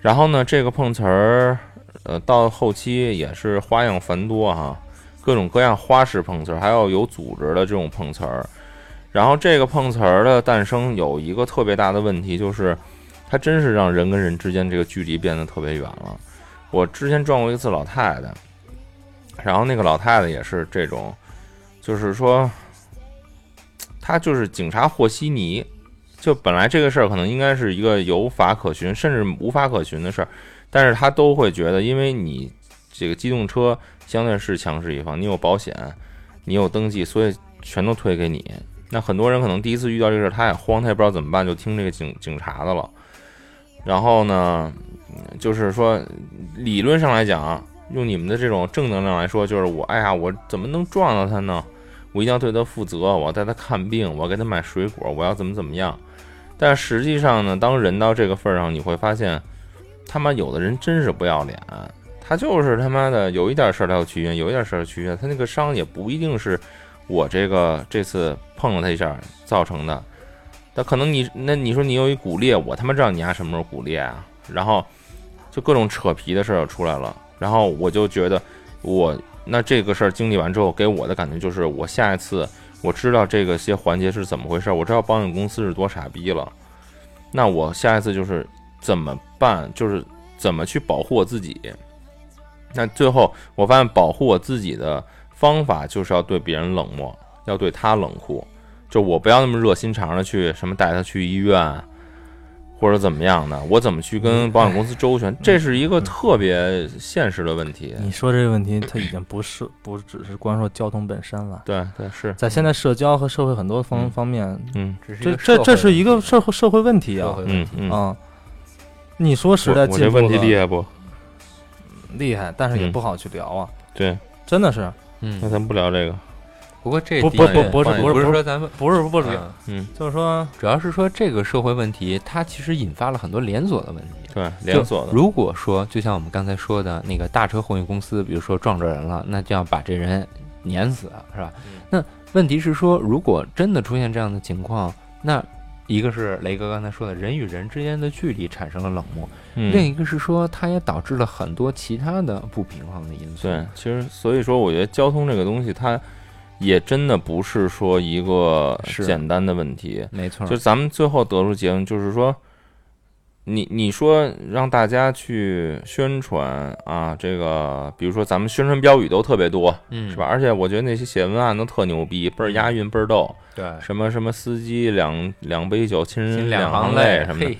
Speaker 1: 然后呢，这个碰瓷儿，呃，到后期也是花样繁多哈，各种各样花式碰瓷儿，还有有组织的这种碰瓷儿。然后这个碰瓷儿的诞生有一个特别大的问题，就是它真是让人跟人之间这个距离变得特别远了。我之前撞过一次老太太，然后那个老太太也是这种，就是说，她就是警察和稀泥，就本来这个事儿可能应该是一个有法可循，甚至无法可循的事儿，但是她都会觉得，因为你这个机动车相对是强势一方，你有保险，你有登记，所以全都推给你。那很多人可能第一次遇到这个事儿，他也慌，他也不知道怎么办，就听这个警警察的了。然后呢，就是说，理论上来讲，用你们的这种正能量来说，就是我，哎呀，我怎么能撞到他呢？我一定要对他负责，我要带他看病，我要给他买水果，我要怎么怎么样。但实际上呢，当人到这个份儿上，你会发现，他妈有的人真是不要脸，他就是他妈的有一点事儿他要去医院，有一点事儿去医院，他那个伤也不一定是我这个这次碰了他一下造成的，那可能你那你说你有一骨裂，我他妈知道你丫什么时候骨裂啊？然后就各种扯皮的事儿出来了，然后我就觉得我那这个事儿经历完之后，给我的感觉就是我下一次我知道这个些环节是怎么回事儿，我知道保险公司是多傻逼了，那我下一次就是怎么办，就是怎么去保护我自己。那最后我发现保护我自己的方法就是要对别人冷漠，要对他冷酷。就我不要那么热心肠的去什么带他去医院，或者怎么样的，我怎么去跟保险公司周
Speaker 3: 嗯
Speaker 1: 旋？这是一个特别现实的问题。
Speaker 4: 你说这个问题，它已经不是不只是光说交通本身了，
Speaker 1: 对对是，
Speaker 4: 在现在社交和社会很多方
Speaker 1: 嗯
Speaker 4: 方面，
Speaker 1: 嗯
Speaker 4: 这这这是一个社会社会问题啊
Speaker 3: 社会
Speaker 1: 嗯嗯，
Speaker 4: 啊！你说时代
Speaker 1: 我我
Speaker 4: 进
Speaker 1: 这
Speaker 4: 步了
Speaker 1: 问题厉害不？
Speaker 4: 厉害，但是也
Speaker 1: 嗯
Speaker 4: 不好去聊啊，
Speaker 1: 对，
Speaker 4: 真的是
Speaker 1: 那
Speaker 3: 嗯，
Speaker 1: 咱不聊这个，
Speaker 3: 不过这
Speaker 4: 不
Speaker 3: 的
Speaker 4: 不
Speaker 3: 确
Speaker 4: 不不是
Speaker 1: 换一
Speaker 4: 不
Speaker 1: 个
Speaker 4: 是不
Speaker 3: 不是
Speaker 4: 是
Speaker 3: 说咱们
Speaker 4: 不是不是，
Speaker 3: 嗯
Speaker 4: 就是说
Speaker 3: 主要是说这个社会问题，它其实引发了很多连锁的问题。
Speaker 1: 对连锁的，
Speaker 3: 如果说，就像我们刚才说的那个大车货运公司，比如说撞着人了，那就要把这人碾死，是吧？那问题是说，如果真的出现这样的情况，那一个是雷哥刚才说的，人与人之间的距离产生了冷漠，另
Speaker 1: 嗯，
Speaker 3: 一个是说，它也导致了很多其他的不平衡的因素。
Speaker 1: 对，其实所以说，我觉得交通这个东西，它也真的不是说一个
Speaker 3: 是嗯
Speaker 1: 简单的问题，
Speaker 3: 没错，
Speaker 1: 就咱们最后得出结论就是说，你你说让大家去宣传啊，这个比如说咱们宣传标语都特别多，
Speaker 3: 嗯，
Speaker 1: 是吧？？而且我觉得那些写文案都特牛逼，倍儿押韵，倍儿逗，
Speaker 3: 对，
Speaker 1: 什么什么司机两嗯两杯酒，亲人
Speaker 3: 心两
Speaker 1: 行
Speaker 3: 泪
Speaker 1: 什么的，
Speaker 3: 嘿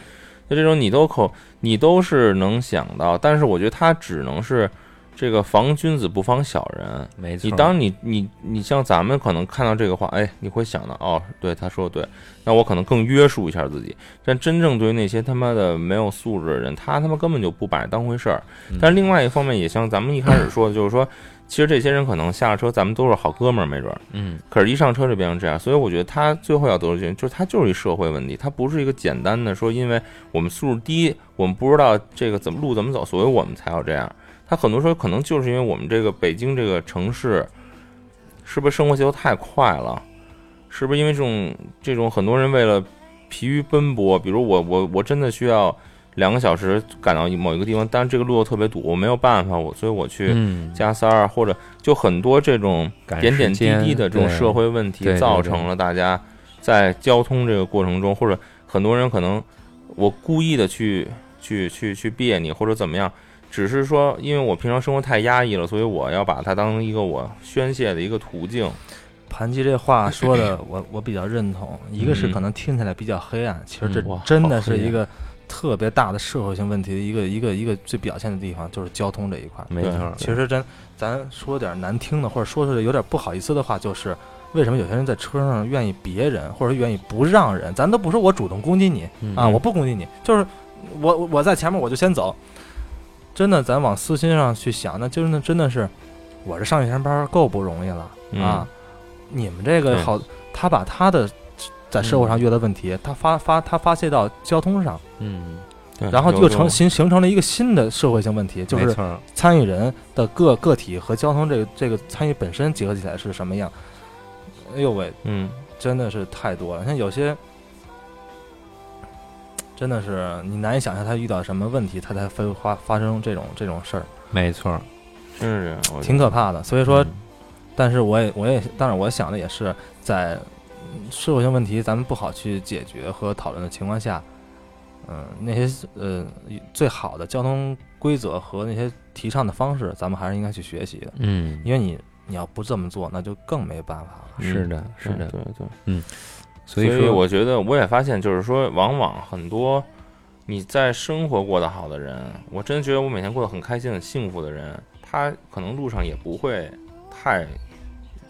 Speaker 1: 就这种你都口你都是能想到，但是我觉得它只能是这个防君子不防小人，
Speaker 3: 没错，
Speaker 1: 你当你你你像咱们可能看到这个话，哎，你会想到哦，对，他说的对，那我可能更约束一下自己。但真正对于那些他妈的没有素质的人，他他妈根本就不把它当回事儿。
Speaker 3: 嗯
Speaker 1: 但另外一方面，也像咱们一开始说的，就是说，其实这些人可能下了车，咱们都是好哥们儿，没准儿，
Speaker 3: 嗯，
Speaker 1: 可是，一上车就变成这样。所以我觉得他最后要得出结论，就是他就是一社会问题，他不是一个简单的说，因为我们素质低，我们不知道这个怎么路怎么走，所以我们才要这样。他很多时候可能就是因为我们这个北京这个城市，是不是生活节奏太快了？是不是因为这种这种很多人为了疲于奔波，比如我我我真的需要两个小时赶到某一个地方，但是这个路又特别堵，我没有办法，我所以我去
Speaker 3: 嗯，
Speaker 1: 加塞儿、或者就很多这种。
Speaker 3: 赶
Speaker 1: 点点
Speaker 3: 时
Speaker 1: 滴
Speaker 3: 间
Speaker 1: 滴的这种
Speaker 3: 对
Speaker 1: 社会问
Speaker 3: 对
Speaker 1: 题，
Speaker 3: 对
Speaker 1: 造成了大家在交通这个过程中，或者很多人可能我故意的去去去去别你，或者怎么样，只是说因为我平常生活太压抑了，所以我要把它当成一个我宣泄的一个途径。
Speaker 4: 盘吉这话说的，我我比较认同。一个是
Speaker 1: 嗯
Speaker 4: 可能听起来比较黑暗，其实这
Speaker 1: 嗯哇
Speaker 4: 真
Speaker 3: 好
Speaker 4: 的
Speaker 3: 黑
Speaker 4: 是
Speaker 3: 暗
Speaker 4: 一个特别大的社会性问题的一个一个一个最表现的地方，就是交通这一块。
Speaker 3: 没
Speaker 1: 对
Speaker 3: 错，
Speaker 4: 其实真，咱说点难听的，或者说是有点不好意思的话，就是为什么有些人在车上愿意别人，或者愿意不让人？咱都不是我主动攻击你
Speaker 3: 嗯
Speaker 4: 啊，我不攻击你，就是我我我在前面我就先走。真的，咱往私心上去想，那就是那真的是，我这上一天班够不容易了
Speaker 3: 嗯
Speaker 4: 啊！你们这个
Speaker 1: 对
Speaker 4: 好，他把他的在社会上遇到的问题，他发发他发泄到交通上，
Speaker 3: 嗯，
Speaker 1: 对
Speaker 4: 然后
Speaker 1: 有
Speaker 4: 就
Speaker 1: 时候
Speaker 4: 成形形成了一个新的社会性问题，就是
Speaker 3: 没错
Speaker 4: 参与人的个个体和交通这个这个参与本身结合起来是什么样？哎呦喂，
Speaker 1: 嗯，
Speaker 4: 真的是太多了。像有些真的是你难以想象他遇到什么问题，他才会发发生这种这种事儿，
Speaker 3: 没错，
Speaker 1: 真是这样。我觉
Speaker 4: 挺
Speaker 1: 得
Speaker 4: 可怕的。所以说，
Speaker 3: 嗯
Speaker 4: 但是我也我也，但是我想的也是在嗯社会性问题咱们不好去解决和讨论的情况下，嗯、那些呃最好的交通规则和那些提倡的方式，咱们还是应该去学习的。
Speaker 3: 嗯，
Speaker 4: 因为你你要不这么做，那就更没办法了。
Speaker 3: 是的，是的，
Speaker 1: 对对对。嗯
Speaker 3: 所
Speaker 1: 所
Speaker 3: 说
Speaker 1: 我觉得我也发现，就是说，往往很多你在生活过得好的人，我真觉得我每天过得很开心、很幸福的人，他可能路上也不会太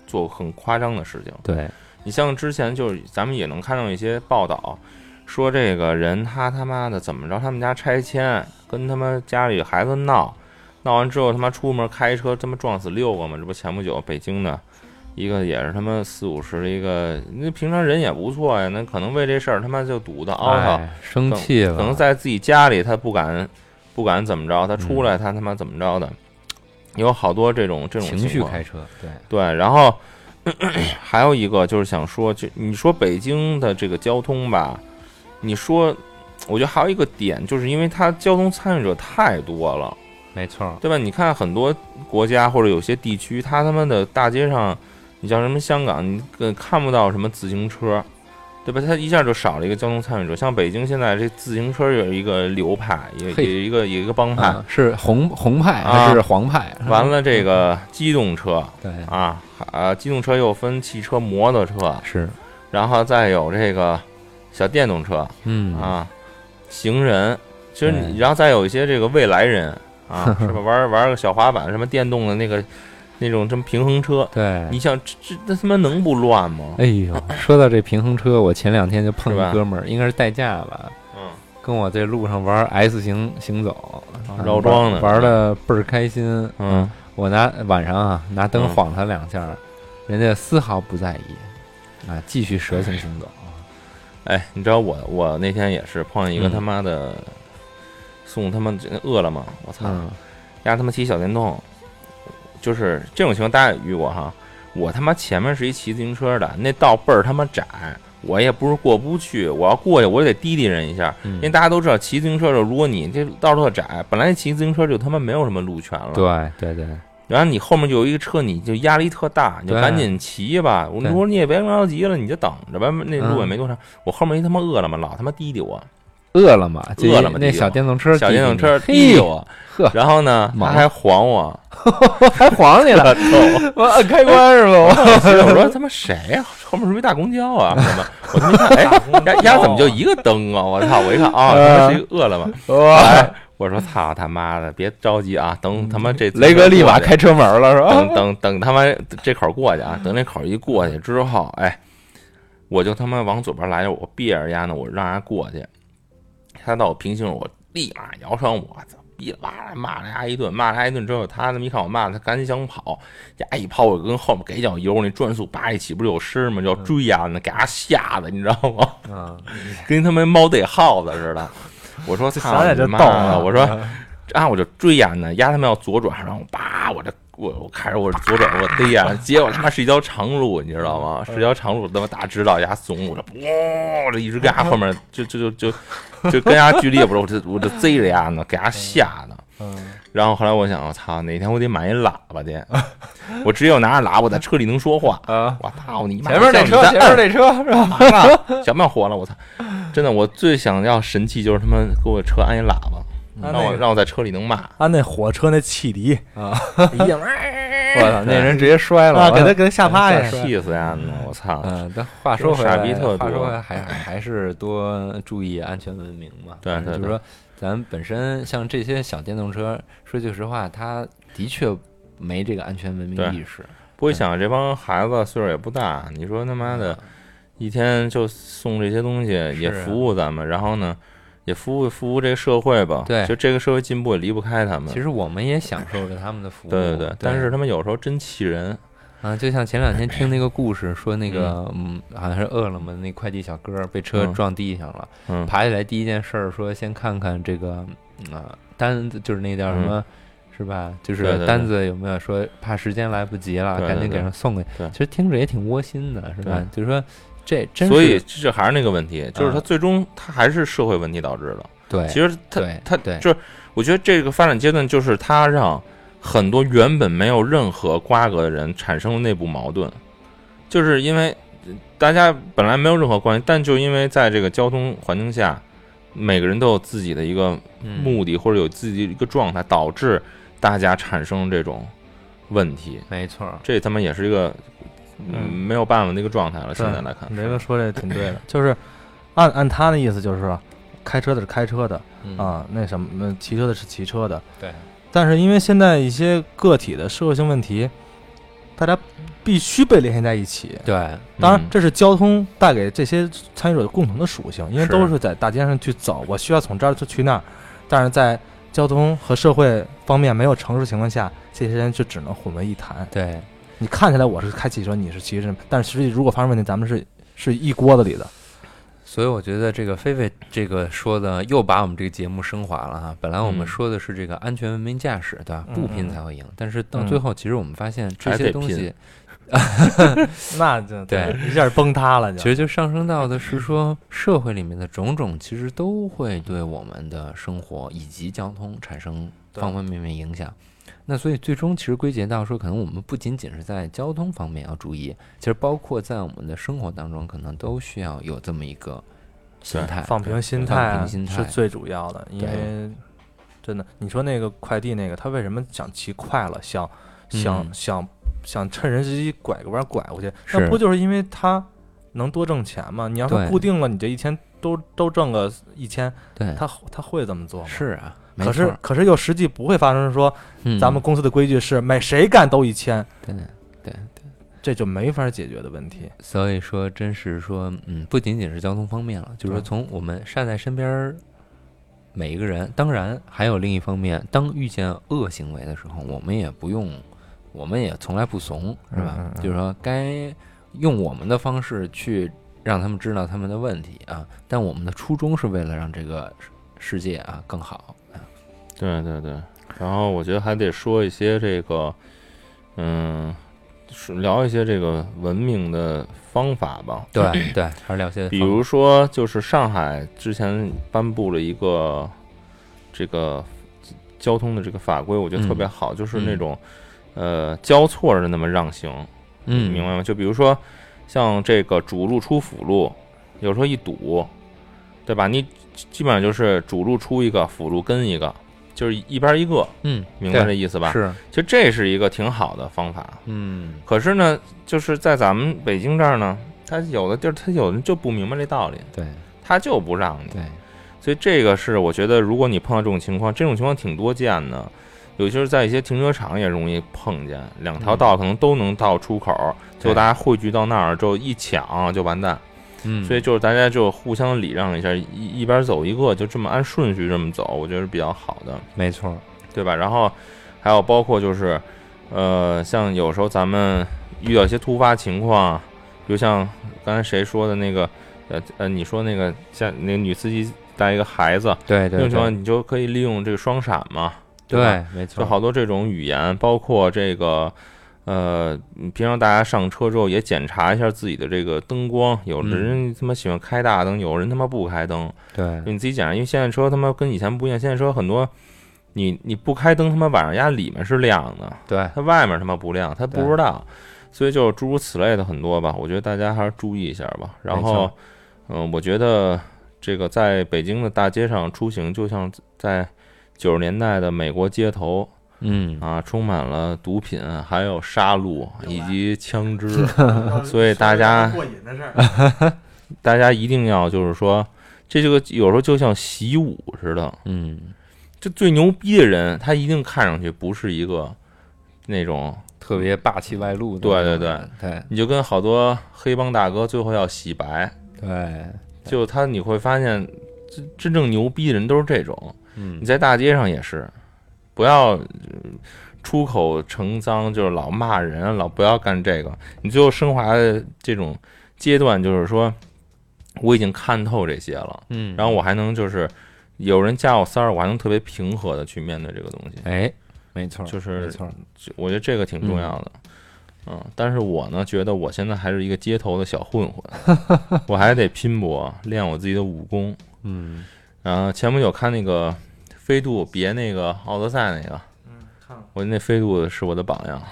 Speaker 1: 做很夸张的事情。
Speaker 3: 对，
Speaker 1: 你像之前就是咱们也能看到一些报道，说这个人他他妈的怎么着，他们家拆迁，跟他妈家里孩子闹，闹完之后他妈出门开车他妈撞死六个嘛，这不前不久北京的一个也是他妈四五十的一个，那平常人也不错呀，那可能为这事儿他妈就堵的凹槽，
Speaker 3: 哎，生气了，
Speaker 1: 哦可能在自己家里他不敢不敢怎么着，他
Speaker 3: 嗯
Speaker 1: 出来他他妈怎么着的，有好多这种这种
Speaker 3: 情绪
Speaker 1: 情况
Speaker 3: 开车，对，
Speaker 1: 对，然后 咳咳还有一个就是想说，就你说北京的这个交通吧，你说，我觉得还有一个点，就是因为它交通参与者太多了，
Speaker 3: 没错，
Speaker 1: 对吧？你看很多国家或者有些地区，它他妈的大街上，你像什么香港，你呃看不到什么自行车，对吧？它一下就少了一个交通参与者。像北京现在这自行车有一个流派，也
Speaker 3: 嘿
Speaker 1: 也一个也一个帮派，
Speaker 3: 啊是红红派
Speaker 1: 啊
Speaker 3: 还是黄派？
Speaker 1: 完了这个机动车
Speaker 3: 对，
Speaker 1: 啊啊，机动车又分汽车、摩托车。
Speaker 3: 是，
Speaker 1: 然后再有这个小电动车
Speaker 3: 嗯，
Speaker 1: 啊，行人，其实你
Speaker 3: 对
Speaker 1: 然后再有一些这个未来人 啊，是吧？玩玩个小滑板，什么电动的那个那种什么平衡车，
Speaker 3: 对，
Speaker 1: 你想这这这他妈能不乱吗？
Speaker 3: 哎呦，说到这平衡车，我前两天就碰
Speaker 1: 是吧
Speaker 3: 一哥们儿，应该是代驾吧，
Speaker 1: 嗯，
Speaker 3: 跟我在路上玩 S 型行走，啊
Speaker 1: 绕桩呢
Speaker 3: 玩玩的倍儿开心。
Speaker 1: 嗯，
Speaker 3: 我拿晚上啊拿灯
Speaker 1: 嗯
Speaker 3: 晃他两下儿，人家丝毫不在意，啊，继续蛇形行走。
Speaker 1: 哎，你知道我我那天也是碰见一个
Speaker 3: 嗯
Speaker 1: 他妈的、送他妈饿了么，我操，
Speaker 3: 嗯，
Speaker 1: 压他妈骑小电动，就是这种情况大家也遇过哈。我他妈前面是一骑自行车的，那道倍儿他妈窄，我也不是过不去，我要过去我也得滴滴人一下，因为
Speaker 3: 嗯
Speaker 1: 大家都知道骑自行车的时候，如果你这道特窄，本来骑自行车就他妈没有什么路权了，，
Speaker 3: 对对对，
Speaker 1: 然后你后面就有一个车，你就压力特大，你就
Speaker 3: 对
Speaker 1: 赶紧骑吧。我
Speaker 3: 对
Speaker 1: 说你也别着急了，你就等着吧，那路也
Speaker 3: 嗯
Speaker 1: 没多长。我后面一他妈饿了么老他妈滴滴我，
Speaker 3: 饿了么，就
Speaker 1: 饿了么
Speaker 3: 那
Speaker 1: 地方
Speaker 3: 小电动车，
Speaker 1: 小电动车滴
Speaker 3: 嘿
Speaker 1: 滴，我，
Speaker 3: 呵
Speaker 1: 然后呢他
Speaker 3: 忙
Speaker 1: 还晃我，
Speaker 3: 还晃你 了，
Speaker 1: 特逗。
Speaker 3: 我按开关是吧？
Speaker 1: 我 说他妈谁呀、后面是不是一大公交啊？什么？我他妈一看，哎，丫丫怎么就一个灯啊？我操！我一看啊，他
Speaker 3: 嗯
Speaker 1: 妈是一个饿了么。
Speaker 3: 哇，
Speaker 1: 哎我说操他妈的，别着急啊，等他妈这
Speaker 3: 雷哥立马开车门了是吧？
Speaker 1: 等 等等他妈这口儿过去啊，等那口儿一过去之后，哎，我就他妈往左边来，我别着丫呢，我让人过去，他到我平行，我立马摇上我操。逼啦啦骂了他一顿，骂了他一顿之后，他那么一看我骂他，赶紧想跑，呀一跑，我跟后面给一脚油，那转速叭一起不是有声吗？就要
Speaker 4: 嗯
Speaker 1: 追呀、那给他吓的，你知道吗？
Speaker 3: 嗯，
Speaker 1: 跟他妈猫逮耗子似的。我说
Speaker 4: 这
Speaker 1: 操
Speaker 4: 想想
Speaker 1: 你
Speaker 4: 就
Speaker 1: 妈
Speaker 4: 逗
Speaker 1: 的！
Speaker 4: 啊
Speaker 1: 我说啊，我就追呀呢，丫他们要左转，然后叭，我这我我开始我左转我逮呀，结果他妈是一条长路，你知道吗？是一条长路，他妈大直道丫怂，我这咣，我这一直跟丫
Speaker 3: 嗯
Speaker 1: 后面就就就就就跟丫距离也不是，我这我这贼着丫呢，给丫吓的。
Speaker 4: 嗯，
Speaker 1: 然后后来我想，我操，哪天我得买一喇叭去，我只有拿着喇叭我在车里能说话。
Speaker 3: 啊，
Speaker 1: 我操你妈！
Speaker 3: 前面那
Speaker 1: 我
Speaker 3: 车，
Speaker 1: 叫
Speaker 3: 前
Speaker 1: 你再摁
Speaker 3: 面那车是吧？
Speaker 1: 小妙火了，我操！真的，我最想要神器就是他们给我车安一喇叭，让
Speaker 4: 安那
Speaker 1: 我
Speaker 4: 个
Speaker 1: 让我在车里能骂。
Speaker 4: 安那火车那汽笛，
Speaker 1: 哎
Speaker 3: 我操，那人直接摔了，
Speaker 4: 啊，
Speaker 3: 我
Speaker 4: 给他给他吓趴
Speaker 3: 是
Speaker 4: 下。
Speaker 1: 气死呀！那我操！
Speaker 3: 哎嗯，但话说回来，
Speaker 1: 啊傻逼特多
Speaker 3: 话说回来还还是多注意安全文明嘛。
Speaker 1: 对对对
Speaker 3: 就是说，咱本身像这些小电动车，说句实话，它的确没这个安全文明
Speaker 1: 对
Speaker 3: 意识。
Speaker 1: 不会想这帮孩子岁数也不大，你说他妈
Speaker 3: 嗯啊
Speaker 1: 的，一天就送这些东西，也服务咱们，然后呢，也服务服务这个社会吧。
Speaker 3: 对
Speaker 1: 就这个社会进步也离不开他们。
Speaker 3: 其实我们也享受着他们的服务。
Speaker 1: 对对对，但 是他们有时候真气人。
Speaker 3: 啊，就像前两天听那个故事，说那个嗯，好像是饿了么那快递小哥被车
Speaker 1: 嗯
Speaker 3: 撞地上了，
Speaker 1: 嗯
Speaker 3: 爬起来第一件事儿说先看看这个嗯啊单子，就是那叫什么。是吧？
Speaker 1: 嗯
Speaker 3: 就
Speaker 1: 对对
Speaker 3: 是
Speaker 1: 对
Speaker 3: 单子有没有说怕时间来不及了，
Speaker 1: 对对
Speaker 3: 赶紧给
Speaker 1: 对
Speaker 3: 人送过去
Speaker 1: 对。
Speaker 3: 其实听着也挺窝心的，是吧
Speaker 1: 对？
Speaker 3: 就是说这真是
Speaker 1: 所以这还是那个问题，就是他
Speaker 3: 嗯
Speaker 1: 最终他还是社会问题导致的。
Speaker 3: 对，
Speaker 1: 其实他
Speaker 3: 对
Speaker 1: 他
Speaker 3: 对
Speaker 1: 就是，我觉得这个发展阶段就是他让很多原本没有任何瓜葛的人产生了内部矛盾，就是因为呃大家本来没有任何关系，但就因为在这个交通环境下，每个人都有自己的一个
Speaker 3: 嗯
Speaker 1: 目的或者有自己的一个状态，导致大家产生这种问题，
Speaker 3: 没错儿，
Speaker 1: 这他妈也是一个。嗯，
Speaker 4: 嗯
Speaker 1: 没有办法的一个状态了。现
Speaker 4: 对嗯
Speaker 1: 在来看，
Speaker 4: 雷哥说这挺对的， 就是按按他的意思就是说，开车的是开车的
Speaker 3: 嗯
Speaker 4: 啊，那什么呃骑车的是骑车的，
Speaker 3: 对。
Speaker 4: 但是因为现在一些个体的社会性问题，大家必须被联系在一起。
Speaker 3: 对，
Speaker 1: 嗯
Speaker 4: 当然，这是交通带给这些参与者共同的属性，因为
Speaker 1: 是
Speaker 4: 都是在大街上去走，我需要从这儿去那儿，但是在交通和社会方面没有成熟情况下，这些人就只能混为一谈。
Speaker 3: 对，
Speaker 4: 你看起来我是开汽车，你是骑车，但是实际如果发生问题，咱们是是一锅子里的。
Speaker 3: 所以我觉得这个菲菲这个说的又把我们这个节目升华了哈。本来我
Speaker 1: 嗯
Speaker 3: 们说的是这个安全文明驾驶，对吧？
Speaker 4: 嗯
Speaker 3: 不
Speaker 4: 嗯
Speaker 3: 拼
Speaker 4: 嗯
Speaker 3: 才会赢，但是到
Speaker 4: 嗯
Speaker 3: 最后，其实我们发现这
Speaker 1: 还得
Speaker 3: 些东西
Speaker 1: 拼
Speaker 4: 那就
Speaker 3: 对，
Speaker 4: 一下崩塌了
Speaker 3: 其
Speaker 4: 就。
Speaker 3: 实就上升到的是说，社会里面的种种其实都会对我们的生活以及交通产生
Speaker 4: 对
Speaker 3: 方方面面影响。那所以最终其实归结到说，可能我们不仅仅是在交通方面要注意，其实包括在我们的生活当中，可能都需要有这么一个心
Speaker 1: 对
Speaker 3: 态。
Speaker 4: 放平心态
Speaker 3: 哎放
Speaker 4: 啊
Speaker 3: 平心态
Speaker 4: 是最主要的，因为真的，你说那个快递那个，他为什么想骑快了，想想
Speaker 3: 嗯
Speaker 4: 想想趁人之机拐个弯拐过去？
Speaker 3: 是
Speaker 4: 那不就是因为他能多挣钱吗？你要是
Speaker 3: 对
Speaker 4: 固定了，你这一天都都挣个一千，
Speaker 3: 对，
Speaker 4: 他他会这么做吗？
Speaker 3: 是啊，没
Speaker 4: 可是
Speaker 3: 错
Speaker 4: 可是又实际不会发生说，
Speaker 3: 嗯
Speaker 4: 咱们公司的规矩是每谁干都一千，
Speaker 3: 对对，
Speaker 4: 这就没法解决的问题。
Speaker 3: 所以说，真是说，嗯，不仅仅是交通方面了，就是说，
Speaker 4: 对
Speaker 3: 从我们善待身边儿每一个人，当然还有另一方面，当遇见恶行为的时候，我们也不用，我们也从来不怂，是吧？
Speaker 4: 嗯嗯嗯
Speaker 3: 就是说，该用我们的方式去让他们知道他们的问题啊，但我们的初衷是为了让这个世世界啊更好。啊
Speaker 1: 对对对，然后我觉得还得说一些这个，嗯，是聊一些这个文明的方法吧。
Speaker 3: 对对，还是聊些
Speaker 1: 比
Speaker 3: 方
Speaker 1: 如说，就是上海之前颁布了一个这个交通的这个法规，我觉得特别
Speaker 3: 嗯
Speaker 1: 好，就是那种、呃交错着那么让行，
Speaker 3: 嗯，
Speaker 1: 明白吗？就比如说像这个主路出辅路，有时候一堵，对吧？你基本上就是主路出一个，辅路跟一个，就是一边一个，
Speaker 3: 嗯，
Speaker 1: 明白这
Speaker 3: 对
Speaker 1: 意思吧？
Speaker 3: 是
Speaker 1: 其实这是一个挺好的方法，
Speaker 3: 嗯
Speaker 1: 可是呢，就是在咱们北京这儿呢，他有的地儿他有人就不明白这道理，
Speaker 3: 对
Speaker 1: 他就不让你。
Speaker 3: 对
Speaker 1: 所以这个是我觉得，如果你碰到这种情况，这种情况挺多见的，尤其是在一些停车场也容易碰见，两
Speaker 3: 嗯
Speaker 1: 条道可能都能到出口，最后大家汇聚到那儿之后一抢就完蛋。
Speaker 3: 嗯，
Speaker 1: 所以就是大家就互相礼让一下，一一边走一个，就这么按顺序这么走，我觉得是比较好的。
Speaker 3: 没错儿，
Speaker 1: 对吧？然后还有包括就是，呃，像有时候咱们遇到一些突发情况，比如像刚才谁说的那个，呃呃，你说那个像那个女司机带一个孩子，
Speaker 3: 对
Speaker 1: 这种
Speaker 3: 对
Speaker 1: 情
Speaker 3: 对
Speaker 1: 况你就可以利用这个双闪嘛，吧？
Speaker 3: 对，没错
Speaker 1: 就
Speaker 3: 儿，
Speaker 1: 好多这种语言，包括这个。呃，平常大家上车之后也检查一下自己的这个灯光，有的
Speaker 3: 嗯
Speaker 1: 人他妈喜欢开大灯，有人他妈不开灯，
Speaker 3: 对
Speaker 1: 就你自己检查，因为现在车他妈跟以前不一样，现在车很多，你你不开灯，他妈晚上压里面是亮的，
Speaker 3: 对，
Speaker 1: 它外面他妈不亮，它
Speaker 3: 对
Speaker 1: 不知道，所以就诸如此类的很多吧，我觉得大家还是注意一下吧。然后
Speaker 3: 错，
Speaker 1: 嗯、我觉得这个在北京的大街上出行，就像在九十年代的美国街头
Speaker 3: 嗯，
Speaker 1: 啊，充满了毒品，还有杀戮以及枪支。所
Speaker 2: 所
Speaker 1: 以大家
Speaker 2: 过瘾的事儿，
Speaker 1: 大家一定要就是说，这就个有时候就像习武似的，
Speaker 3: 嗯，
Speaker 1: 就最牛逼的人，他一定看上去不是一个那种，
Speaker 3: 特别霸气外露的
Speaker 1: 对对
Speaker 3: 那种人，
Speaker 1: 你就跟好多黑帮大哥最后要洗白，
Speaker 3: 对对，
Speaker 1: 就他你会发现，真真正牛逼的人都是这种。你
Speaker 3: 嗯，
Speaker 1: 在大街上也是，不要呃出口成脏，就是老骂人，老不要干这个。你最后升华的这种阶段，就是说我已经看透这些了，
Speaker 3: 嗯
Speaker 1: 然后我还能就是有人加我三儿，我还能特别平和的去面对这个东西。
Speaker 3: 哎，没错儿，
Speaker 1: 就是
Speaker 3: 没错儿，
Speaker 1: 这我觉得这个挺重要的。嗯但是我呢，觉得我现在还是一个街头的小混混， 我还得拼搏，练我自己的武功。
Speaker 3: 嗯，
Speaker 1: 然后前不久看那个飞度别那个奥德赛那个，
Speaker 2: 嗯，看了
Speaker 1: 我那飞度是我的榜 样，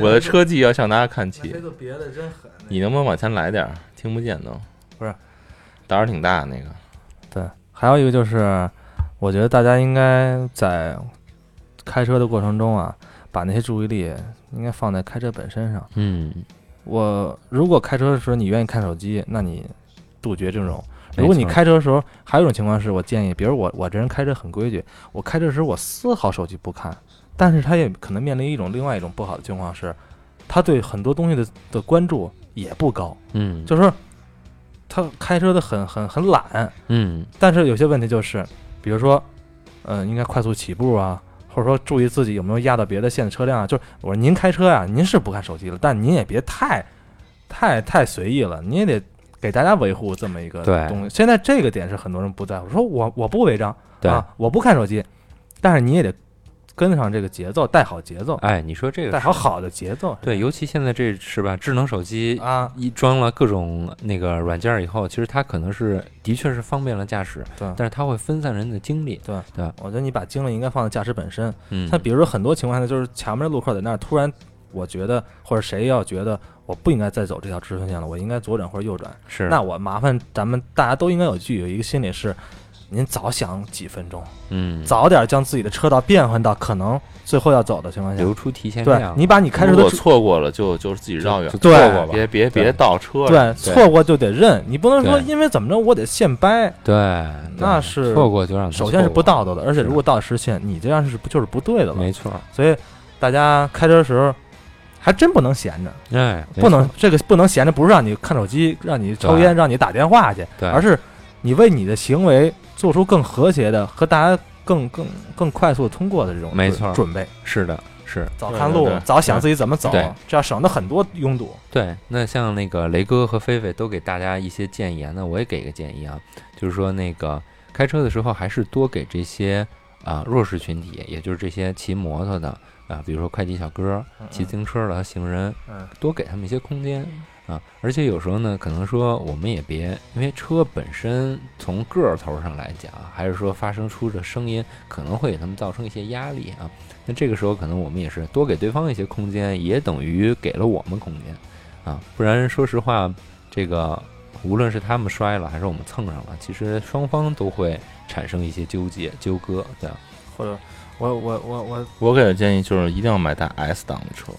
Speaker 1: 我的车技要向大家看
Speaker 2: 那
Speaker 1: 齐
Speaker 2: 谁。都别的真狠，那
Speaker 1: 你能不能往前来点儿？听不见都。
Speaker 4: 不是，
Speaker 1: 胆儿挺大那个。
Speaker 4: 对，还有一个就是，我觉得大家应该在开车的过程中啊，把那些注意力应该放在开车本身上。
Speaker 3: 嗯，
Speaker 4: 我如果开车的时候你愿意看手机，那你杜绝这种。
Speaker 3: 没
Speaker 4: 如果你
Speaker 3: 错
Speaker 4: 开车的时候，还有一种情况是我建议，比如我我这人开车很规矩，我开车的时候我丝毫手机不看，但是他也可能面临一种另外一种不好的情况是，他对很多东西的的关注也不高，
Speaker 3: 嗯，
Speaker 4: 就是说他开车的很很很懒，
Speaker 3: 嗯，
Speaker 4: 但是有些问题就是，比如说，呃，应该快速起步啊，或者说注意自己有没有压到别的线的车辆啊。就是我说您开车呀、您是不看手机了，但您也别太、太、太随意了，你也得给大家维护这么一个
Speaker 3: 对
Speaker 4: 东西。现在这个点是很多人不在乎，说我我不违章
Speaker 3: 对，
Speaker 4: 啊，我不看手机，但是你也得跟上这个节奏，带好节奏，
Speaker 3: 哎，你说这个
Speaker 4: 带
Speaker 3: 是
Speaker 4: 好好的节奏。
Speaker 3: 对，尤其现在这是吧，智能手机。
Speaker 4: 啊，
Speaker 3: 一装了各种那个软件儿以后，其实它可能是的确是方便了驾驶，
Speaker 4: 对
Speaker 3: 但是它会分散人的精力。
Speaker 4: 我觉得你把精力应该放在驾驶本身。
Speaker 3: 嗯，
Speaker 4: 像比如说很多情况下，就是前面的路口在那儿，突然我觉得或者谁要觉得我不应该再走这条直行线了，我应该左转或者右转，
Speaker 3: 是
Speaker 4: 那我麻烦咱们大家都应该有具有一个心理是，您早想几分钟，
Speaker 3: 嗯，
Speaker 4: 早点将自己的车道变换到可能最后要走的情况下，
Speaker 3: 留出提前
Speaker 4: 对
Speaker 3: 量，
Speaker 4: 你把你开车
Speaker 1: 如
Speaker 4: 的
Speaker 1: 果
Speaker 4: 主
Speaker 1: 错过了就就是自己绕远
Speaker 3: 就，
Speaker 4: 对
Speaker 3: 错过吧，
Speaker 1: 别别
Speaker 3: 对
Speaker 1: 别倒车了。
Speaker 4: 对错过就得认，你不能说
Speaker 3: 对
Speaker 4: 因为怎么着我得现掰，
Speaker 3: 对，
Speaker 4: 那
Speaker 3: 对
Speaker 4: 是
Speaker 3: 错过就让他
Speaker 4: 首先是
Speaker 3: 错
Speaker 4: 不
Speaker 3: 过，
Speaker 4: 道德的，而且
Speaker 3: 是
Speaker 4: 如果到时限，你这样是不就是不对的了？
Speaker 3: 没错，
Speaker 4: 所以大家开车的时候还真不能闲着，
Speaker 3: 哎，没
Speaker 4: 不能
Speaker 3: 错
Speaker 4: 这个不能闲着，不是让你看手机，让你抽烟，让你打电话去，
Speaker 3: 对
Speaker 4: 而是你为你的行为做出更和谐的和大家更更更快速通过的这种
Speaker 3: 没
Speaker 4: 准
Speaker 3: 错
Speaker 4: 准备，
Speaker 3: 是的，是
Speaker 4: 早
Speaker 1: 对
Speaker 4: 看
Speaker 1: 对
Speaker 4: 路
Speaker 1: 对，
Speaker 4: 早想自己怎么走
Speaker 3: 对，
Speaker 4: 这样省得很多拥堵。
Speaker 3: 对，那像那个雷哥和菲菲都给大家一些建议啊，那我也给一个建议啊，就是说那个开车的时候还是多给这些啊、弱势群体，也就是这些骑摩托的啊、比如说快递小哥、骑自行车的和行人，
Speaker 4: 嗯
Speaker 3: 多给他们一些空间啊。而且有时候呢，可能说我们也别，因为车本身从个儿头上来讲，啊还是说发生出的声音，可能会给他们造成一些压力啊。那这个时候，可能我们也是多给对方一些空间，也等于给了我们空间啊。不然，说实话，这个无论是他们摔了，还是我们蹭上了，其实双方都会产生一些纠结、纠葛，对吧？
Speaker 4: 嗯或者我我我 我
Speaker 1: 我给的建议就是一定要买台 S 档的车，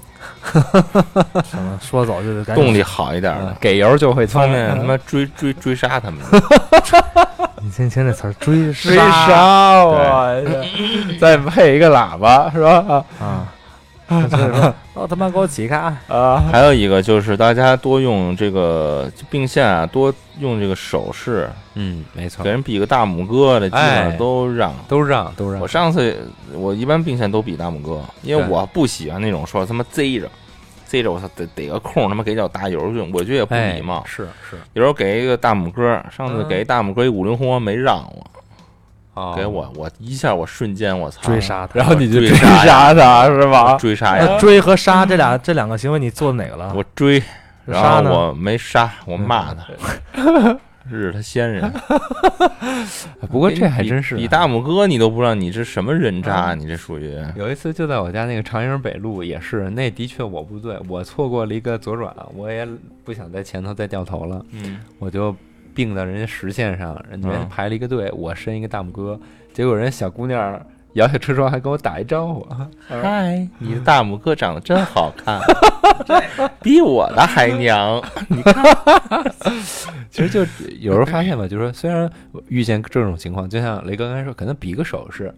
Speaker 4: 什么说走就得赶紧
Speaker 1: 动力好一点的，
Speaker 3: 给油就会
Speaker 1: 方便他妈追追追杀他们。
Speaker 4: 你先听这词儿，追
Speaker 7: 追
Speaker 4: 杀
Speaker 7: 杀我，再配一个喇叭是吧？
Speaker 4: 啊！ 所以说，哦，他妈给我起开啊！
Speaker 7: 啊，
Speaker 1: 还有一个就是大家多用这个并线啊，多用这个手势，
Speaker 3: 嗯，没错
Speaker 1: 给，人比个大拇哥的，基本
Speaker 3: 哎
Speaker 1: 上都让。
Speaker 3: 都让都让
Speaker 1: 我。上次我一般并线都比大拇哥，因为
Speaker 3: 对
Speaker 1: 我不喜欢那种说他妈贼着，贼着我操得逮个空他妈给脚打油用，我觉得也不
Speaker 3: 哎
Speaker 1: 礼貌，。
Speaker 3: 是是，
Speaker 1: 有时候给一个大拇哥，上次
Speaker 3: 嗯
Speaker 1: 给一大拇哥一五菱宏光没让我，
Speaker 3: 哦
Speaker 1: 给我我一下我瞬间我操
Speaker 4: 追杀他，
Speaker 7: 然后你就
Speaker 1: 追
Speaker 7: 追杀
Speaker 1: 杀
Speaker 7: 他是吧？
Speaker 1: 追杀哎呀
Speaker 4: 那，追和杀这俩这两个行为，你做哪个了？
Speaker 1: 我追，
Speaker 4: 啊杀
Speaker 1: 然
Speaker 4: 呢嗯
Speaker 1: 后我没杀，我骂他， 日他仙 人。
Speaker 4: 哦
Speaker 3: 不过这还真是
Speaker 1: 比
Speaker 3: 啊
Speaker 1: 比大拇哥你都不让，你这什么人
Speaker 4: 嗯
Speaker 1: 渣？你这属于
Speaker 3: 有一次就在我家那个长营北路，也是，那的确我不对，我错过了一个左转，我也不想在前头再掉头了，
Speaker 1: 嗯，
Speaker 3: 我就并到人家实线上，人家
Speaker 1: 嗯
Speaker 3: 排了一个队，我伸一个大拇哥，结果人小姑娘摇下车窗还跟我打一招呼，
Speaker 1: 嗨，
Speaker 4: 嗯
Speaker 1: 你的大拇哥长得真好看， 比我的还娘。
Speaker 3: 其实就有时候发现吧，就是说虽然我遇见这种情况，就像雷哥刚才说，可能比个手势，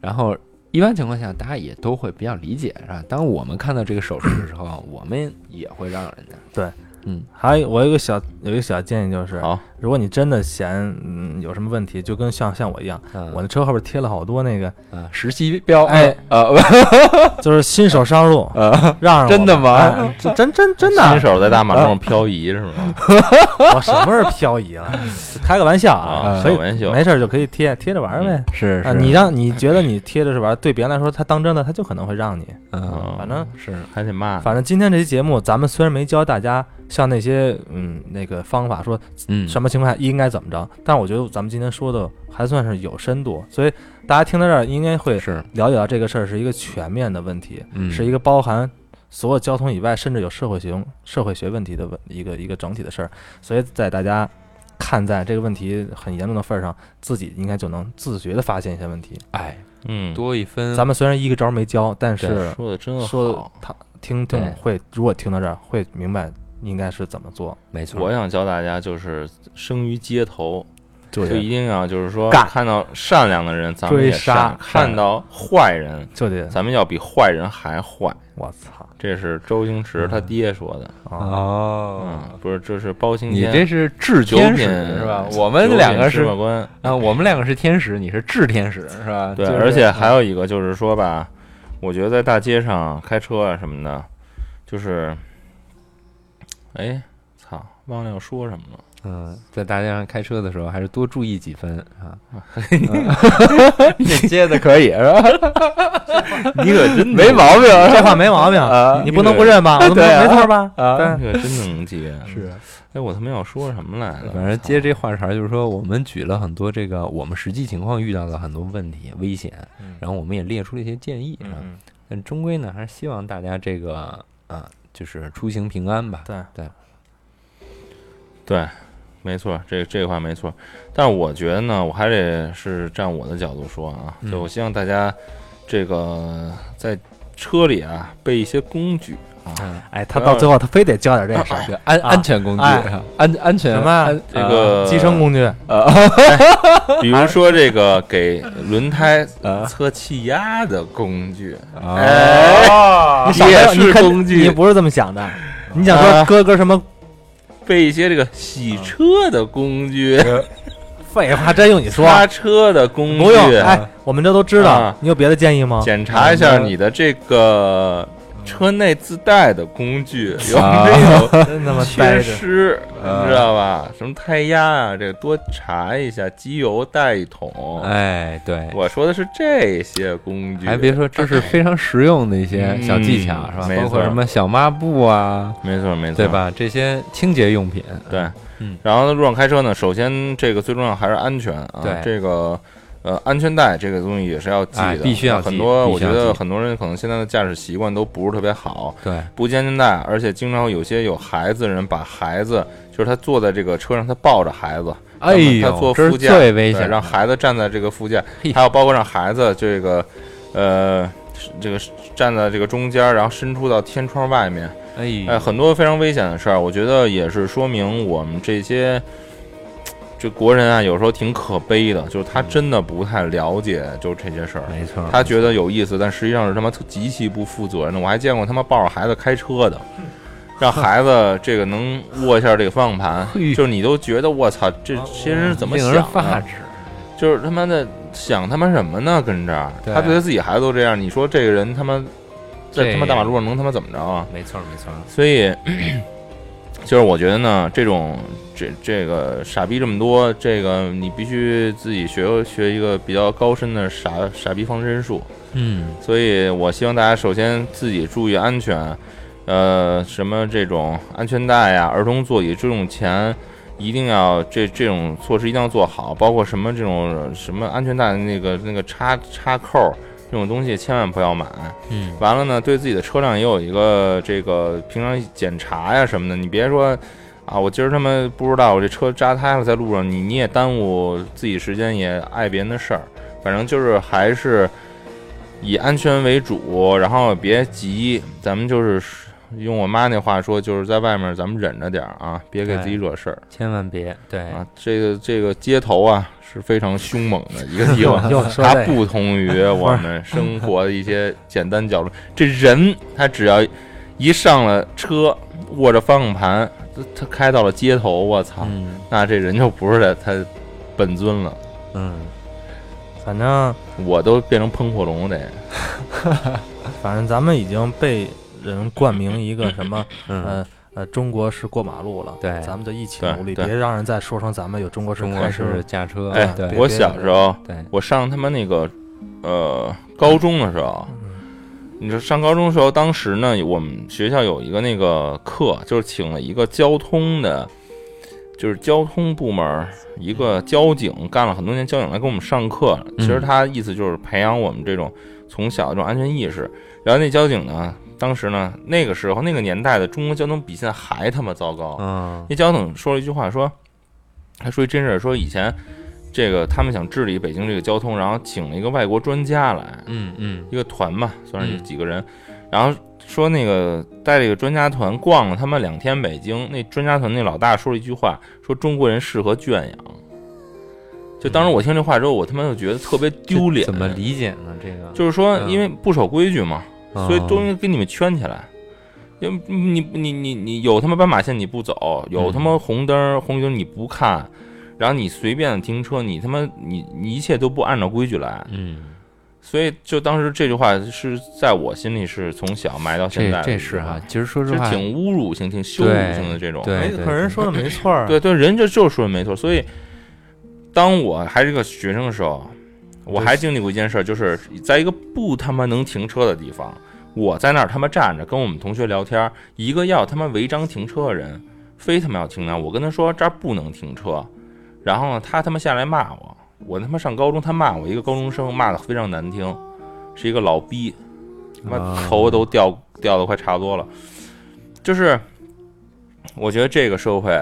Speaker 3: 然后一般情况下大家也都会比较理解，是吧？当我们看到这个手势的时候，我们也会让人家，
Speaker 4: 还有我有一个小有一个小建议就是，
Speaker 1: 好，
Speaker 4: 如果你真的嫌嗯有什么问题，就跟像像我一样，
Speaker 3: 嗯、
Speaker 4: 我的车后边贴了好多那个，
Speaker 3: 啊，实习标，
Speaker 4: 哎
Speaker 3: 啊，
Speaker 4: 就是新手上路，
Speaker 3: 呃，
Speaker 4: 让让我
Speaker 3: 真的吗
Speaker 4: 哎这真真真
Speaker 1: 新
Speaker 4: 的，嗯
Speaker 1: 手在大马路上漂移是吗？
Speaker 4: 我什么时候漂移了？开个玩笑啊
Speaker 1: 啊，
Speaker 4: 可以
Speaker 1: 小玩笑
Speaker 4: 没事儿就可以贴贴着玩儿呗。
Speaker 3: 是
Speaker 4: 啊，
Speaker 3: 是，
Speaker 4: 你让你觉得你贴着是玩儿，对别人来说他当真的，他就可能会让你。
Speaker 3: 嗯，
Speaker 4: 反正
Speaker 3: 是
Speaker 1: 还得骂，
Speaker 4: 反正今天这期节目，咱们虽然没教大家像那些嗯那个方法说
Speaker 3: 嗯，
Speaker 4: 什么情况下应该怎么着，但我觉得咱们今天说的还算是有深度，所以大家听到这儿应该会
Speaker 3: 是，
Speaker 4: 了解到这个事儿是一个全面的问题，
Speaker 3: 嗯，
Speaker 4: 是一个包含所有交通以外，甚至有社会学社会学问题的问一个一个整体的事儿。所以在大家看在这个问题很严重的份儿上，自己应该就能自觉的发现一些问题。
Speaker 3: 哎，
Speaker 1: 嗯，
Speaker 3: 多一分，
Speaker 4: 咱们虽然一个招儿没教，但是
Speaker 1: 说的真
Speaker 4: 说
Speaker 1: 好。
Speaker 4: 他听众
Speaker 3: 对
Speaker 4: 会，如果听到这儿会明白应该是怎么做。
Speaker 3: 没错，
Speaker 1: 我想教大家，就是生于街头，
Speaker 4: 就
Speaker 1: 就
Speaker 4: 得
Speaker 1: 一定要就是说，
Speaker 4: 干
Speaker 1: 看到善良的人，咱们也
Speaker 4: 追杀
Speaker 1: 善；看到坏人，
Speaker 4: 就得，
Speaker 1: 咱们要比坏人还坏。
Speaker 4: 我操
Speaker 1: 这是周星驰他爹说的，
Speaker 4: 啊！
Speaker 3: 嗯哦。
Speaker 1: 嗯，不是，这是包青
Speaker 3: 你
Speaker 1: 天。
Speaker 3: 这是治
Speaker 1: 九
Speaker 3: 天
Speaker 1: 品
Speaker 3: 使是吧？我们两个是
Speaker 1: 法官，
Speaker 3: 啊，我们两个是天使，你是治天使是吧？
Speaker 1: 对，
Speaker 3: 就是啊
Speaker 1: 而且还有一个就是说吧，我觉得在大街上开车啊什么的，就是，哎，操，忘了要说什么 了。
Speaker 3: 嗯，在大街上开车的时候，还是多注意几分啊。
Speaker 7: 你接的可以是吧？
Speaker 1: 你可真
Speaker 7: 没毛病
Speaker 4: 这话没毛病，你不能不认吧？我们
Speaker 7: 对啊
Speaker 4: 没错吧？
Speaker 7: 啊，
Speaker 1: 你可真能接。
Speaker 3: 是，
Speaker 1: 哎，我他妈要说什么来着？
Speaker 3: 反正
Speaker 1: 操
Speaker 3: 接这话茬儿就是说，我们举了很多这个我们实际情况遇到的很多问题、危险，然后我们也列出了一些建议啊。
Speaker 4: 嗯，
Speaker 3: 但终归呢，还是希望大家这个啊，就是出行平安吧。
Speaker 4: 对，
Speaker 1: 对，没错，这这话没错。但我觉得呢，我还得是站我的角度说啊，
Speaker 3: 嗯
Speaker 1: 就我希望大家这个在车里啊备一些工 具啊，
Speaker 8: 哎，他到最后他非得教点这个事儿，
Speaker 3: 对安安全工具啊
Speaker 8: 哎，
Speaker 3: 安安全
Speaker 4: 什么啊
Speaker 3: 安
Speaker 1: 这个
Speaker 4: 机升工具，
Speaker 1: 比如说这个给轮胎呃
Speaker 3: 啊
Speaker 1: 测气压的工具，
Speaker 3: 啊
Speaker 4: 哎，
Speaker 1: 你也是
Speaker 4: 肯
Speaker 1: 工具
Speaker 4: 你不是这么想的，你想说
Speaker 1: 啊
Speaker 4: 搁个什么？
Speaker 1: 备一些这个洗
Speaker 3: 啊
Speaker 1: 车的工具、
Speaker 4: 废话，真用你说？
Speaker 1: 刹车的工具
Speaker 4: 不，用，哎，我们这都知道
Speaker 1: 啊。
Speaker 4: 你有别的建议吗？
Speaker 1: 检查一下你的这个车内自带的工具有
Speaker 3: 啊
Speaker 1: 没有
Speaker 4: 真他妈
Speaker 1: 缺
Speaker 4: 呆着，
Speaker 1: 失，
Speaker 3: 啊
Speaker 1: 你知道吧？什么胎压啊，这个多查一下，机油带一桶。
Speaker 3: 哎，对，
Speaker 1: 我说的是这些工具，
Speaker 3: 还别说，这是非常实用的一些小技巧，
Speaker 1: 嗯
Speaker 3: 是吧？
Speaker 1: 没
Speaker 3: 包括
Speaker 1: 错
Speaker 3: 什么小抹布啊，
Speaker 1: 没错没错，
Speaker 3: 对？吧？这些清洁用品，
Speaker 1: 对，
Speaker 3: 嗯
Speaker 1: 然后呢，路上开车呢，首先这个最重要还是安全啊，
Speaker 3: 对
Speaker 1: 这个。呃，安全带这个东西也是要记的，
Speaker 3: 哎必须要记
Speaker 1: 很多，
Speaker 3: 必
Speaker 1: 我
Speaker 3: 须要
Speaker 1: 觉
Speaker 3: 记
Speaker 1: 得很多人可能现在的驾驶习惯都不是特别好，
Speaker 3: 对，
Speaker 1: 不系安全带，而且经常有些有孩子的人把孩子，就是他坐在这个车上，他抱着孩子，
Speaker 3: 哎
Speaker 1: 他坐
Speaker 3: 呦，
Speaker 1: 副
Speaker 3: 这是
Speaker 1: 驾
Speaker 3: 最危险
Speaker 1: 对
Speaker 3: 的，
Speaker 1: 让孩子站在这个副驾
Speaker 3: 嘿，
Speaker 1: 还有包括让孩子这个，呃，是这个是站在这个中间，然后伸出到天窗外面，
Speaker 3: 哎
Speaker 1: 哎，
Speaker 3: 呦，
Speaker 1: 很多非常危险的事儿，我觉得也是说明我们这些这国人啊，有时候挺可悲的，就是
Speaker 3: 嗯
Speaker 1: 他真的不太了解就这些事儿，
Speaker 3: 没错，
Speaker 1: 他觉得有意思，但实际上是他妈极其不负责任的。我还见过他妈抱着孩子开车的，让孩子这个能握一下这个方向盘，
Speaker 3: 嘿哦
Speaker 1: 就是你都觉得我操，这这些人是怎么
Speaker 3: 令
Speaker 1: 想
Speaker 3: 人
Speaker 1: 的
Speaker 3: 发？指，
Speaker 1: 就是他妈的想他妈什么呢？跟这儿，
Speaker 3: 对
Speaker 1: 他对他自己孩子都这样，你说这个人他妈在
Speaker 3: 这
Speaker 1: 他妈大马路上能他妈怎么着啊？
Speaker 3: 没错没错，
Speaker 1: 所以，就是我觉得呢，这种这这个傻逼这么多，这个你必须自己学学一个比较高深的傻傻逼防身术。
Speaker 3: 嗯，
Speaker 1: 所以我希望大家首先自己注意安全，呃，什么这种安全带呀、儿童座椅这种钱，一定要这这种措施一定要做好，包括什么这种什么安全带的那个那个插插扣儿这种东西，千万不要买。
Speaker 3: 嗯，
Speaker 1: 完了呢，对自己的车辆也有一个这个平常检查呀什么的，你别说啊，我今儿他妈不知道我这车扎胎了，在路上你你也耽误自己时间，也碍别人的事儿。反正就是还是以安全为主，然后别急，咱们就是用我妈那话说，就是在外面咱们忍着点儿啊，别给自己惹事儿
Speaker 3: 千万别对，
Speaker 1: 啊。这个这个街头啊是非常凶猛的一个地方，
Speaker 8: 又说
Speaker 1: 它
Speaker 8: 这个
Speaker 1: 不同 于我们生活的一些简单角落。这人他只要一上了车，握着方向盘，他他开到了街头，我操，
Speaker 3: 嗯
Speaker 1: 那这人就不是他他本尊了，
Speaker 3: 嗯，
Speaker 4: 反正
Speaker 1: 我都变成喷火龙了得。
Speaker 4: 反正咱们已经被人冠名一个什么
Speaker 3: 嗯
Speaker 4: 呃呃，中国是过马路了，
Speaker 3: 对
Speaker 4: 咱们就一起
Speaker 1: 对
Speaker 4: 努力，别
Speaker 1: 对
Speaker 4: 让人再说成咱们有中国式
Speaker 3: 中国
Speaker 4: 开车
Speaker 3: 式驾车，
Speaker 1: 哎
Speaker 3: 对
Speaker 4: 别
Speaker 1: 我小时候，
Speaker 3: 对，
Speaker 1: 我上他妈那个呃高中的时候
Speaker 4: 嗯，
Speaker 1: 你说上高中的时候，当时呢，我们学校有一个那个课，就是请了一个交通的，就是交通部门儿一个交警，干了很多年交警来给我们上课。其实他意思就是培养我们这种从小这种安全意识。然后那交警呢，当时呢，那个时候那个年代的中国交通比现在还他妈糟糕。
Speaker 3: 嗯
Speaker 1: 那交警说了一句话，说他说一真事儿，说以前这个他们想治理北京这个交通，然后请了一个外国专家来，
Speaker 3: 嗯嗯，
Speaker 1: 一个团吧，算是有
Speaker 3: 嗯
Speaker 1: 几个人，然后说那个带这个专家团逛了他们两天北京，那专家团那老大说了一句话，说中国人适合圈养。就当时我听这话之后，我他妈就觉得特别丢脸
Speaker 3: 嗯这，怎么理解呢？这个
Speaker 1: 就是说
Speaker 3: 嗯
Speaker 1: 因为不守规矩嘛，所以都应
Speaker 3: 嗯
Speaker 1: 该给你们圈起来。因为你你你你有他妈斑马线你不走，有他
Speaker 3: 嗯
Speaker 1: 妈红灯红绿灯你不看，然后你随便停车，你他妈你你一切都不按照规矩来。
Speaker 3: 嗯。
Speaker 1: 所以就当时这句话是在我心里是从小埋到现在
Speaker 3: 这
Speaker 1: 的
Speaker 3: 这是
Speaker 1: 啊
Speaker 3: 啊，，其实说实
Speaker 1: 是
Speaker 3: 话，
Speaker 1: 挺侮辱性、挺羞辱性的这种。
Speaker 3: 对
Speaker 4: 哎，
Speaker 3: 对
Speaker 4: 可人说的没错儿啊，
Speaker 1: 对对，人家就是说的没错。所以，当我还是个学生的时候，我还经历过一件事儿，就是在一个不他妈能停车的地方，我在那儿他妈站着跟我们同学聊天儿，一个要他妈违章停车的人，非他妈要停呢，我跟他说这儿不能停车，然后呢，他他妈下来骂我，我他妈上高中，他骂我一个高中生，骂的非常难听，是一个老逼，他妈
Speaker 3: 啊
Speaker 1: 头都掉掉的快差不多了，就是我觉得这个社会。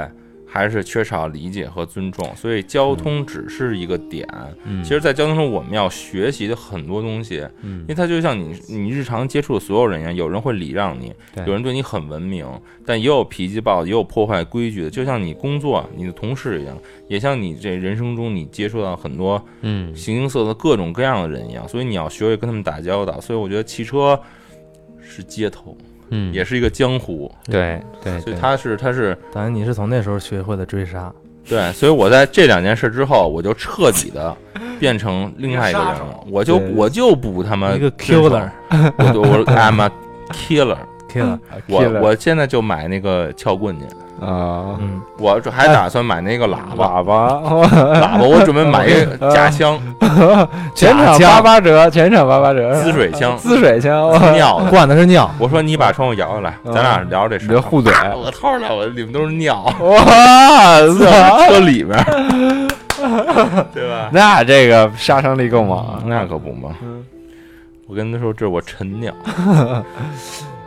Speaker 1: 还是缺少理解和尊重。所以交通只是一个点，
Speaker 3: 嗯，
Speaker 1: 其实，在交通中我们要学习的很多东西，
Speaker 3: 嗯
Speaker 1: 因为它就像你你日常接触的所有人一样，有人会礼让你，
Speaker 3: 对
Speaker 1: 有人对你很文明，但也有脾气暴，也有破坏规矩的。就像你工作、你的同事一样，也像你这人生中你接触到很多
Speaker 3: 嗯
Speaker 1: 形形色色、各种各样的人一样，所以你要学会跟他们打交道。所以我觉得汽车是街头，
Speaker 3: 嗯
Speaker 1: 也是一个江湖，
Speaker 3: 对对，
Speaker 1: 所以
Speaker 3: 对
Speaker 1: 它是它是
Speaker 4: 等于你是从那时候学会的追杀，
Speaker 1: 对，所以我在这两件事之后，我就彻底的变成另外一个人了。我就
Speaker 4: 对
Speaker 1: 我就不他妈
Speaker 4: 一个
Speaker 1: 遵守
Speaker 4: killer
Speaker 1: 我就我 I'm a killer。
Speaker 4: killer，
Speaker 1: 我
Speaker 3: Killer
Speaker 1: 我现在就买那个撬棍去，
Speaker 3: 啊
Speaker 4: 嗯，
Speaker 1: 我这还打算买那个喇 叭，
Speaker 3: 喇 叭，
Speaker 1: 喇叭我准备买一个假枪、
Speaker 3: 全场
Speaker 4: 假枪
Speaker 3: 八八折，全场八八折，
Speaker 1: 滋水枪、
Speaker 3: 滋水啊枪，
Speaker 1: 滋
Speaker 3: 哇
Speaker 1: 尿的。
Speaker 4: 灌的是尿，
Speaker 1: 我说你把窗户摇下来，
Speaker 4: 嗯
Speaker 1: 咱俩聊这
Speaker 3: 你
Speaker 1: 事儿哎
Speaker 3: 这。互怼，
Speaker 1: 我掏出来，我里面都是 尿，
Speaker 3: 哇
Speaker 1: 车里边儿，对吧？
Speaker 3: 那这个杀伤力够猛啊，
Speaker 1: 那可不嘛。
Speaker 4: 嗯
Speaker 1: 我跟他说，这是我陈鸟，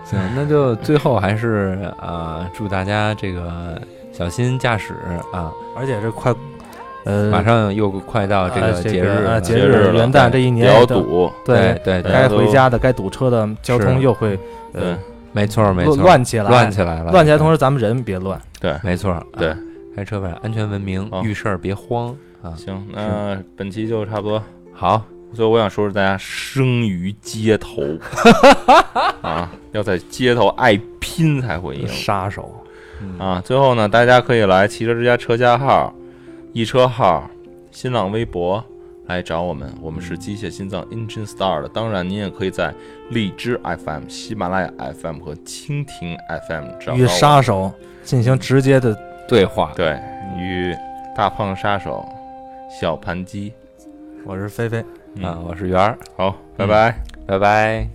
Speaker 3: 行，那就最后还是呃，祝大家这个小心驾驶啊！
Speaker 4: 而且是快，呃，
Speaker 3: 马上又快到嗯这
Speaker 4: 呃
Speaker 3: 个节日
Speaker 4: 个
Speaker 3: 了，
Speaker 4: 啊节
Speaker 1: 节日
Speaker 4: 日
Speaker 1: 了
Speaker 4: 元旦这一
Speaker 1: 不
Speaker 4: 年
Speaker 1: 要
Speaker 4: 的
Speaker 1: 赌，
Speaker 3: 对
Speaker 4: 对，
Speaker 3: 对对，
Speaker 4: 该回家的、该堵车的，交通又会
Speaker 1: 对
Speaker 4: 呃
Speaker 3: 没错没错，
Speaker 4: 乱乱起来，
Speaker 3: 乱起来了，嗯
Speaker 4: 乱起来，同时咱们人别乱，
Speaker 1: 对。
Speaker 3: 没错，啊
Speaker 1: 对，
Speaker 3: 开车吧，安全文明，
Speaker 1: 好
Speaker 3: 遇事儿别慌啊！
Speaker 1: 行，那本期就差不多。
Speaker 3: 好，
Speaker 1: 所以我想说说大家生于街头啊，要在街头爱拼才
Speaker 3: 哎
Speaker 1: 会赢
Speaker 4: 杀手，
Speaker 1: 啊。最后呢，大家可以来汽车之家车家号、易车号、新浪微博来找我们，我们是机械心脏 Engine Star 的。当然，您也可以在荔枝 FM、喜马拉雅 FM 和蜻蜓 FM 找到我
Speaker 4: 与
Speaker 1: 们
Speaker 4: 杀手进行直接的
Speaker 3: 对话，
Speaker 1: 对与大胖杀手、小盘鸡。
Speaker 4: 我是菲菲。
Speaker 1: 嗯
Speaker 3: 啊，我是圆儿，
Speaker 1: 好，拜拜。
Speaker 3: 拜拜。